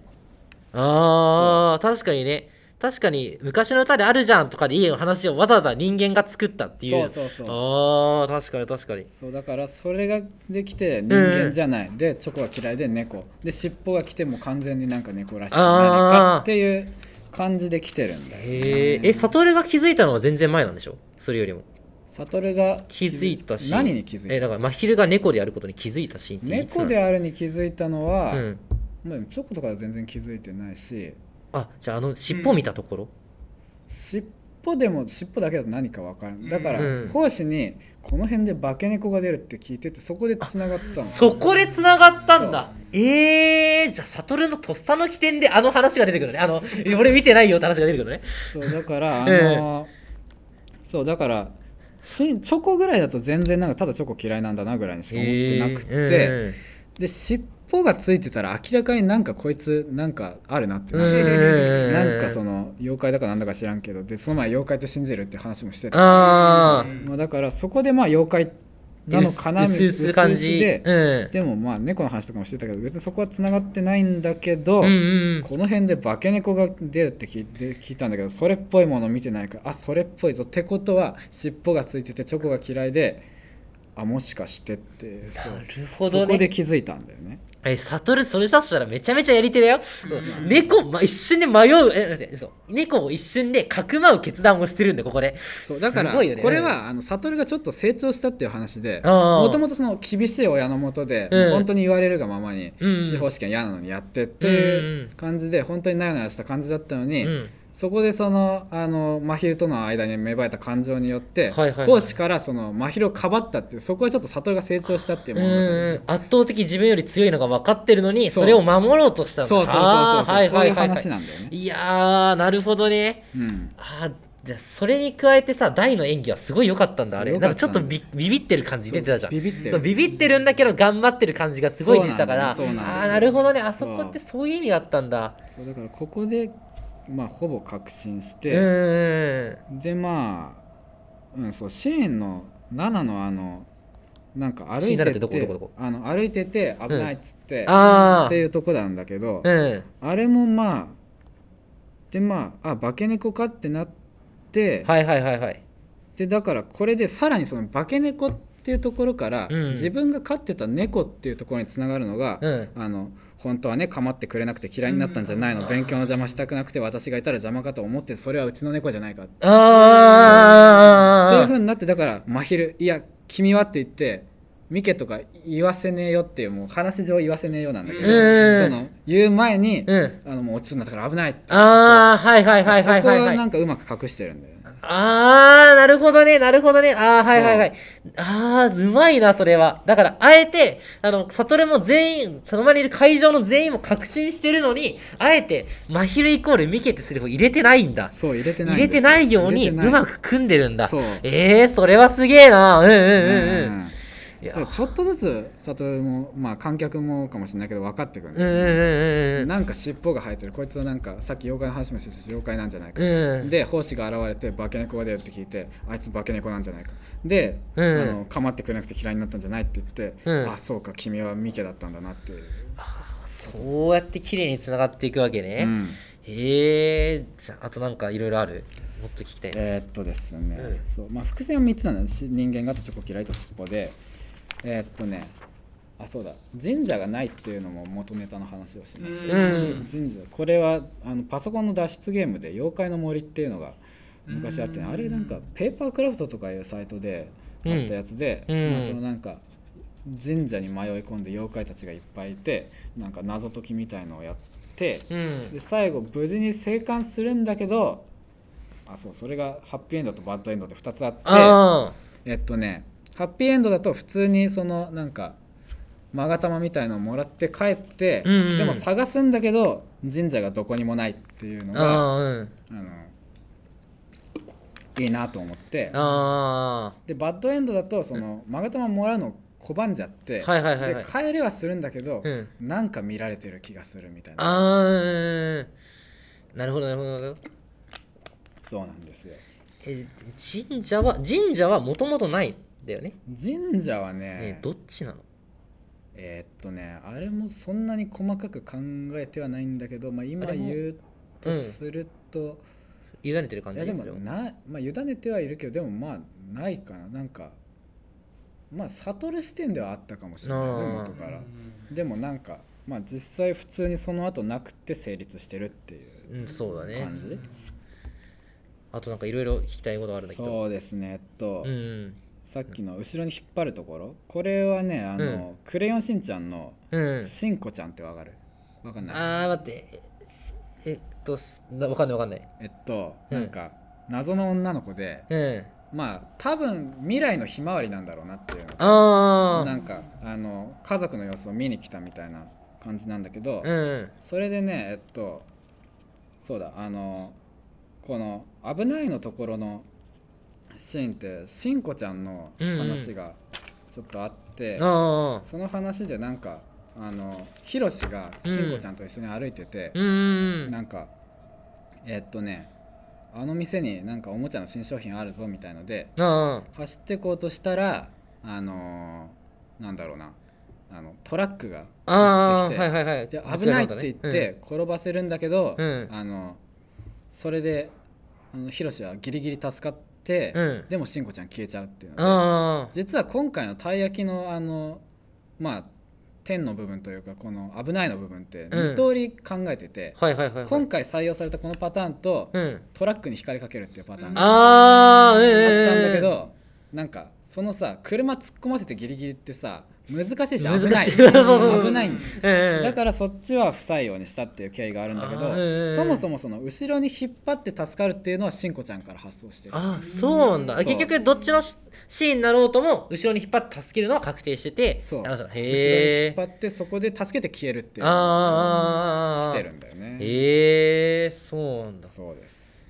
あー確かにね確かに昔の歌であるじゃんとかでいい話をわざわざ人間が作ったっていうそうそうそうあー確かに確かにそうだからそれができて人間じゃない、でチョコは嫌いで猫で尻尾が来ても完全になんか猫らしくないかっていう感じで来てるんだよへーえ悟が気づいたのは全然前なんでしょそれよりも悟が気づいたし何に気づいたえだから真昼が猫でやることに気づいたシーンっていつな猫のであるに気づいたのは、うんまあ、チョコとかは全然気づいてないしあじゃああの尻尾見たところ、尻尾でも尻尾だけだと何か分からんだから、うん講師にこの辺で化け猫が出るって聞いててそこでつながったのそこで繋がったんだええー、じゃあ悟のとっさの起点であの話が出てくるねあの 俺見てないよって話が出てくるねそうだからあの、えそうだからしチョコぐらいだと全然なんかただチョコ嫌いなんだなぐらいにしか思ってなくて、えで尻尾がついてたら明らかになんかこいつなんかあるなってーうんなってうんなんかその妖怪だかなんだか知らんけどでその前妖怪って信じるって話もしてた、あまあ、だからそこでまあ妖怪なのかあなみたいな薄々感じで、うんでもまあ猫の話とかもしてたけど別にそこはつながってないんだけど、うんうんこの辺で化け猫が出るって聞いて聞いたんだけどそれっぽいもの見てないからあそれっぽいぞってことは尻尾がついててチョコが嫌いであもしかしてってそうなるほどそこでね気づいたんだよねえサトルそれさせたらめちゃめちゃやり手だよそう猫、ま、一瞬で迷うえ待ってそう猫を一瞬でかくまう決断をしてるんでここでそうだからすごいよねこれはあの悟がちょっと成長したっていう話であーもともとその厳しい親のもとで、うん本当に言われるがままに、うん司法試験嫌なのにやってっていう感じで、本当になよなよした感じだったのに、うんそこでそのあの真昼との間に芽生えた感情によって、はいはいはい講師からその真昼をかばったっていうそこはちょっと悟が成長したっていうう物ん語圧倒的自分より強いのが分かってるのにそうそれを守ろうとしたんだそうそうそうそうあーそう、はいそうはいいうはい話はなんだよね。いいやーなるほどねうんあーじゃあそれに加えてさ大の演技はすごい良かったんだあれそうなんかちょっと良かったビビビってる感じ出てたじゃんそうビビってるそうビビってるんだけど頑張ってる感じがすごい出てたから、そうなんだよそうあなんでーすよなるほどねあそこってそういう意味だったんだそうだからここで、まあ、ほぼ確信しうて、ーんでまあ、うん、そうシーンの7のあのなんか歩いてシーン7ってどこどこどこあの歩いてて危ないっつって、あっあていうとこなんだけど、うんあれもまあでまああ化け猫かってなって、はいはいはいはいでだからこれでさらにその化け猫っていうところから、うん自分が飼ってた猫っていうところにつながるのが、うんあの本当はね構ってくれなくて嫌いになったんじゃないの、勉強の邪魔したくなくて私がいたら邪魔かと思ってそれはうちの猫じゃないかってというあふうになってだから真昼いや君はって言ってミケとか言わせねえよっていうもう話上言わせねえよなんだけど、うんその言う前に、うんあのもう落ちそうになったから危ないってあああはいはいはいはいそこはいははいなんかうまく隠してるんだよね、あー、なるほどね、なるほどね。あー、はいそうはいはい。あー、うまいな、それは。だから、あえて、あの、悟れも全員、その場にいる会場の全員も確信してるのに、あえて、真昼イコールミケってセリフを入れてないんだ。そう入れてない入んですれてないように、う入れてないまく組んでるんだそう。えー、それはすげえな。うんうんうんうん。いだやからちょっとずつ悟もまあ観客もかもしれないけど分かってくるんうだんうよんね、うんなんか尻尾が生えてるこいつはなんかさっき妖怪の話もしてたし妖怪なんじゃないか、うん。うん。で奉仕が現れて化け猫が出るって聞いてあいつ化け猫なんじゃないかで、うんあの構ってくれなくて嫌いになったんじゃないって言って、うんあそうか君はミケだったんだなっていう、そうやって綺麗に繋がっていくわけね。うんえー、じゃあ、あとなんかいろいろあるもっと聞きたいな。えーっとですね、うんそうまあ、伏線は3つなんだよし人間がとチョコ嫌いと尻尾でえーっとねあそうだ神社がないっていうのも元ネタの話をしました、うん神社これはあのパソコンの脱出ゲームで「妖怪の森」っていうのが昔あってね、あれなんかペーパークラフトとかいうサイトであったやつで、うんまあ、そのなんか神社に迷い込んで妖怪たちがいっぱいいてなんか謎解きみたいのをやって、うん。で最後無事に生還するんだけどあそうそれがハッピーエンドとバッドエンドって2つあってあえっとねハッピーエンドだと普通にそのなんか勾玉みたいのをもらって帰って、うんうんうんでも探すんだけど神社がどこにもないっていうのあ。があああ、うん。のいいなと思ってあでバッドエンドだとその勾玉もらうのを拒んじゃって、はいはいはいはいで帰れはするんだけど、うんなんか見られてる気がするみたいあ。なああ、うん。なるほど、なるほどなるほど。そうなんですよえ、神社は、神社はもともとないんだよね。神社はねねどっちなのえーっとねあれもそんなに細かく考えてはないんだけど、まあ、今あれも言うとすると、委ねてる感じいやででもすよな、まあ、委ねてはいるけどでもまあないかななんかまあ悟る視点ではあったかもしれないねあー元からでもなんか、まあ、実際普通にその後なくて成立してるっていううんそうだね感じ、あとなんかいろいろ聞きたいことがあるんだけどそうですねえっと、うんうんさっきの後ろに引っ張るところこれはねあの、クレヨンしんちゃんのうんしんこちゃんってわかるわかんないあー待ってええっとすなわかんないわかんないえっとうんなんか、謎の女の子でうんまあ多分未来のひまわりなんだろうなっていうのあなあんかあの家族の様子を見に来たみたいな感じなんだけど、うんそれでねえっとそうだあのこの「危ない」のところのシーンってしんこちゃんの話がちょっとあって、ああその話でなんかあのひろしがしんこちゃんと一緒に歩いてて、うんうんなんかえっとねあの店になんかおもちゃの新商品あるぞみたいのであ走ってこうとしたらあのーなんだろうなあのトラックがああ走っあてきて、はいはいはいで危ないって言っ間違て転ばせるんだけど、うんあのそれであのヒロシはギリギリ助かって、うんでもしんこちゃん消えちゃうっていうえたんだのでね実は今回のたい焼きのあのまあ天の部分というかこの危ないの部分ってうん2通り考えててうん、はいはいはいはい今回採用されたこのパターンと、うんトラックに光りかけるっていうパターンがああうんあっうんたんだけど、なんかそのさ車突っ込ませてギリギリってさ難しいし危な難 いしい危ないんうんうんだからそっちは不採用にしたっていう経緯があるんだけあーうんどそもそもその後ろに引っ張って助かるっていうのはしんこちゃんから発想してるあそうなんだそう結局どっちのシシーンになろうとも後ろに引っ張って助けるのは確定しててそうあ後のろにへ引っえ張ってそこで助けて消えるっていうのあーあーあーあがー来てるんだよねええそうなんだそうです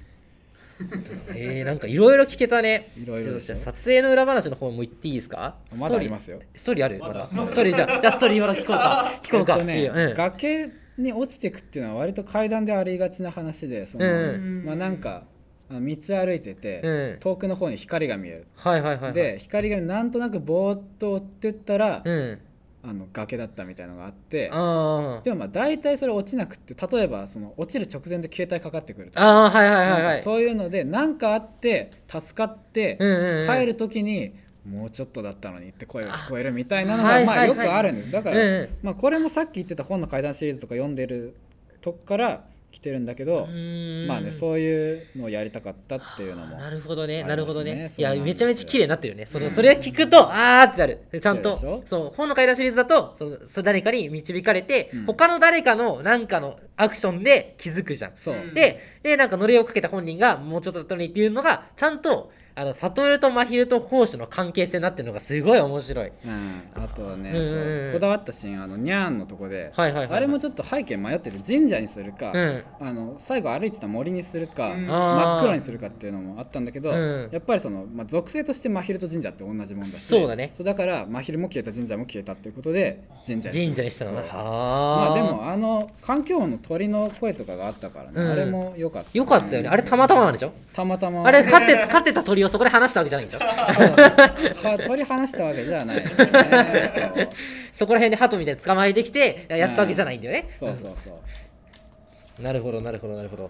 えー、なんかいろいろ聞けたねいろいろでしちょょっとじゃあ撮影の裏話の方も言っていいですかまだありますよストーリーあるまだストーリーじゃあじゃあストーリーまだ聞こう か聞こうか、えっといいようねん崖に落ちてくっていうのは割と階段でありがちな話でそのうまあなんかあの道歩いてうてん遠くの方に光が見えるはいはいはい、はい、で光がなんとなくぼーっと追ってったらうんあの崖だったみたいのがあってあーでもまあ大体それ落ちなくって例えばその落ちる直前で携帯かかってくるとかあーはいはいはいなんはかいそういうので何かあって助かってうんうんうん帰る時にもうちょっとだったのにって声が聞こえるみたいなのはがいまはいはあいよくあるんですだかうんうらんまあこれもさっき言ってた本の怪談シリーズとか読んでるとこから来てるんだけどーんまあねそういうのをやりたかったっていうのもなるほどね、ありますねなるほどね。いそうなや、んですよめちゃめちゃ綺麗になってるね。そのそれを聞くと、あーってなる。ちゃんと、そうでしょそう、本の階段シリーズだと、そのそ誰かに導かれて、ん他の誰かのなんかのアクションで気づくじゃん。そうで、で、なんか呪いをかけた本人が、もうちょっとだったのにっていうのが、ちゃんと、あの、悟と真昼と奉仕の関係性になってるのがすごい面白い。うん、あとね、うんうんうんそうこだわったシーンあのニャーンのとこで、はいはいはいはいあれもちょっと背景迷ってる神社にするか、うんあの最後歩いてた森にするか、うんあー真っ黒にするかっていうのもあったんだけど、うんやっぱりその、まあ、属性として真昼と神社って同じもんだしそうだねそうだから真昼も消えた神社も消えたっていうことで神社に神社にしたのそな。うまはあーでもあの環境音の鳥の声とかがあったからね、うんあれも良かった、よかったよね。あれ、たまたまなんでしょたまたまあれ、飼って、飼ってた鳥をそこで話したわけじゃないん でしょは鳥話したわけじゃないですねそうそこら辺で鳩みたいに捕まえてきてやったわけじゃないんだよね。そうそうそうなるほどなるほどなるほど。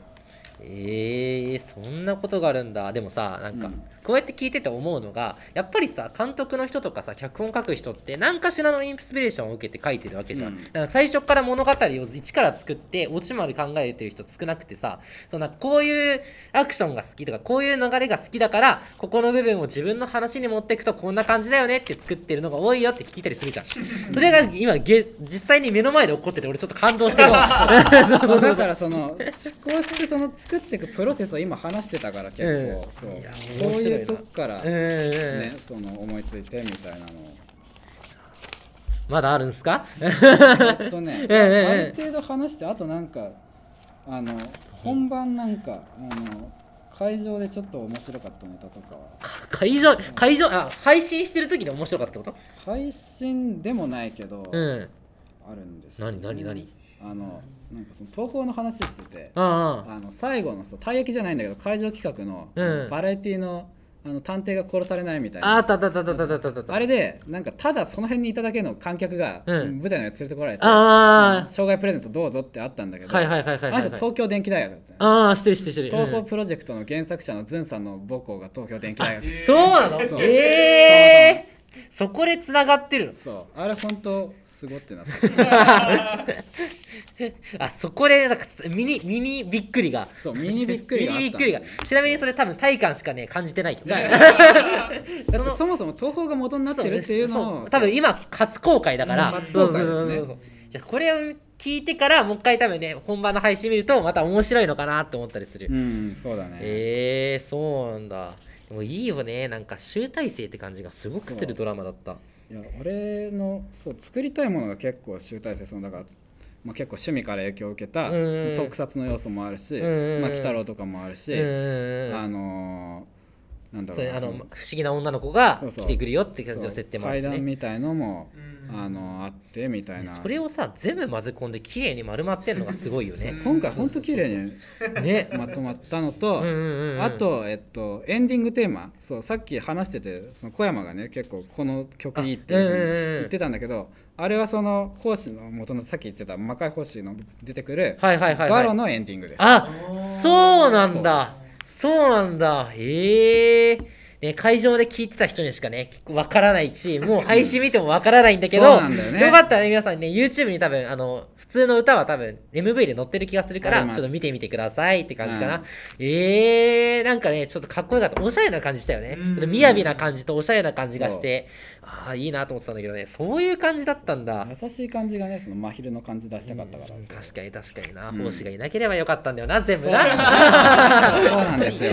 えー、そんなことがあるんだでもさなんか、うんこうやって聞いてて思うのがやっぱりさ監督の人とかさ脚本書く人って何かしらのインスピレーションを受けて書いてるわけじゃん、うだんから最初から物語を一から作ってオチまで考えてる人少なくてさそのなんかこういうアクションが好きとかこういう流れが好きだからここの部分を自分の話に持っていくとこんな感じだよねって作ってるのが多いよって聞いたりするじゃんそれが今げ実際に目の前で起こってて俺ちょっと感動してる わそうそうそうだからその思考してその作っていくプロセスを今話してたから結構、うんそういやそういうとこから、うんねうんうんその思いついてみたいなのを まだあるんすかえっとね、ええええある程度話してあとなんかあの本番なんかあの会場でちょっと面白かったネタとかは会場会場あ配信してる時に面白かったってこ配信でもないけど、とうんあるんですよ何何何あのなんかその東宝の話しててあああの最後のさたい焼きじゃないんだけど会場企画のうんバラエティの,、あの探偵が殺されないみたいあなったあったあったあったあったあったあれでなんかただその辺にいただけの観客がうん舞台のやつ連れてこられて、あ障害プレゼントどうぞってあったんだけど、はいはいはいはいはいあの人東京電機大学だったのああーしてるしてるしてる東う宝んプロジェクトの原作者のズンさんの母校が東京電機大学そうなのそうええそこでつながってるのそうあれ本当すごってなったあそこでなんかミニミニびっくりがそうミニびっくりがあっミたニびっくりがちなみにそれ多分体感しかね感じてないよだってそもそも東宝が元になってるっていうのそを多分今初公開だからそう初公開ですねそうそうそうそうじゃあこれを聞いてからもう一回多分ね本番の配信見るとまた面白いのかなって思ったりする、うんそうだね、えー、そうなんだでもいいよねなんか集大成って感じがすごくすそるうドラマだったいや俺のそう作りたいものが結構集大成そのだから、まあ、結構趣味から影響を受けたうんうん特撮の要素もあるしんうんうんまあ、鬼太郎とかもあるし、うんうんうんあのーなんだそろうれなあそのの不思議な女の子がそうそう来てくるよって感じの設定もあるしそう階段ねみたいのも、あのーあってみたいなそれをさ全部混ぜ込んで綺麗に丸まってんのがすごいよね今回ほんと綺麗に ねまとまったのと、うんうんうんあと、えっと、エンディングテーマそうさっき話しててその小山がね結構この曲いいっていうふあううんうんうんに言ってたんだけど、あれはその奉仕の元のさっき言ってた魔界奉仕の出てくる、はいはいはいはいガロのエンディングです。あそうなんだそうなんだへえ、ね、会場で聞いてた人にしかねわからない しもう配信見てもわからないんだけそうどなんだよねかったらね皆さんね YouTube に多分あの普通の歌は多分 MV で載ってる気がするかあらちりょまっすと見てみてくださいって感じかな、うんえー、なんかねちょっとかっこよかったおしゃれな感じしたよねみやびな感じとおしゃれな感じがしてああいいなと思ってたんだけどねそういう感じだったんだ優しい感じがねその真昼の感じ出したかったから、確かに確かにな奉仕がいなければよかったんだよな全部なそうなんですよ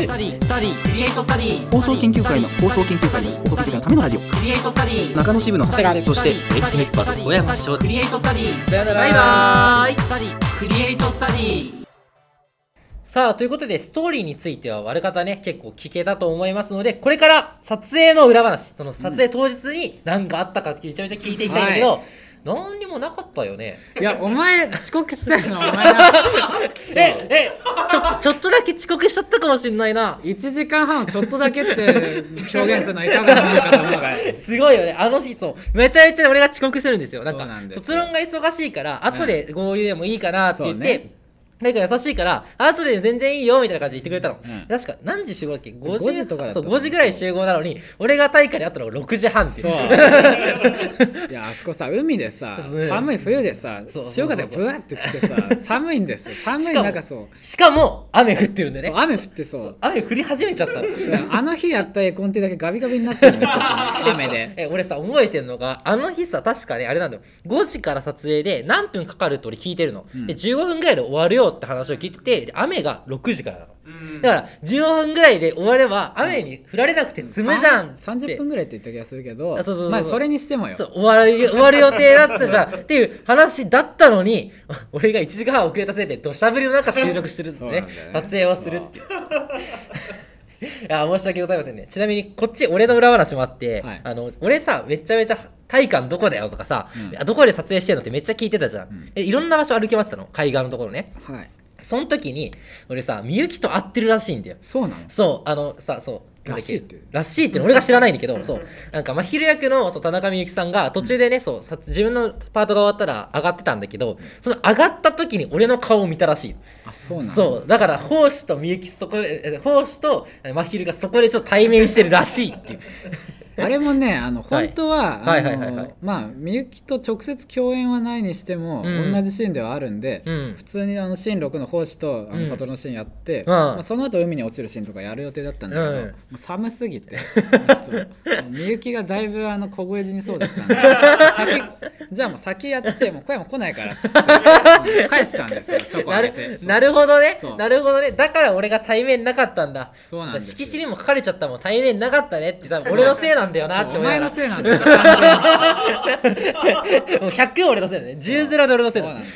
放送研究会の放送研究会の放送研究会のためのラジオ中野支部の長谷川ですそしてエフティメクスパート小山翔クリエイトスタディさよならバイバーイクリエイトスタディさあ、ということで、ストーリーについては、悪方ね、結構聞けたと思いますので、これから撮影の裏話、その撮影当日に何があったかってめちゃめちゃ聞いていきたいんだけど、何にもなかったよね。いやお前遅刻したいのお前なえ、え、ちょ っと、ちょっとだけ遅刻しちゃったかもしんないな。 1時間半をちょっとだけって表現するのはいかがなものかと思うからすごいよね。あの日、そう、めちゃめちゃ俺が遅刻してるんですよ。なんかそうなん、ですよ卒論が忙しいから、後で合流でもいいかなって言っそうてね、なんか優しいから、後で全然いいよみたいな感じで言ってくれたの。うん確か、何時集合だっけ ?5 時5時とかだったそう、5時ぐらい集合なのに、俺が大会で会ったのが6時半っていう。いやあそこさ海でさそう寒い冬でさそうそうそう潮風がブワッて来てさ寒いんですよ寒いしかも中そ うしかも、雨降ってるんでそうね。雨降ってそう雨降り始めちゃったの。あの日やったエコンテだけガビガビになってるんですよ 雨でえ、俺さ、覚えてんのが、あの日さ、確かね、あれなんだよ。5時から撮影で何分かかるって俺聞いてるの。で、15分ぐらいで終わるよって話を聞いてて、で雨が6時からなの。だから、15分ぐらいで終われば、雨に降られなくて済むじゃんって。 30分ぐらいって言った気がするけどあそうそうそうそうまあそれにしてもよそう終わる終わる予定だったじ ゃんっていう話だったのに俺が1時間半遅れたせいで土砂降りの中収録してるんです そうなねんだよね撮影をするっていう いや申し訳ございませんねちなみにこっち俺の裏話もあって、はいあの俺さめちゃめちゃ体感どこだよとかさ、あどこで撮影してんのってめっちゃ聞いてたじゃん、えいろんな場所歩き回ってたの海岸のところねはいその時に俺さみゆきと会ってるらしいんだよそうなのそう、あの、さ、そう。らしいってらしいって俺が知らないんだけど、そう。なんか、まひる役のそう田中みゆきさんが途中でね、そうさ、自分のパートが終わったら上がってたんだけど、その上がった時に俺の顔を見たらしい。あそうなのそう。だから、奉仕とみゆきそこで、え奉仕とまひるがそこでちょっと対面してるらしいっていう。あれもねあのはい本当ははあいはいはいはいのまあみゆきと直接共演はないにしてもうん同じシーンではあるんでうん普。通にあのシーン6の奉仕とあうんの悟のシーンやって、んまあ、その後海に落ちるシーンとかやる予定だったんだけど、うんもう寒す ぎてちょっとみゆきがだいぶあの凍え死にそうだったんで先じゃあもう先やってもう小山来ないからっつって返したんですよチョ コなあげるてそうなるほどねそうなるほどねだから俺が対面なかったんだそうなんですよ色紙にも書かれちゃったもん対面なかったねって多分俺のせいなんだよなってお思いなが前らのせいなんですよ完全にもう100俺のせいだね10ゼロで俺のせい そうだなんね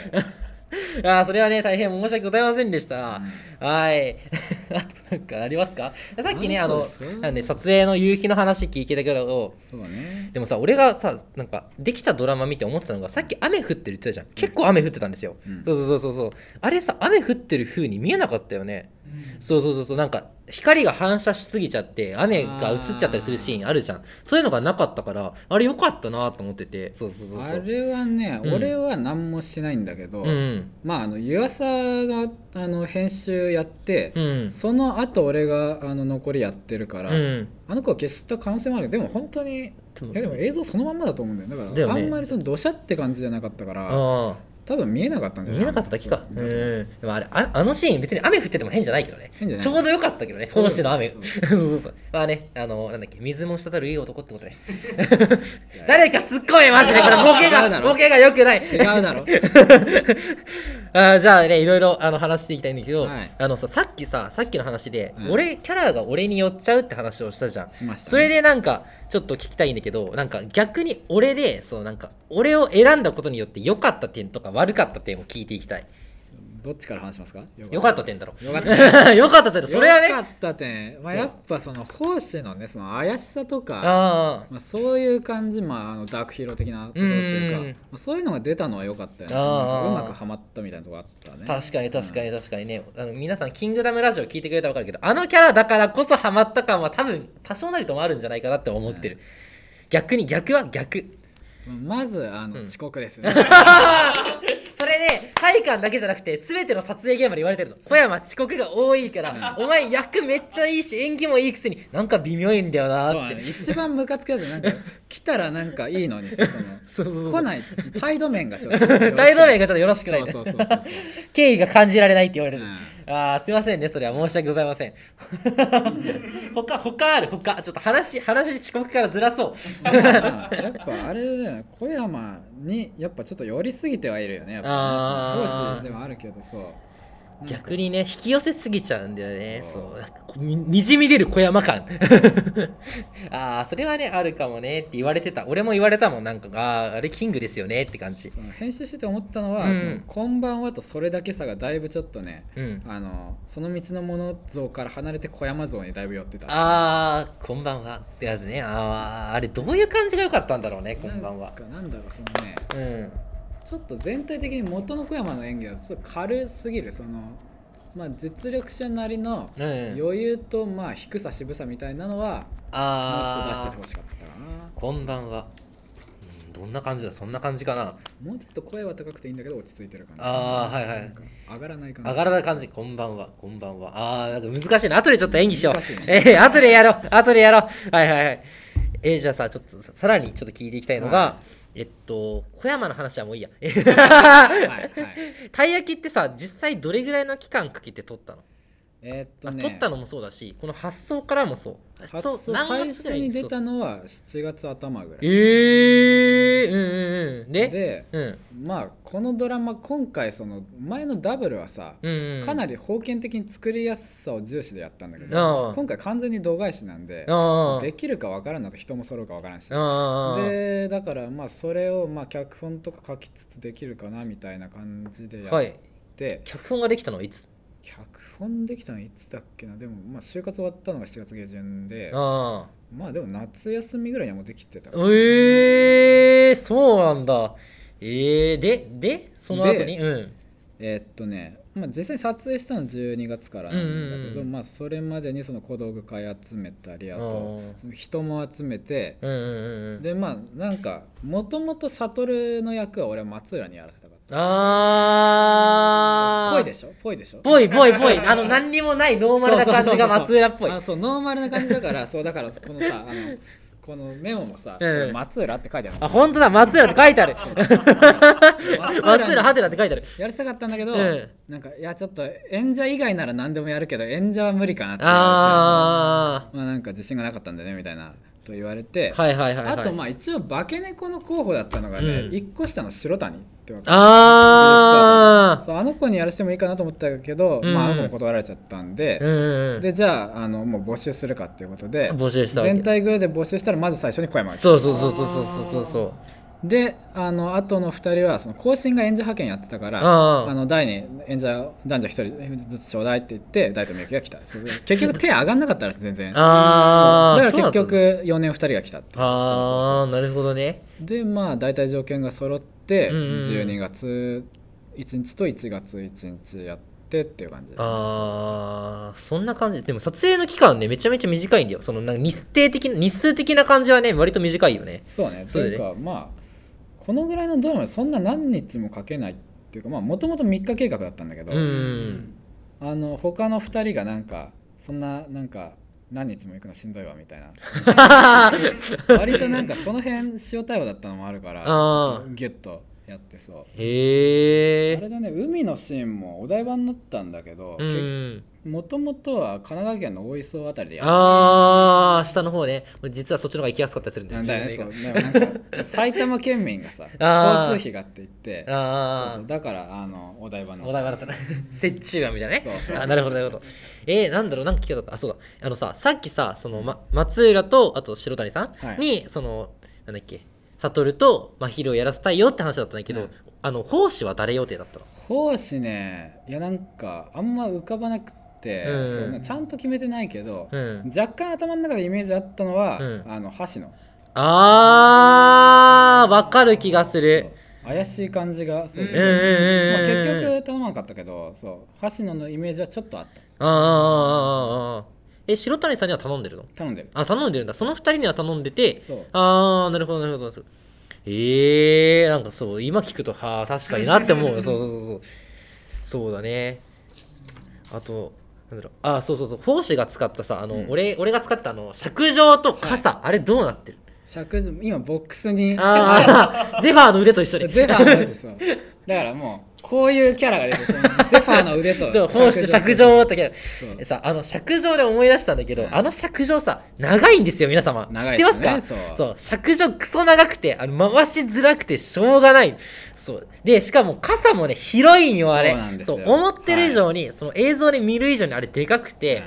ああそれはね大変申し訳ございませんでした、はい。 あとなんかありますかさっきね、あそうのですよ、なんで撮影の夕日の話聞いてたけど、そうだねでもさ、俺がさ、なんか、できたドラマ見て思ってたのが、さっき雨降ってるって言ってたじゃん。結構雨降ってたんですよ。んそうそうそうそう。あれさ、雨降ってる風に見えなかったよね。そうそうそうそう。なんか、光が反射しすぎちゃって、雨が映っちゃったりするシーンあるじゃん。そういうのがなかったから、あれ良かったなと思ってて。そうそうそうあそう。れはね、うん俺は何もしてないんだけど、うんうん。まああの湯浅があの編集やって、うん。その後俺があの残りやってるから、うん。あの子は消した可能性もあるけどでも本当にいでもやでも映像そのまんまだと思うんだよだからだよねあんまりその土砂って感じじゃなかったからああ。多分見えなかったんじゃ見えなかっただけか。うん。でもあれ、ああのシーン、別に雨降ってても変じゃないけどね。変じゃないちょうどよかったけどね、当時の雨。そそううそうそう まあね、あの、なんだっけ、水も滴るいい男ってことで。誰か突っ込め、マジで。これ、ボケ違うだが、ろボケが良くない。違う だろあーじゃあね、いろいろあの話していきたいんだけど、はいあのさ、さっきさ、さっきの話で、うん俺、キャラが俺に寄っちゃうって話をしたじゃん。しましたねそれでなんか、ちょっと聞きたいんだけど、なんか逆に俺で、そうなんか、俺を選んだことによって良かった点とか悪かった点を聞いていきたい。どっちから話しますか良かった点だろ。よか っ良かった点だろ。それはね。よあかった点、まあ、やっぱその奉仕のねその怪しさとかあ。まあ、そういう感じ、まあ、あのダークヒーロー的なところっていうかうんまあ、そういうのが出たのは良かったよねあーなんかうまくはまったみたいなとこあったね確かに確かに確かにね、あの皆さん「キングダムラジオ」聞いてくれたら分かるけどあのキャラだからこそハマった感は多分多少なりともあるんじゃないかなって思ってる、逆に逆は逆まずあうの、ん遅 刻ですねそれね体感だけじゃなくて全ての撮影現場で言われてるの小山遅刻が多いからお前役めっちゃいいし演技もいいくせになんか微妙いんだよなそうーあっのて一番ムカつくやつなんか来たらなんかいいの にさその来ないって態度面がちょっと 態度面がちょっとよろしくないねそうそうそうそうそう 敬意が感じられないって言われる、うああすいませんねそれは申し訳ございません 他他ある他ちょっと話話遅刻からずらそうまあやっぱあれだよね小山にやっぱちょっと寄りすぎてはいるよねやっぱあねーその講師ではあるけどそう逆にね引き寄せすぎちゃうんだよねそうなんかこうににじみ出る小山感 ああそれはねあるかもねって言われてた俺も言われたもんなんかあーあれキングですよねって感じその編集してて思ったのは「うんそのこんばんは」とそれだけさがだいぶちょっとね、うんあのその道のもの像から離れて小山像にだいぶ寄ってた。ああこんばんはってやつねあああれどういう感じが良かったんだろうねこんばんはなんかなんだろうそのうねんちょっと全体的に元の小山の演技はちょっと軽すぎるその、まあ、実力者なりのうん余裕とまあ低さ渋さみたいなのはもうちょっと出してあてあほしかったかなこんばんはうんどんな感じだそんな感じかなもうちょっと声は高くていいんだけど落ち着いてる感じあーはいはいなんか上がらない感じ上がらない感じ、こんばんは、こんばんは。あー、なんか難しいな。後でちょっと演技しよう難しいね。 えー、後でやろう。後でやろう。はいはいはい。えー、じゃあさ、ちょっとささらにちょっと聞いていきたいのが、はえっと、小山の話はもういいや。えはいはい たい焼きってさ、実際どれぐらいの期間かけて撮ったの、えーっとあね撮ったのもそうだし、この発想からもそう。発そう送何最月ぐ初らいに出たそうのは7月頭ぐらいえー、うんうんうん。で、でうん、まあこのドラマ今回その前のダブルはさ、うん、うん。かなり、り封建的に作りやすさを重視でやったんだけあどあ今回完全に度外視なんでああできるかわからんのと人も揃うかわからんしあーでだからまあそれをまあ脚本とか書きつつできるかなみたいな感じでやはっい。て、脚本ができたのはいつ脚本できたのいつだっけなでもまあ就活終わったのが7月下旬でああ。まあでも夏休みぐらいにはもうできてたからええー、そうなんだ。ええー、で、で、その後に、うん。えーっとね、まあ、実際に撮影したのは12月からなんうだけんうんど、うんまあ、それまでにその小道具買い集めたりああーとその人も集めてうんうんうんうん。でまあなんかもともと悟の役は俺は松浦にやらせたかったあー。ぽいでしょぽいでしょぽいぽい ぽい。あの、何にもないノーマルな感じが松浦っぽい。あそうノーマルな感じだからそうだからこのさあのこのメモもさ、ええ松浦って書いてあるあ、ほんとだ、松浦って書いて ある。松浦ハテナって書いてある。やりたかったんだけど、えなんかいやちょっと演者以外なら何でもやるけど演者は無理かなって言わあれてまあなんか自信がなかったんだよねみたいなと言われて、ー。はいはいはい、はい。あとまあ一応化け猫の候補だったのがね、うん一個下の白谷ってわかるあー。 そうあの子にやらせてもいいかなと思ったけど、うんまあ、あの子も断られちゃったんで、うんうんうん。でじゃああのもう募集するかっていうことで募集したわけ全体グルーで募集したらまず最初に小山が来たそうそうそうそうそうそうそう。であの後の2人はその後進が演者派遣やってたからあああの大に演者男女1人ずつちょうだいって言って大とみゆきが来た それで結局手上がんなかったら全然ああそうだから結局4年2人が来たっていうそうそうそうああなるほどねでまあ大体条件が揃ってうんうん12月1日と1月1日やってっていう感じですあーそんな感じでも撮影の期間ねめちゃめちゃ短いんだよそのなんか日程的な日数的な感じはね割と短いよねそうねそうとだいねうかまあこのぐらいのドラマでそんな何日もかけないっていうかもともと3日計画だったんだけど、うんあの他の2人がなんかそんななんか何日も行くのしんどいわみ たいな割となんかその辺塩対応だったのもあるからちあーょっとギュッとやってそうへあえれだね海のシーンもお台場になったんだけど、うんもともとは神奈川県の大磯あたりでやっあー下の方ね実はそっちの方が行きやすかったりするんだたよんだよね自そう分でもなんか埼玉県民がさあー交通費がって言っての映画あそあうそうだからあのお台場のお題はだ ったね。折衷案みたいなね。そうそうあなるほど、なるほど。えー、なんだろう、なんか聞きたかった。あ、そうだ。あのさ、さっきさ、その、ま、松浦と、あと白谷さはいんに、その、なんだっけ、悟と、まひるをやらせたいよって話だったんだけど、うんあの、奉仕は誰予定だったの講師ねいやなんかあんま浮かばなくて、うんそなちゃんと決めてないけど、うん。若干頭の中でイメージあったのは、うんあの箸のあー、わかる気がすそるう。怪しい感じがそう、うんうんうんうんまあ、うん。結局頼まなかったけどそう箸ののイメージはちょっとあったあーあー、あーあー、あーえ、白谷さんには頼んでるの頼んでるあ、頼んでるんだ。その二人には頼んでて、そうあー、なるほど、なるほどなるほど。えー、なんかそう、今聞くと、はあ、確かになって 思う。そうそうそうそう。そうだね。あと、なんだろう。あ、そうそうそう。奉仕が使ったさ、あの、俺、俺が使ってたあの、尺状と傘、あれどうなってる尺図今ボックスにあ ー、ゼファーの腕と一緒で。ゼファーの腕ですよだからもうこういうキャラが出てそのゼファーの 腕とと奉仕尺尺状ってけそうどさあの尺状で思い出したんだけどあの尺状さ長いんですよ皆様知長っいてでますすねかそうそう尺状クソ長くてあの回しづらくてしょうがないそうでしかも傘もね広いんよあれそうなんですよ思ってる以上に、その映像で見る以上にあれでかくて、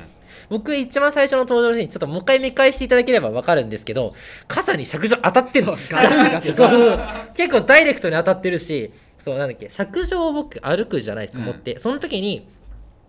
僕一番最初の登場の時にちょっともう一回見返していただければ分かるんですけど傘に尺状当たってるそうガツガツ そうそうそう結構ダイレクトに当たってるしそうなんだっけ尺状を僕歩くじゃないですか持って、その時に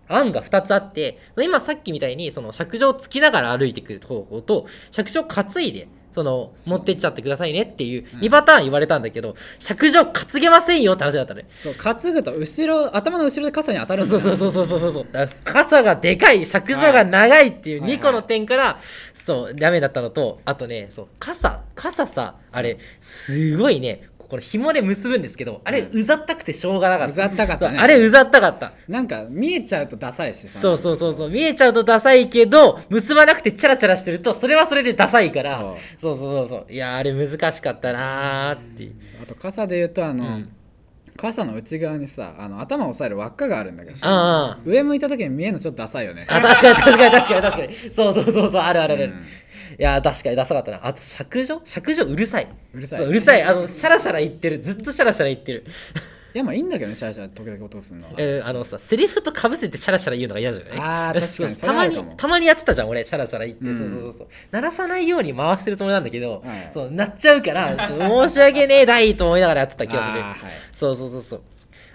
案が2つあって今さっきみたいにその尺状をつきながら歩いてくる方法と尺状担いでその持ってっちゃってくださいねっていう2パターン言われたんだけど、尺状担げませんよって話だったねそう担ぐと後ろ頭の後ろで傘に当たるんだそうよねそうそうそうそうそうそうだから傘がでかい尺状が長いっていうはいはい2個の点から、そうダメだったのとあとねそう傘傘さあれすごいねこれ紐で結ぶんですけどあれうざったくてしょうがなかったうざったかったねそうあれうざったかったなんか見えちゃうとダサいしさそうそうそうそう見えちゃうとダサいけど結ばなくてチャラチャラしてるとそれはそれでダサいからそそうそううそうそういやーあれ難しかったなーっていうあと傘で言うとあの、うん傘の内側にさあの頭を押さえる輪っかがあるんだけどさああ上向いた時に見えるのちょっとダサいよねあ確かに確かに確かに確かにそうそうそうそうあるあるある、いやー確かにダサかったなあと尺状尺状うるさいうるさいそううるさいあのシャラシャラ言ってるずっとシャラシャラ言ってる、いやまあいいんだけどねシャラシャラ時々落とすのはえーあのさセリフとかぶせてシャラシャラ言うのが嫌じゃないあー確かにそうたまそれはあるかにもたまにやってたじゃん俺シャラシャラ言って、うんそうそうそうそう鳴らさないように回してるつもりなんだけど、はいそうなっちゃうからそう申し訳ねえ大と思いながらやってた気がするあーはいそうそうそうそう。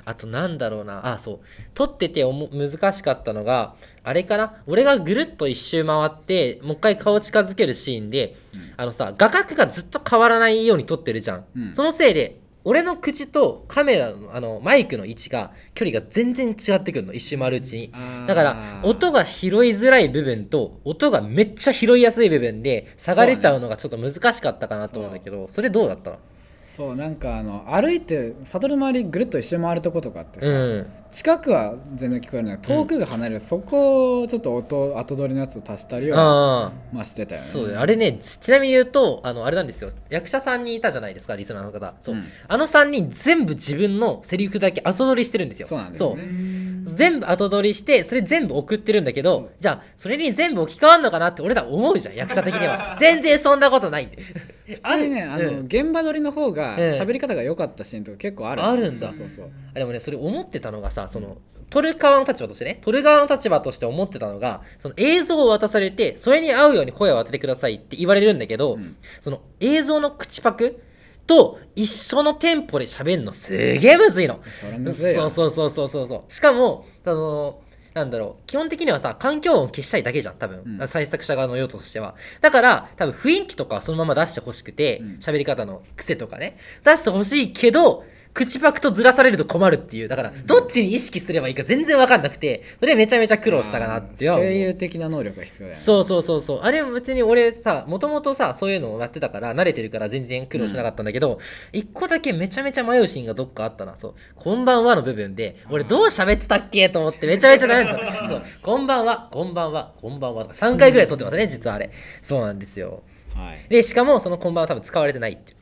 あとなんだろうな。あ、そう。撮ってておも難しかったのが、あれかな。俺がぐるっと一周回って、もう一回顔近づけるシーンで、あのさ、画角がずっと変わらないように撮ってるじゃん。うんそのせいで、俺の口とカメラの、あの、マイクの位置が、距離が全然違ってくるの。一周回るうちにあ。ーだから、音が拾いづらい部分と、音がめっちゃ拾いやすい部分で、差が出ちゃうのがちょっと難しかったかなと思うんだけど、それどうだったのそうなんかあの歩いて悟る周りぐるっと一周回るとことかってさ、うん。近くは全然聞こえるの遠くが離れる、そこをちょっと音後取りのやつを足したりは、ああ。まあ、してたよねそうだよあれねちなみに言うとあのあれなんですよ役者さんにいたじゃないですかリスナーの方そう、うんあの3人全部自分のセリフだけ後取りしてるんですよそうなんですね全部後取りしてそれ全部送ってるんだけどじゃあそれに全部置き換わるのかなって俺ら思うじゃん役者的に は全然そんなことないんで普通にねあの、うん現場撮りの方がええ喋り方が良かったシーンとか結構あるあるんだそうそうそうあでもねそれ思ってたのがさその撮る側の立場としてね撮る側の立場として思ってたのがその映像を渡されてそれに合うように声を当ててくださいって言われるんだけど、その映像の口パクと一緒のテンポで喋るのすげえむずいの。それむずいよそうそうそうそうそう。しかも、あの、なんだろう、基本的にはさ、環境音を消したいだけじゃん、多分。うん制作者側の用途としては。だから、多分雰囲気とかそのまま出してほしくてうん、喋、り方の癖とかね、出してほしいけど、口パクとずらされると困るっていう。だから、どっちに意識すればいいか全然わかんなくて、それめちゃめちゃ苦労したかなっていうのは思う。声優的な能力が必要だよねそうそうそうそう。あれは別に俺さ、もともとさ、そういうのをやってたから、慣れてるから全然苦労しなかったんだけど、一、個だけめちゃめちゃ迷うシーンがどっかあったな。そう。こんばんはの部分で、俺どう喋ってたっけと思ってめちゃめちゃ悩んで た。そう。こんばんは、こんばんは、こんばんはとか3回ぐらい撮ってますね、実はあれ。そうなんですよ。はいで、しかもそのこんばんは多分使われてないってい う。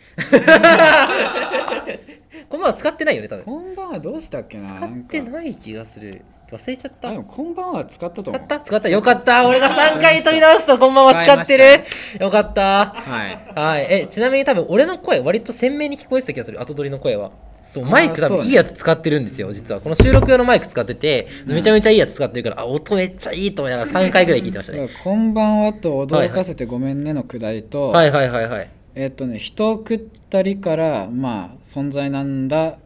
こんばんは使ってないよね、多分。こんばんはどうしたっけな使ってなんかない気がする。忘れちゃったあで。もこんばんは使ったと使思うった使ったよかった俺が3回取り直したこんばんは使ってるよかったはいはいえちなみに多分俺の声割と鮮明に聞こえてた気がする後取りの声はそうマイク多そう分ねいいやつ使ってるんですよ実はこの収録用のマイク使っててめちゃめちゃいいやつ使ってるからあ音めっちゃいいと思いながら3回ぐらい聞いてましたそうねこんばんはと驚かせてごめんねのくだりと、はいはいはいはいえっとね人を食ったりからまあ存在なんだ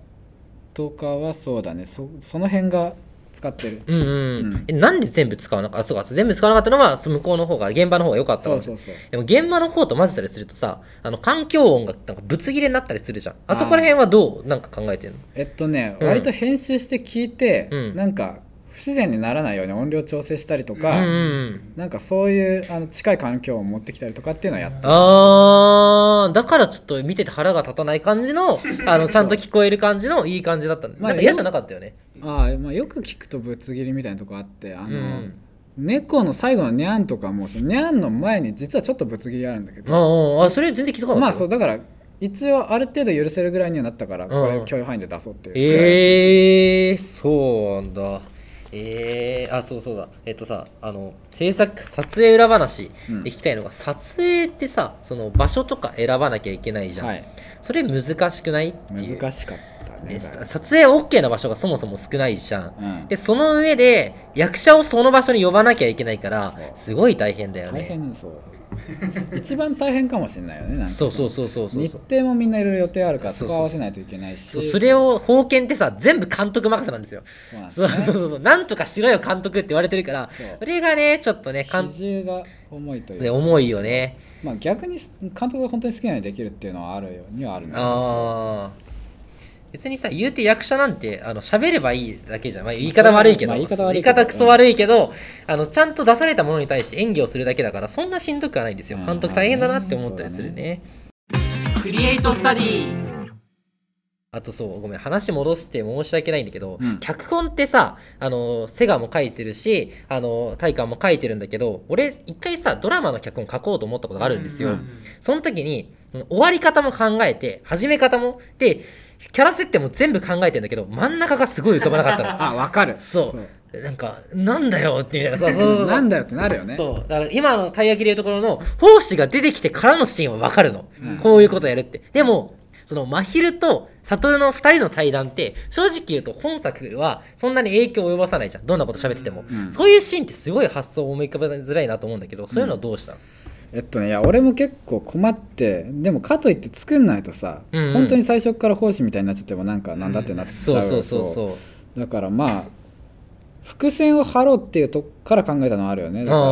とかはそうだねそその辺が使ってるうんうん、えなんで全部使わなかったあそうか全部使わなかったのはその向こうの方が現場の方が良かったそわうけそうそうでも現場の方と混ぜたりするとさあの環境音がなんかぶつ切れになったりするじゃんあそこら辺はどうなんか考えてんのえっとね、うん割と編集して聞いて、うんなんか不自然にならないように音量調整したりとうか、んうんうんなんかそういうあの近い環境を持ってきたりとかっていうのはやった、あー、だからちょっと見てて腹が立たない感じ の、あの、ちゃんと聞こえる感じのいい感じだったんで、まあなんか嫌じゃなかったよね。ああまあ、よく聞くとぶつ切りみたいなとこあってあの、うん猫の最後のニャンとかもそのニャンの前に実はちょっとぶつ切りあるんだけあどあ、あそれ全然気づかなかったよ。まあそうだから一応ある程度許せるぐらいにはなったからこうれん許容範囲で出そうっていう、ええー、そうなんだ。ええー、あ、そうそうだ。えっとさ、あの、制作、撮影裏話うんで聞きたいのが、撮影ってさ、その場所とか選ばなきゃいけないじゃん。はい、それ難しくないっていう。難しかったねねだいぶ撮影 OK な場所がそもそも少ないじゃん。うんでその上で役者をその場所に呼ばなきゃいけないからそうすごい大変だよ大ね変そう一番大変かもしれないよねなんかそうそうそうそうそう日そう程もみんないろいろ予定あるからそそうこそう合わせないといけないしそうそれをを封建ってさ全部監督任せなんですよそうなんですそようそうそうそうなんとかしろよ監督って言われてるからそうそれがねちょっとね監比重が重いというね重いよねまあ逆に監督が本当に好きなようにできるっていうのはあるようにはあるんだけどああ別にさ言うて役者なんてあの喋ればいいだけじゃん、まあ、言い方悪いけど、まあ言い方悪言いいけど方クソ悪いけど、あのちゃんと出されたものに対して演技をするだけだからそんなしんどくはないんですようん監督大変だなって思ったりするねクリエイトスタディあとそうごめん話戻して申し訳ないんだけど、うん脚本ってさあのセガも書いてるしあの大観も書いてるんだけど俺一回さドラマの脚本書こうと思ったことがあるんですよ、その時に、うん終わり方も考えて、始め方も、で、キャラ設定も全部考えてんだけど、真ん中がすごい浮かばなかったの。 あわかるそうなんか、なんだよってみたいな。そうそうそう なんだよってなるよねそう。だから今のたい焼きでいうところの、奉仕が出てきてからのシーンはわかるの。こういうことやるって。でも、その、まひると、悟の二人の対談って、正直言うと本作はそんなに影響を及ぼさないじゃん。どんなこと喋ってても。うんそういうシーンってすごい発想を思い浮かべづらいなと思うんだけど、そういうのはどうしたの、えっとねいや俺も結構困ってでもかといって作んないとさ、うんうん本当に最初から奉仕みたいになっちゃってもなんかなんだってなっちそゃううそうそうそう。だからまあ伏線を張ろうっていうとこから考えたのはあるよねだから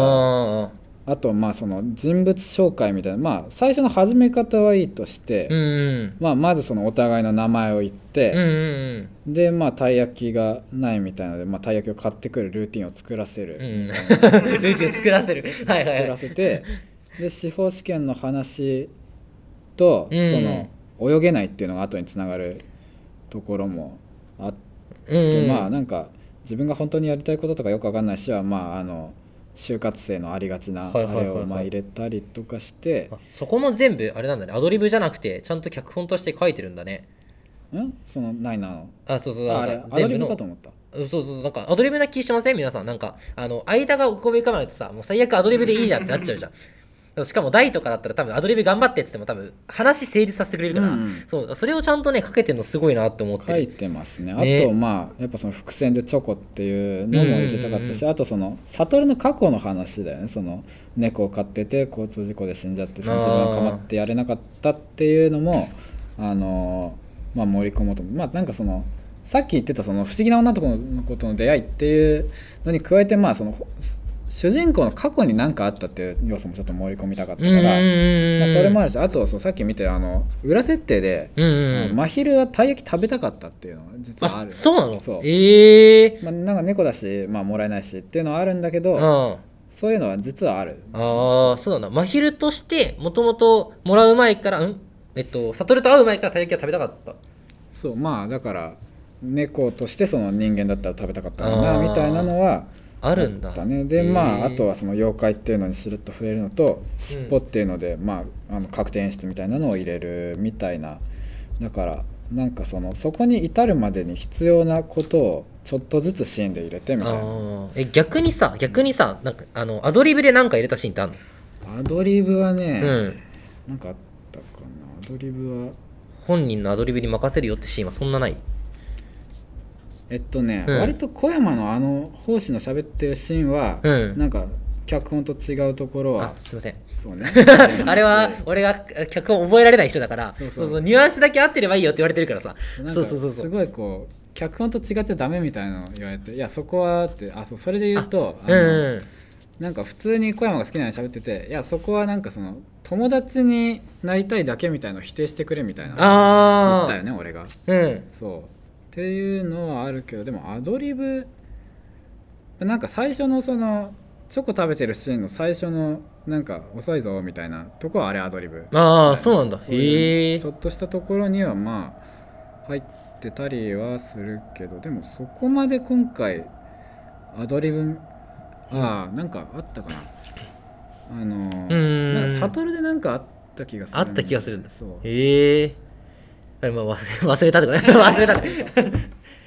ああとまあその人物紹介みたいなまあ最初の始め方はいいとして、あ、うんうん。まあ、まずそのお互いの名前を言っうんて、うんでまあたい焼きがないみたいなので、まあ、たい焼きを買ってくるルーティンを作らせうん。うる、 ん、ルーティンを作らせる。はいは作いはらい。せてで司法試験の話と、うんその泳げないっていうのが後につながるところもあって、うんうん、まあなんか自分が本当にやりたいこととかよくわかんないしはまああの就活生のありがちなあはいはいはいはいれをまあ入れたりとかしてあ、そこも全部、あれなんだね、アドリブじゃなくて、ちゃんと脚本として書いてるんだね。んそのないなのあ、そうそう、あなあれんかアド全リ部ブかのと。思ったうんそうそう、なんかアドリブな気してません皆さん。なんか、あの、間が思い浮かばないとさ、もう最悪アドリブでいいじゃんってなっちゃうじゃん。 しかも大とかだったら多分アドリブ頑張ってって言っても多分話成立させてくれるから、うんうんそうそれをちゃんとねかけてるのすごいなって思って書いる、てますねねあとまあやっぱその伏線でチョコっていうのも入れたかったうんうんしあとその悟の過去の話だよねその猫を飼ってて交通事故で死んじゃってその自分がかまってやれなかったっていうのもあのまあ、盛り込もうと思うまあなんかそのさっき言ってたその不思議な女の子の子との出会いっていうのに加えてまあそのほ主人公の過去に何かあったっていう要素もちょっと盛り込みたかったから、まあ、それもあるしあとそうさっき見てあの裏設定で、うんうんうん真昼はたい焼き食べたかったっていうのが実はああるそうなのそうええまあ、なんか猫だし、まあ、もらえないしっていうのはあるんだけうどんそういうのは実はあるああそうだな真昼としてもともともらう前からうんえっと悟と会う前からたい焼きは食べたかったそうまあだから猫としてその人間だったら食べたかったのかあなーみたいなのはあるんだだねでまああとはその妖怪っていうのにしれっと触れるのと尻尾っていうので、まああの確定演出みたいなのを入れるみたいなだからなんかそのそこに至るまでに必要なことをちょっとずつシーンで入れてみたいなあーえ逆にさ逆にさなんかあのアドリブで何か入れたシーンってあるアドリブはね、の、うん、なんかあったかなアドリブは本人のアドリブに任せるよってシーンはそんなないえっとね、うん割と小山のあの奉仕の喋ってるシーンは、うんなんか脚本と違うところあはすいません そうねあれは俺が脚本覚えられない人だからそそううそそううニュアンスだけ合ってればいいよって言われてるからさなんそかうそうそうそすうごいこう脚本と違っちゃダメみたいなの言われていやそこはってあそうそれで言うとあうの、んうんなんか普通に小山が好きなのに喋ってていやそこはなんかその友達になりたいだけみたいのを否定してくれみたいな言あったよあね俺がうんそうっていうのはあるけどでもアドリブなんか最初のそのチョコ食べてるシーンの最初のなんか遅いぞみたいなとこはあれアドリブああそうなんだそうへいえうちょっとしたところにはまあ入ってたりはするけどでもそこまで今回アドリブああなんかあったかなあのうーんなんかサトルでなんかあった気がするあった気がするんだそうへえあれまあ忘れ忘 れたとか 忘れた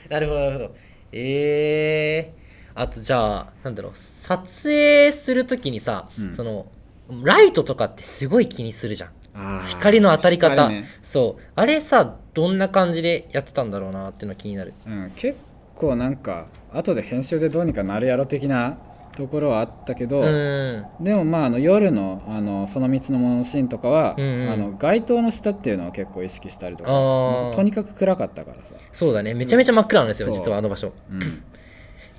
なるほどなるほどええあとじゃあなんだろう撮影するときにさ、うんそのライトとかってすごい気にするじゃんああ光の当たり方、光ねそうあれさどんな感じでやってたんだろうなっていうのは気になるうん、結構なんか後で編集でどうにかなるやろ的なところはあったけど、うんでもまああの夜のあのその道のもののシーンとかは、うんうんあの街灯の下っていうのを結構意識したりとかあーもうとにかく暗かったからさ、そうだねめちゃめちゃ真っ暗なんですよ、うん実はあの場所うん、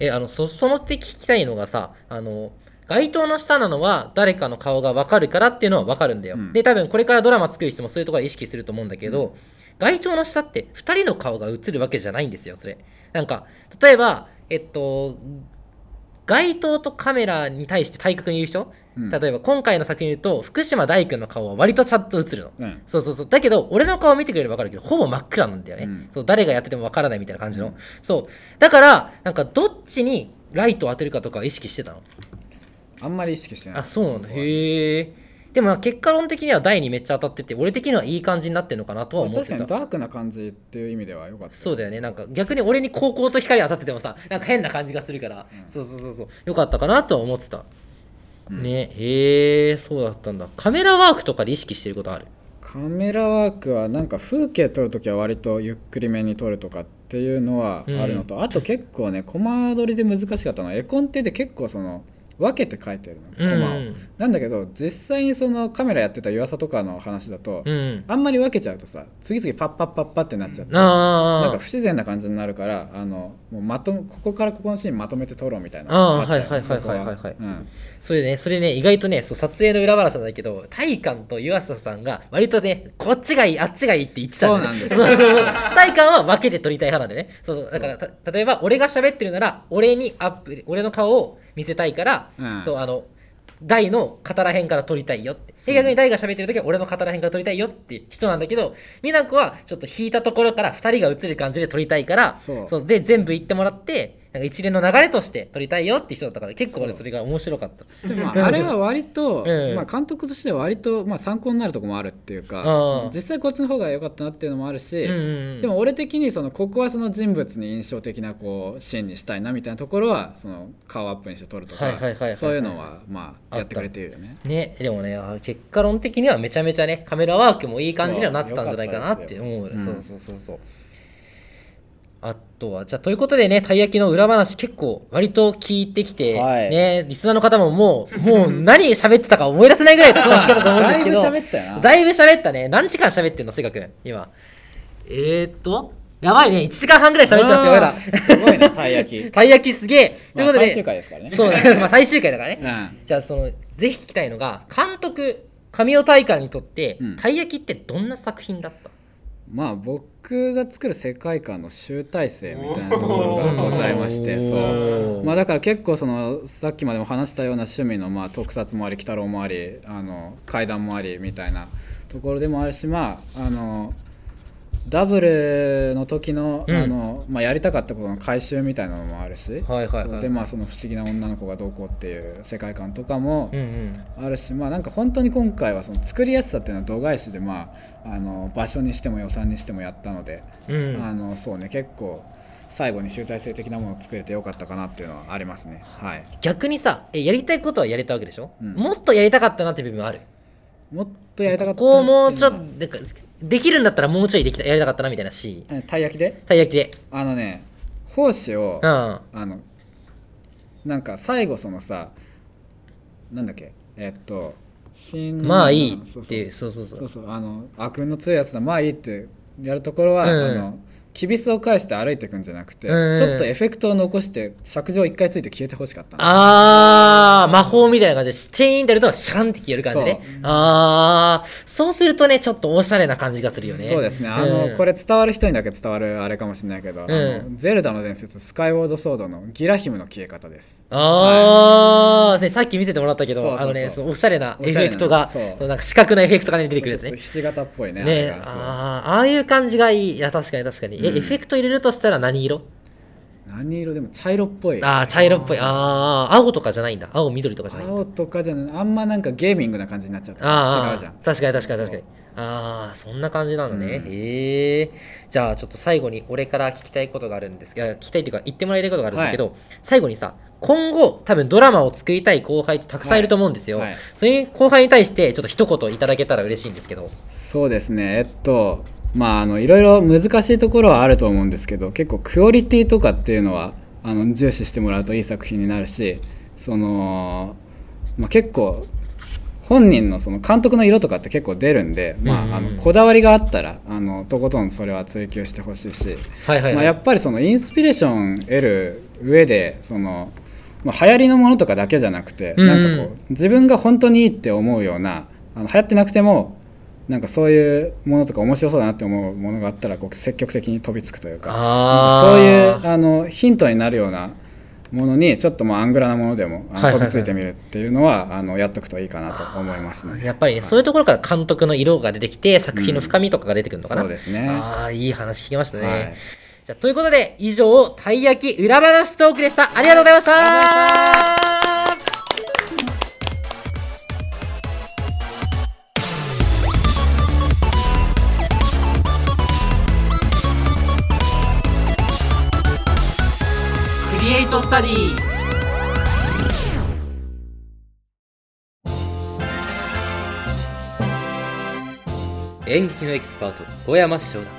えあのそそのって聞きたいのがさあの街灯の下なのは誰かの顔が分かるからっていうのは分かるんだよ、うんで多分これからドラマ作る人もそういうところは意識すると思うんだけど、街灯の下って2人の顔が映るわけじゃないんですよそれなんか例えばえっと街灯とカメラに対して対角に言う人、うん例えば今回の作品で言うと福島大君の顔は割とちゃんと映るの、うんそうそうそう。だけど、俺の顔見てくれれば分かるけど、ほぼ真っ暗なんだよね。うんそう誰がやってても分からないみたいな感じの。そう。だから、なんか、どっちにライトを当てるかとかは意識してたの。あんまり意識してないあ、そうなんだ。こはへえ。でもなんか、結果論的には台にめっちゃ当たってて、俺的にはいい感じになってるのかなとは思っ確てかにた。ダークな感じっていう意味では良かったそうだよね。なんか、逆に俺に高校と光当たっててもさ、なんか変な感じがするから、そうそうそうそう。よかったかなとは思ってた。ね、へえ、そうだったんだ。カメラワークとかで意識してることあるカメラワークはなんか風景撮るときは割とゆっくりめに撮るとかっていうのはあるのと、あと結構ねコマ撮りで難しかったのは絵コンテで結構その分けて描いてるのコマを、うんなんだけど実際にそのカメラやってた湯浅とかの話だと、うん。あんまり分けちゃうとさ次々パッパッパッパってなっちゃって、ああ。なんか不自然な感じになるからあのもうまともここからここのシーンまとめて撮ろうみたいなあーったよはいはいはいはいはいはいそこうんそれね、それね、意外とね、そう撮影の裏話なんだけど、大観と湯浅さんが、割とね、こっちがいい、あっちがいいって言ってたそうなんですよ。そうそうそう大観は分けて撮りたい派なんでね。そうそう。だから、た例えば、俺が喋ってるなら、俺にアップ、俺の顔を見せたいから、うんそう、あの、大の肩ら辺から撮りたいよって。で逆に大が喋ってる時は俺の肩ら辺から撮りたいよっていう人なんだけど、美奈子はちょっと引いたところから2人が映る感じで撮りたいから、そうそうで、全部言ってもらって、なんか一連の流れとして撮りたいよって人だったから、結構俺そうそれが面白かった。でもまああれは割と、ええまあ、監督としては割と、まあ、参考になるとこもあるっていうかあーその実際こっちの方が良かったなっていうのもあるし、うんうんうんでも俺的にそのここはその人物に印象的なこうシーンにしたいなみたいなところはその顔アップにして撮るとか、はいはいはいはいはいそういうのはまあやってくれてるよね。ね、でもね、あ結果論的にはめちゃめちゃね、カメラワークもいい感じにはなってたんじゃないかなって思う。そうそ良かったうでそうそうそう。あとは、じゃあ、ということでね、たい焼きの裏話結構割と聞いてきて、はいね、リスナーの方ももう、もう何喋ってたか思い出せないぐらい伝わってきたと思うんで だすいけぶど、喋ったよなだいぶ喋ったね。何時間喋ってんの、せっかく今。えー、っと、やばいね、1時間半ぐらい喋ってますよ、まだ。 すごいねたい焼きたい焼きすげえ。というまこあとで、最終回ですからねそう だね、まあ、最終回だからね。うんじゃあそのぜひ聞きたいのが監督神尾大会にとってうんたい焼きってどんな作品だった、まあ僕が作る世界観の集大成みたいなところがございましてそう、まあ、だから結構そのさっきまでも話したような趣味のまあ特撮もあり鬼太郎もありあの怪談もありみたいなところでもあるしまああのダブルの時の,、うんあのまあ、やりたかったことの回収みたいなのもあるし、はいはいはいそうでまあその不思議な女の子がどうこうっていう世界観とかも、うんうん、あるしまあなんか本当に今回はその作りやすさっていうのは度外視でまああの場所にしても予算にしてもやったので、うんあのそうね結構最後に集大成的なものを作れてよかったかなっていうのはありますねはい逆にさえやりたいことはやれたわけでしょ、うんもっとやりたかったなって部分あるもっとやりたかったこうもうちょっとっでかできるんだったらもうちょいできたやりたかったなみたいなしとたい焼きでたい焼きであのね胞子を、うんあのなんか最後そのさなんだっけえっと死んまあいいんそっうてそういうそうそうそうそうそうあの悪運の強いやつだまあいいってやるところは、うんあのきびすを返して歩いていくんじゃなくて、うんうんちょっとエフェクトを残して尺上一回ついて消えてほしかったのあー、魔法みたいな感じで、チーンってやると、シャンって消える感じで、ねそ。あー、そうするとね、ちょっとおしゃれな感じがするよね。そうですねあの、うんこれ伝わる人にだけ伝わるあれかもしれないけど、あうのゼルダの伝説スカイウォードソードのギラヒムの消え方ですあー、ね、さっき見せてもらったけど、そうそうそうあのね、そのおしゃれなエおフしゃれなェクトが、そうそうなんか四角なエフェクトが、ね、出てくるやつちょっとね。ひし形っぽいねあれねがそうあーああいう感じがいい。いや、確かに確かに。え、エフェクト入れるとしたら何色何色でも茶色っぽいあー、茶色っぽい。あー、青とかじゃないんだ。青、緑とかじゃないんだ。青とかじゃないあんまなんかゲーミングな感じになっちゃってあさあ違うじゃん確かに確かに確かにああそんな感じなのね、へえじゃあちょっと最後に俺から聞きたいことがあるんですけど聞きたいっていうか言ってもらいたいことがあるんだけど、最後にさ今後多分ドラマを作りたい後輩ってたくさんいると思うんですよ、はいはいそれに後輩に対してちょっと一言いただけたら嬉しいんですけどそうですねえっとまああのいろいろ難しいところはあると思うんですけど結構クオリティとかっていうのはあの重視してもらうといい作品になるしその、まあ、結構本人のその監督の色とかって結構出るんで、まあ、あのこだわりがあったらあのとことんそれは追求してほしいし、はいはいまはあ、い、やっぱりそのインスピレーション得る上でその、まあ、流行りのものとかだけじゃなくて、うんうんなんかこう自分が本当にいいって思うようなあの流行ってなくてもなんかそういうものとか面白そうだなって思うものがあったらこう積極的に飛びつくというかあそういーうあのヒントになるようなものにちょっとまあアングラなものでもあのはいはいはい飛びついてみるっていうのはあのやっとくといいかなと思いますね。やっぱりね、そういうところから監督の色が出てきて作品の深みとかが出てくるのかな、そうですねああいい話聞きましたね、はいじゃあということで以上たい焼き裏話トークでしたありがとうございましたクリエイトスタディ演劇のエキスパート小山翔太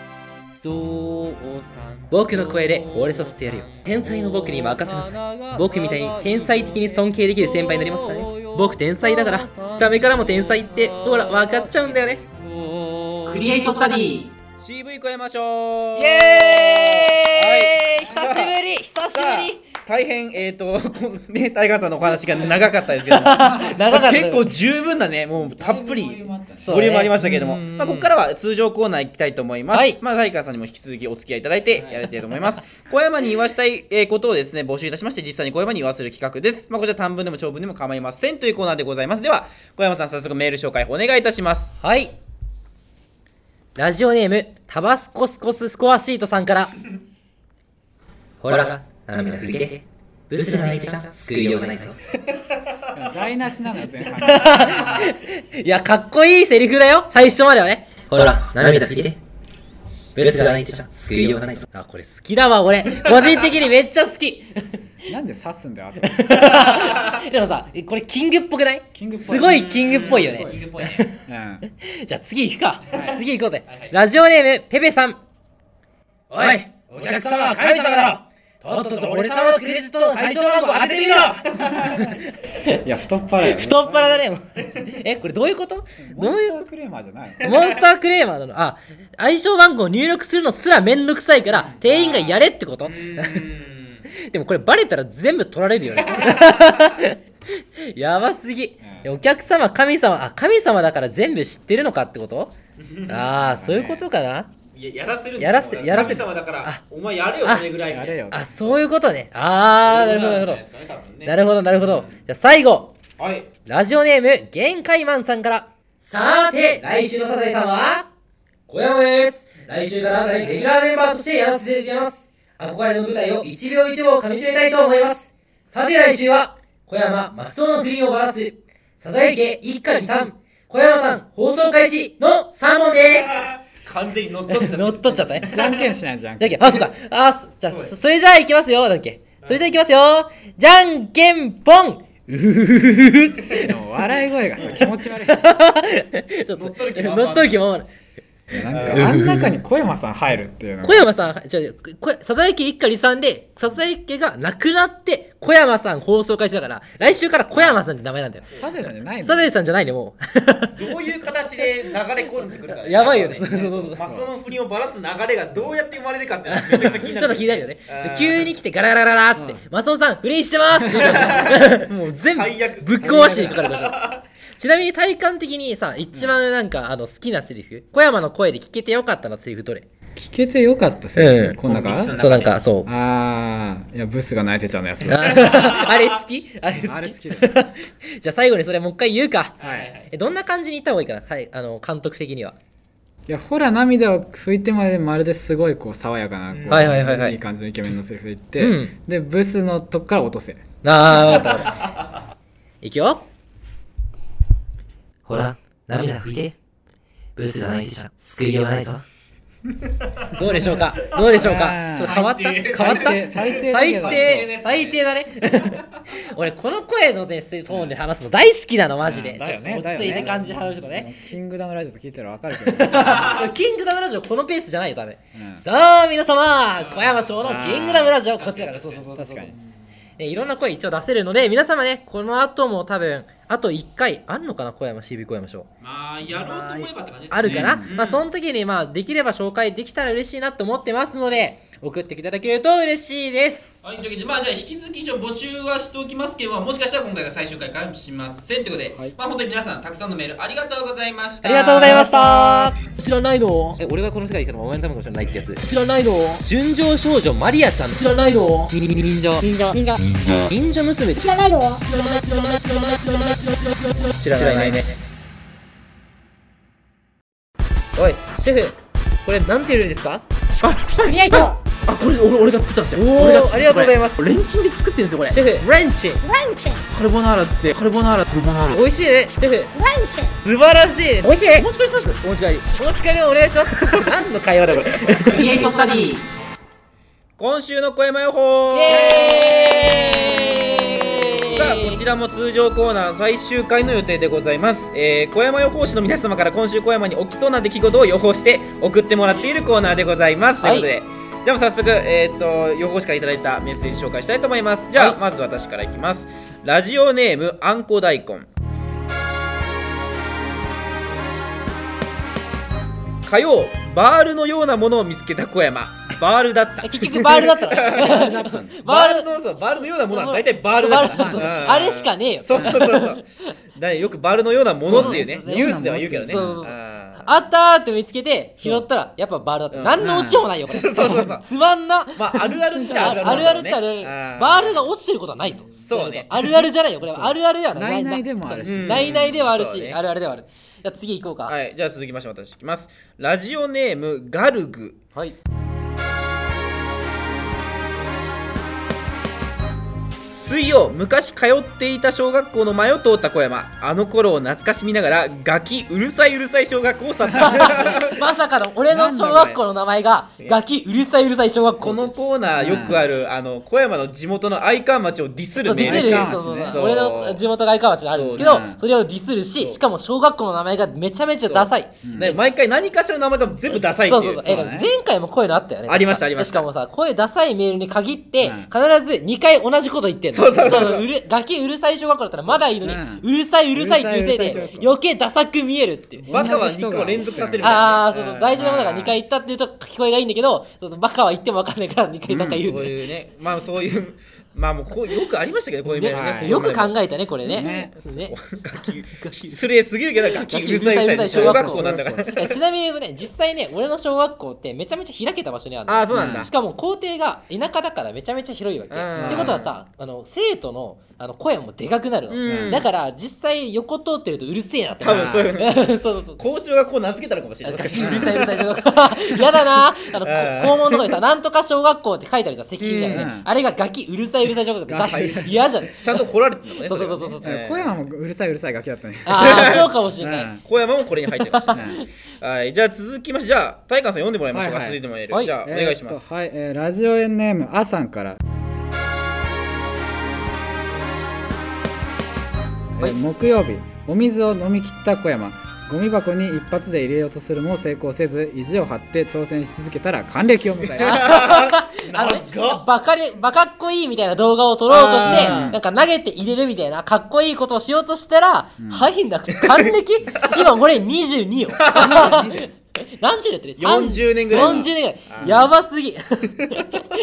僕の声で俺させてやるよ天才の僕に任せなさい僕みたいに天才的に尊敬できる先輩になりますからね僕天才だからダメからも天才ってほら分かっちゃうんだよねクリエイトスタディ CV 超えましょうイエーイ、はい久しぶり久しさあ大変えっ、と こんねタイガーさんのお話が長かったですけども 長かった結構十分なねもうたっぷりボリュうねームありましたけれども、うんまあここからは通常コーナー行きたいと思います、はいまあタイガーさんにも引き続きお付き合いいただいてやりたいと思います、小山に言わしたいえーことをですね募集いたしまして実際に小山に言わせる企画ですまあこちら短文でも長文でも構いませんというコーナーでございますでは小山さん早速メール紹介お願いいたしますぶりはいラジオネームタバスコスコススコアシートさんからほら斜めの拭いてブスな一番救いようがないぞ台無しなのよ前半 いや、かっこいいセリフだよ、最初まではね。ほら、涙拭いて。ブレスがないてちゃ、救いようがないぞ。あ、これ好きだわ、俺。個人的にめっちゃ好き。 なんで刺すんだよ後ででもさ、これキングっぽくないキングっぽいすごいキングっぽいよね。うん じゃあ次行くか。次行こうぜ。ラジオネーム、ペペさん。おい、お客様は神様だろとっとと俺様のクレジットの対象番号当ててみろいや太っ腹よ、ね、太っ腹だねもうえこれどういうことモンスタークレーマーじゃないモンスタークレーマーなのあ相性番号入力するのすらめんどくさいから店員がやれってこと でもこれバレたら全部取られるよね やばすぎ、うん、お客様神様あ神様だから全部知ってるのかってこと ああそういうことかな、いややらせるやらせやらせ神様だからお前やれよそれぐらいみたいあそういうことねああなるほどなるほどなるほどなるほどじゃあ最後、はい、。ラジオネーム限界マンさんからさて来週のサザエさんは小山です来週からレギュラーメンバーとしてやらせていただきます憧れの舞台を1秒1秒かみしめたいと思います。さて来週は、小山、松尾の不倫をばらす、サザエ家一家に3、小山さん放送開始の3問です完全に乗っ取っちゃった。乗っ取っちゃったね。じゃんけんしないじゃんけん。じゃんけん。あ、そっか。あ、じゃあ、それじゃあいきますよ、だっけ。それじゃあいきますよ。じゃんけんぽんうふふふ笑い声がさ、気持ち悪い。ちょっと、乗っ取る気乗っ取る気ままない。なんかあん中に小山さん入るっていう の小山さんじゃさざえ家一家離散でさざえ家がなくなって小山さん放送開始だから来週から小山さんって名前なんだよサザエさんじゃないのサザエさんじゃないねもうどういう形で流れ込んでくるか、やばいよねそうそうそうマスの振りをばらす流れがどうやって生まれるかってめちゃくちゃ気になるちょっと気になるよね急に来てガラガラガラって、うん、マスオさん不倫してますってもう全部ぶっ壊していくからちなみに体感的にさ、一番なんか、うん、あの好きなセリフ、小山の声で聞けてよかったなセリフどれ聞けてよかったセリフ、うん、こんなかそう、なんか、そう。ああ、いや、ブスが泣いてちゃうのやつあれ好きあれ好き。あれ好き じゃあ最後にそれもう一回言うか。はい、えどんな感じに言った方がいいかな、はい、あの監督的には。いやほら涙を拭いてまでまるですごいこう爽やかな、はいはいはいはい、いい感じのイケメンのセリフで言って、うん、でブスのとこから落とせああ分かったいくよほら、涙拭いて。ブスが泣いてちゃ、救いようがないぞ。どうでしょうかどうでしょうか変わった変わった最低最低最低だね 俺この声のねトーンで話すの大好きなのマジで、うん、だよね落ち着いて感じ話すのねキングダムラジオと聞いてるら分かるけど、 ね、キングダムラジオこのペースじゃないよダメ、うん、さあ皆様小山翔のキングダムラジオこっちだからそうそう確かにね、いろんな声一応出せるので、皆様ね、この後も多分、あと1回あんのかな、小山、CB 小山賞。まあ、やろうと思えばって感じですね。あるかな、うん、まあ、その時に、まあ、できれば紹介できたら嬉しいなと思ってますので、送っていただけると嬉しいです。はい、というわけで、まあ、じゃあ、引き続き一応募集はしておきますけども、もしかしたら今回が最終回かもしれません。ということで、はい、まあ、本当に皆さん、たくさんのメールありがとうございました。ありがとうございました。知らないのえ、俺がこの世界からお前のためかもしれないってやつ。知らないの純情少女マリアちゃん。知らないの忍者。忍者。忍者。忍者娘。知らないの知らない知らない知らない知らない知らないね。おい、シェフ、これなんてルールですかあ、クリエイトあこれ俺俺が作ったんですよおおありがとうございますレンチンで作ってんですよこれシェフレンチンレンチンカルボナーラっつってカルボナーラカルボナーラ美味しいねシェフレンチン素晴らしい美味しいお持ち帰りしますお持ち帰りお持ち帰りお願いします何の会話だこれクリエイトスタ ディ今週の小山予報イエーイさあこちらも通常コーナー最終回の予定でございます、えー、小山予報士の皆様から今週小山に起きそうな出来事を予報して送ってもらっているコーナーでございます、はい、ということでじゃあ早速、えーと、と予報士からいただいたメッセージ紹介したいと思いますじゃあ、はい、まず私からいきますラジオネームあんこ大根火曜バールのようなものを見つけた小山バールだった結局バールだった バールのそうバールのようなものは大体バールだった、うん、あれしかねえよそうそうそうそうだよくバールのようなものっていうねニュースでは言うけどねあったーって見つけて拾ったらやっぱバールだった、うん、何のオチもないよこれそうそうそうつまんなまああるあるっちゃある あるあるっちゃあるあるバールが落ちてることはないぞそうねあるあるじゃないよこれあるあるではないないでもあるしないないではあるし、ね、あるあるではあるじゃあ次行こうかはいじゃあ続きまして私いきますラジオネームガルグはいス水曜昔通っていた小学校の前を通った小山あの頃を懐かしみながらガキうるさいうるさい小学校を去った まさかの俺の小学校の名前がガキうるさいうるさい小学校このコーナーよくある、あの小山の地元の愛川町をディスるディスるそうそうそう俺の地元が愛川町にあるんですけどそ,、れをディスるししかも小学校の名前がめちゃめちゃダサい、ね毎回何かしらの名前が全部ダサいっていうそうそうそう、え前回もこういうのあったよねありましたありましたしかもさこういうダサいメールに限って必ず2回同じこと言ってんのそうそうそうそううるガキうるさい小学校だったらまだいいのに、うるさいうるさいっていうせいで余計ダサく見えるっていうバカは2個連続させるああ、そうそう、大事なものが2回言ったっていうと聞こえがいいんだけど、そうそうバカは言っても分かんないから2回3回言う、そうねいうねまあそういうまあもうこうよくありましたけどこういうメールねねよく考えたね、これね。ねガキ失礼すぎるけどガキうるさいうるさい小学校なんだからえちなみに言うとね、実際ね、俺の小学校ってめちゃめちゃ開けた場所にあるのああそうなんだしかも校庭が田舎だからめちゃめちゃ広いわけ。うんってことはさ、あの生徒のあの声もでかくなるの。だから実際横通ってるとうるせえなって多分そういうなる そうそうそう。校長がこう名付けたのかもしれないガキうるさいうるさい小学校 やだなあのこ校門のとこにさなんとか小学校って書いてあるじゃん石碑みたいなねあれがガキうるさいうるさい小学校って嫌じゃんちゃんと掘られてるのねそうそうそうれはそうねそうえー小山もうるさいうるさいガキだったねああそうかもしれない、うん小山もこれに入ってました、はい、じゃあ続きましてじゃあ大観さん読んでもらいましょうか、はいはい続いてもらえる、はいじゃあおえー願いします、っとはい、えーラジオエンネームあさんから、えー木曜日お水を飲み切った小山ゴミ箱に一発で入れようとするも成功せず意地を張って挑戦し続けたら還暦を迎 えたあのね、バカれ、バカっこいいみたいな動画を撮ろうとして、なんか投げて入れるみたいな、かっこいいことをしようとしたら、入んなくて、還暦今俺22よ。何十年やってる40年ぐらい40年ぐらい。やばすぎ。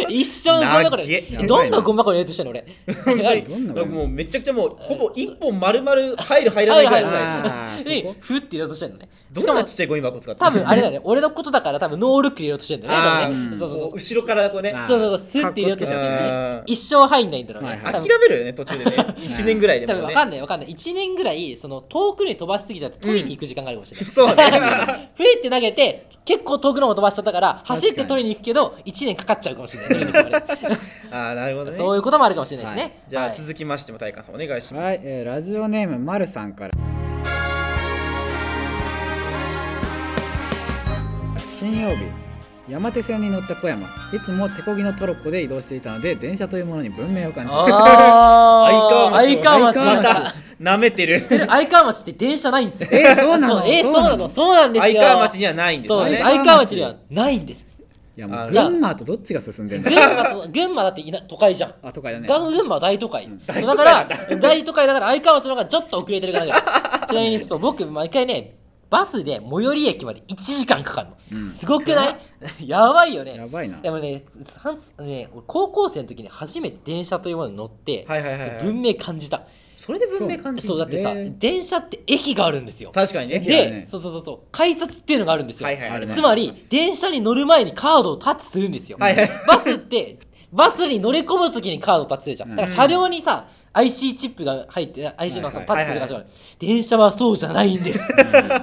一生ゴミ箱長えに。どんなゴミ箱に入れようとしてんの俺。 どんなだからゴミもうめちゃくちゃもうほぼ一本丸々入る入らなはいいぐらはいいのサイあはーい。そこに、ふって入れようとしてんのね。ズしどかんなも、ちっちゃいゴミ箱使って多分あれだね、俺のことだから多分ノールックで入れようとしてんだよねあ多分ーね。そうそうこそうう後ろからこうねあーそうそうそう、スッて入れようとしてんだよかっこつねけて一生入んないんだろうはいね。はい多諦分めるよね途中でね1年ぐらいで多も分うわねかんないわかんない1年ぐらいその遠くに飛ばしすぎちゃって取りに行く時間があるかもしれない、そうねふえって投げて結構遠くのも飛ばしちゃったから走って取りに行くけど1年かかっちゃうかもしれない取りに行くまでああなるほどねそういうこともあるかもしれないですね、じゃあはい続きましても大観さんお願いします、はい、えーラジオネームまるさんから金曜日山手線に乗った小山いつも手漕ぎのトロッコで移動していたので電車というものに文明を感じたあー相相川川町町なんですよまた舐めてる知ってる相川町って電車ないんですよえそうなのえそうなのそうなんですよ相川町にはないんですよそうですね相川町ではない んですいやもうあじゃあ群馬とどっちが進んで んの群馬と群馬だっていな都会じゃんあとかだねガン群馬は大都会。そうだから、大都会だから相川町の方がちょっと遅れてるからだけどちなみにそう僕、毎回ね、バスで最寄り駅まで1時間かかるの。すごくないやばいよね。やばいなでもね、さんね俺高校生の時に初めて電車というものに乗って、はいはいはいはいそう文明感じた。それで文明感じるそうだってさ、へー電車って駅があるんですよ。確かにね駅だよねで、そうそうそうそう、改札っていうのがあるんですよ。はいはいあるねつまり、電車に乗る前にカードをタッチするんですよ。はいはいバスって、バスに乗り込むときにカードをタッチするじゃん。だから車両にさ、IC チップが入って、IC のさ、タッチするから、電車はそうじゃないんです。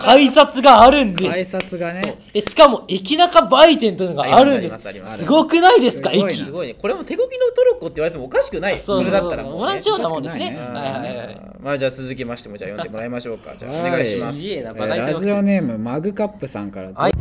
改札があるんで改す。札がねそうでしかも、駅中売店というのがあるあんで。りますすありますありますすごくないですか、すごい駅。なすごいねこれも手こぎのトロッコって言われてもおかしくないそれだったらもう、ね、同じようなもんですね。確かにはいはいはいはい。あーまあじゃあ続きましてもじゃあ読んでもらいましょうかじゃあおはい願いしますいいええな、バカーにラジオネームマグカップさんから、はい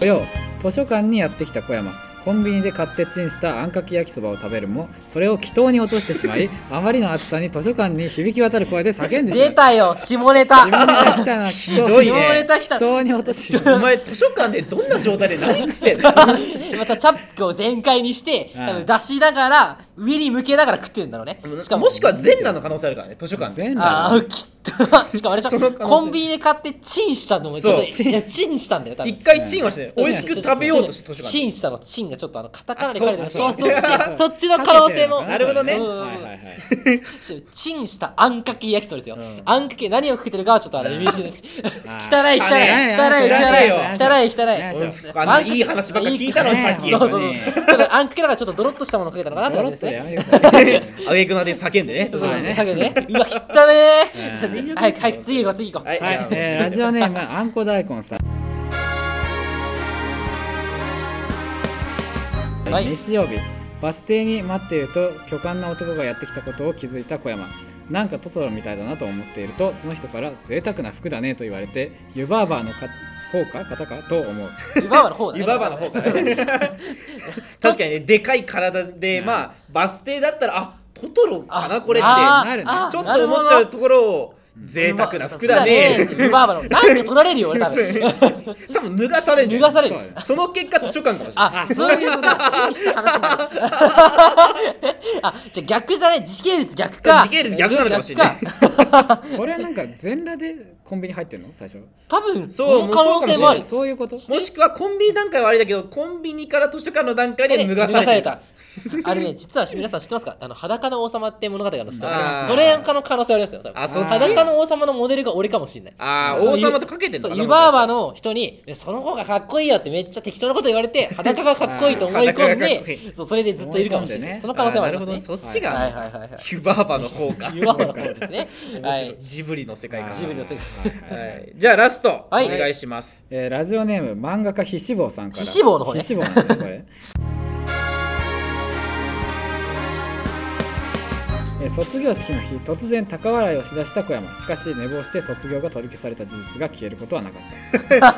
土曜図書館にやってきた小山コンビニで買ってチンしたあんかけ焼きそばを食べるもそれを祈祷に落としてしまいあまりの暑さに図書館に響き渡る声で叫んでしま出うたよ、下ネタ。下ネタ来たなひどいね下ネタ来た。祈祷に落としお前図書館でどんな状態で何食ってんの またチャップを全開にして、うん多分出しながら、上に向けながら食ってるんだろうね。しかも、もしくは全裸の可能性あるからね図書館で全部ああ、きっと。 しかもあれでしそょの可能性コンビニで買ってチンしたのも、ちょっそうと、チいや、チンしたんだよ、多分一。回チンはしてね美味しく食べようとして図書チ館ンしたの、チンがちょっとあの、カタカナで書いてるあそそううそうそうそうそっちの可能性も。なるほどねうんうんうんはいはいはいチンしたあんかけ焼きそばですよ。あんかけ何をかけてるかはちょっとあれ、 微妙です。汚い汚い汚い汚い汚い汚いうんあのいい話ばっか聞いたのにさっきそうそうそうだからあんかけだからちょっとドロッとしたものかけたのかなってド感ロじですッとでねやめてくださいあげくなで叫んでね図書そう館でですね。下げてね。うわ、きったねー。はい、はい、次行こう、次行こう。はい、はい、じゃえーラジオネームあんこ大根さん、はい、日曜日バス停に待っていると巨漢な男がやってきたことを気づいた小山なんかトトロみたいだなと思っているとその人から贅沢な服だねと言われて湯バーバーの方か方かと思う湯バーバーの方だ、ね、湯バーバーの方か、 ね、確かにねでかい体でまあバス停だったらあトトロかなこれってなるねちょっと思っちゃうところを贅沢な服だね湯バーバーのなんか取られるよ俺多分 多分脱がされる 脱がされるその結果図書館かもしれないあそういうこと だ注意した話になる あじゃあ逆じゃない時系列逆か時系列逆なのかもしれないこれはなんか全裸でコンビニ入ってんの最初 多分そう可能性もあるそういうこともしくはコンビニ段階はあれだけどコンビニから図書館の段階で脱がされたれたあれね、実は皆さん知ってますかあの、裸の王様って物語が知ってますそれの可能性ありますよ、多分。あ、そう裸の王様のモデルが俺かもしれない。ああ、王様とかけてんの湯婆婆の人に、その子がかっこいいよってめっちゃ適当なこと言われて、裸がかっこいいと思い込んで、いいそうそれでずっといるかもしれない。ね、その可能性はあります、ね、なるほど、そっちが、はいはいはいはい、湯婆婆の方か。湯婆婆の方ですね。はい。ジブリの世界か。ジブリの世界。はい。じゃあ、ラスト、はい、お願いします。えー、ラジオネーム、漫画家ひしぼうさんから。ひしぼうの方ね。ひしぼうなんこれ。卒業式の日突然高笑いをしだした小山しかし寝坊して卒業が取り消された事実が消えることはなか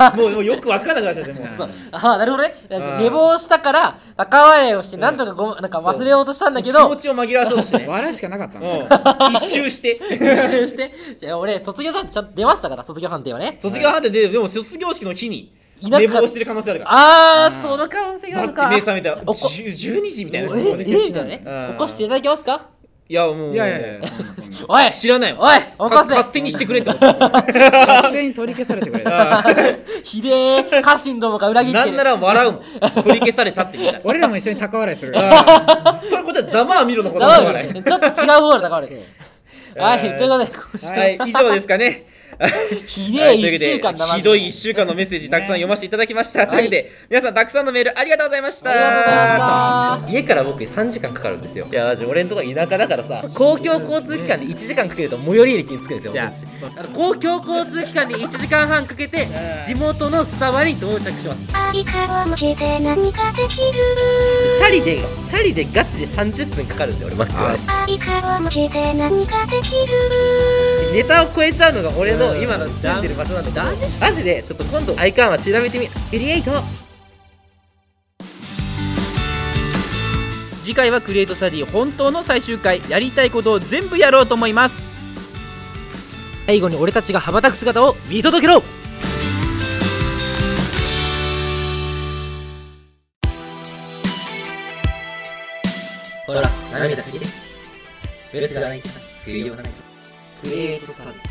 ったもうよく分からなくなっちゃってもうああなるほどね寝坊したから高笑いをしてなんとかご、うん、なんか忘れようとしたんだけど気持ちを紛らわそうとして、ね、 笑いしかなかったの一周して一周してじゃあ俺卒業判定ちゃんと出ましたから卒業判定はね卒業判定で、はい、でも卒業式の日に寝坊してる可能性あるからあー、うん、その可能性があるか目覚めた12時みたいなえ10時だね起こしていただけますかいやもういやいやいやおい知らないおいおかせ勝手にしてくれって勝手に取り消されてくれ ひでえ家臣どもが裏切ってなんなら笑 うも取り消されたって言いたい俺らも一緒に高笑いするそれこっちはざまあ見ろのことだからちょっと違う方の高笑いはいということではい以上ですかねひでえ1週間だひどい1週間のメッセージたくさん読ませていただきました。というわけで、皆さんたくさんのメールありがとうございました。家から僕3時間かかるんですよ。いや、マジ俺のとこ田舎だからさ、公共交通機関で1時間かけると最寄り駅に着くんですよ。じゃあ公共交通機関で1時間半かけて、地元のスタバに到着します。チャリで、チャリでガチで30分かかるんで俺待ってます。ネタを超えちゃうのが俺の今の住んでる場所なんだけどマジでちょっと今度アイカンは調べてみクリエイト次回はクリエイトスタディ本当の最終回やりたいことを全部やろうと思います最後に俺たちが羽ばたく姿を見届けろほら斜めだけでブレスがないと水曜なクリエイトスタディ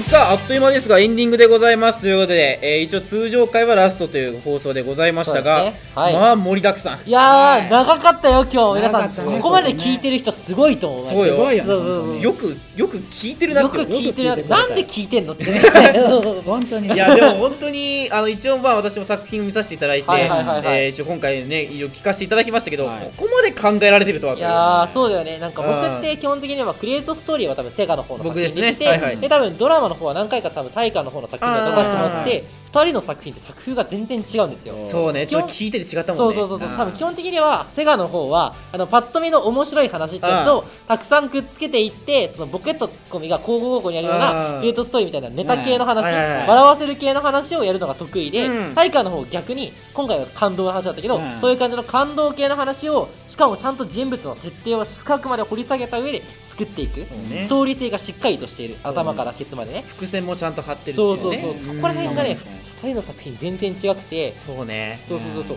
さああっという間ですがエンディングでございますということで、えー、一応通常回はラストという放送でございましたが、ねはい、まあ盛りだくさんいや、はい、長かったよ今日皆さん、ね、ここまで聞いてる人すごいと思うそうよよくよく聞いてるなってよく聞いてるなんで聞いてんのって 本当にいやでも本当にあの一応まあ私も作品を見させていただいて、はいはい、えー、一応今回ね一応聞かせていただきましたけど、ここまで考えられてるとはいやそうだよねなんか僕って基本的にはクリエイトストーリーは多分セガの方の僕ですね、はいはい、で多分ドラマの方は何回か多分大河の方の作品を出させてもらって2人の作品って作風が全然違うんですよそうねちょっと聞いてて違ったもんねそうそうそう多分基本的にはセガの方はあのパッと見の面白い話ってやつをたくさんくっつけていってそのボケとツッコミが交互交互にやるようなクリエイトストーリーみたいなネタ系の話、笑わせる系の話をやるのが得意で、うん、大河の方逆に今回は感動の話だったけど、うん、そういう感じの感動系の話をしかもちゃんと人物の設定を深くまで掘り下げた上で作っていく、ね、ストーリー性がしっかりとしている頭からケツまでね伏線もちゃんと張ってるっていう、ね、そうそうそうそこら辺がね2人の作品全然違くてそうね。そうそうそうそう、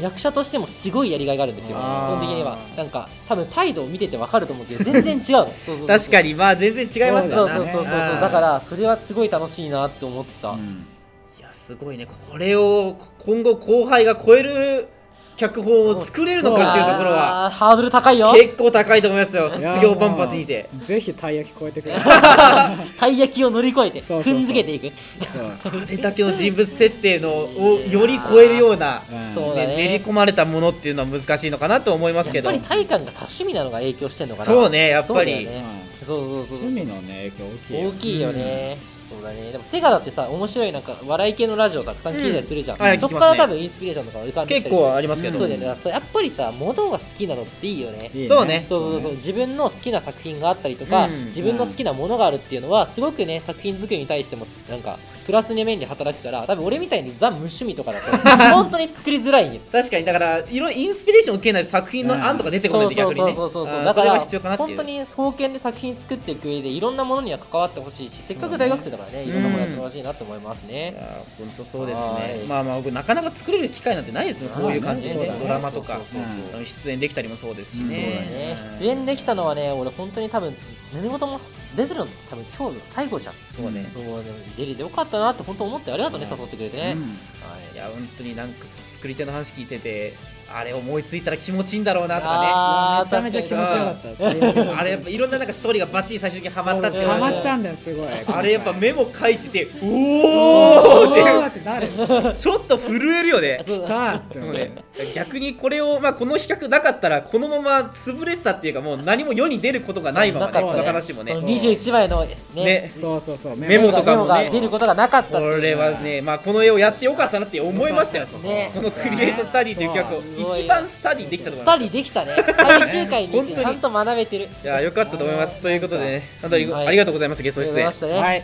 役者としてもすごいやりがいがあるんですよ、基本的には。なんか、多分態度を見てて分かると思うけど、全然違うのそうそうそう確かに、まあ、全然違いますよね。そうそうそうそう。だから、それはすごい楽しいなって思った。うん、いや、すごいね。これを今後後輩が超える脚本を作れるのかっていうところはハードル高いよ結構高いと思いますよ卒業万発にてぜひたい焼き超えてくださいたい焼きを乗り越えて踏んづけていく あれだけの人物設定のをより超えるような、そうだね、練り込まれたものっていうのは難しいのかなと思いますけどやっぱり体感が多趣味なのが影響してんのかなそうねやっぱりそうそうそうそう趣味のね影響大きいよね、そうだねでもセガだってさ面白いなんか笑い系のラジオたくさん聞いたりするじゃん、うんはいね、そこから多分インスピレーションとか浮かんで結構ありますけど、そうだよねやっぱりさ物が好きなのっていいよね、ね、そうねそうそうそう自分の好きな作品があったりとか、うん、自分の好きなものがあるっていうのはすごくね作品作りに対してもなんかプラスに面に働くから多分俺みたいにザ無趣味とかだ と本当に作りづらいよ確かにだからいろインスピレーション受けないと作品の案とか出てこないと逆にねそうそうそうそうだから本当に創建で作品作っていく上でいろんなものには関わってほしいしせっかく大学生だからね、いろんなものやってほしいなと思いますね、うん、本当そうですねまあまあ僕なかなか作れる機会なんてないですよこういう感じで、ね、ドラマとか出演できたりもそうですしね、ね、出演できたのはね俺本当に多分何事も出ずるんです多分今日の最後じゃんそうねそう出れてよかったなって本当思ってありがとうね、うん、誘ってくれてね、うん、はい、いや本当になんか作り手の話聞いててあれ思いついたら気持ちいいんだろうなとかねめちゃめちゃ気持ちよかったあれやっぱいろんななんかストーリーがバッチリ最終的にはまったってはまったんだよすごいあれやっぱメモ書いてておおってなるちょっと震えるよねきたって、ね、逆にこれをまあこの比較なかったらこのまま潰れてたっていうかもう何も世に出ることがないままねこの話もね21枚のねねそうそうそうメモとかもね出ることがなかったこれはねまあこの絵をやってよかったなって思いましたよこのクリエイトスタディという企画を一番スタディできたと思いますスタディできたね最終回にちゃんと学べてるいやよかったと思いますということでね本当にありがとうございますゲスト出演、ねはい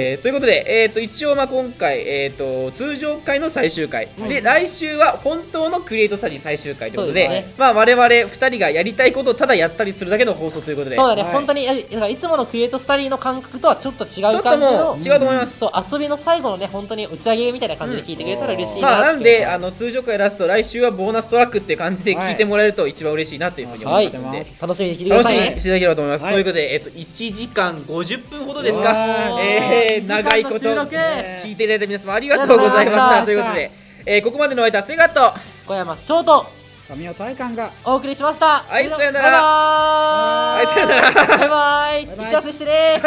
えー、ということで、えーと、と一応まあ今回、えーと、と通常回の最終回、うん、で来週は本当のクリエイトスタディ最終回ということで、ね、まあ、我々2人がやりたいことをただやったりするだけの放送ということでそうだね、はい、本当にいつものクリエイトスタディの感覚とはちょっと違う感じの違うと思います、うん、そう遊びの最後のね本当に打ち上げみたいな感じで聞いてくれたら嬉しいな、うん、まあ、なんであの通常回ラスト来週はボーナストラックって感じで聞いてもらえると一番嬉しいなというふうに思いますので、はい、楽しみにしていただければと思います、はい、ということで、えー、と1時間50分ほどですか、えー、長いこと聞いていただいた皆様ありがとうございましたということで、えー、ここまでのお相手はセガと小山翔と神尾体感がお送りしましたはいさよならバはいイバイ さよならバイバイ打ち合わせしてね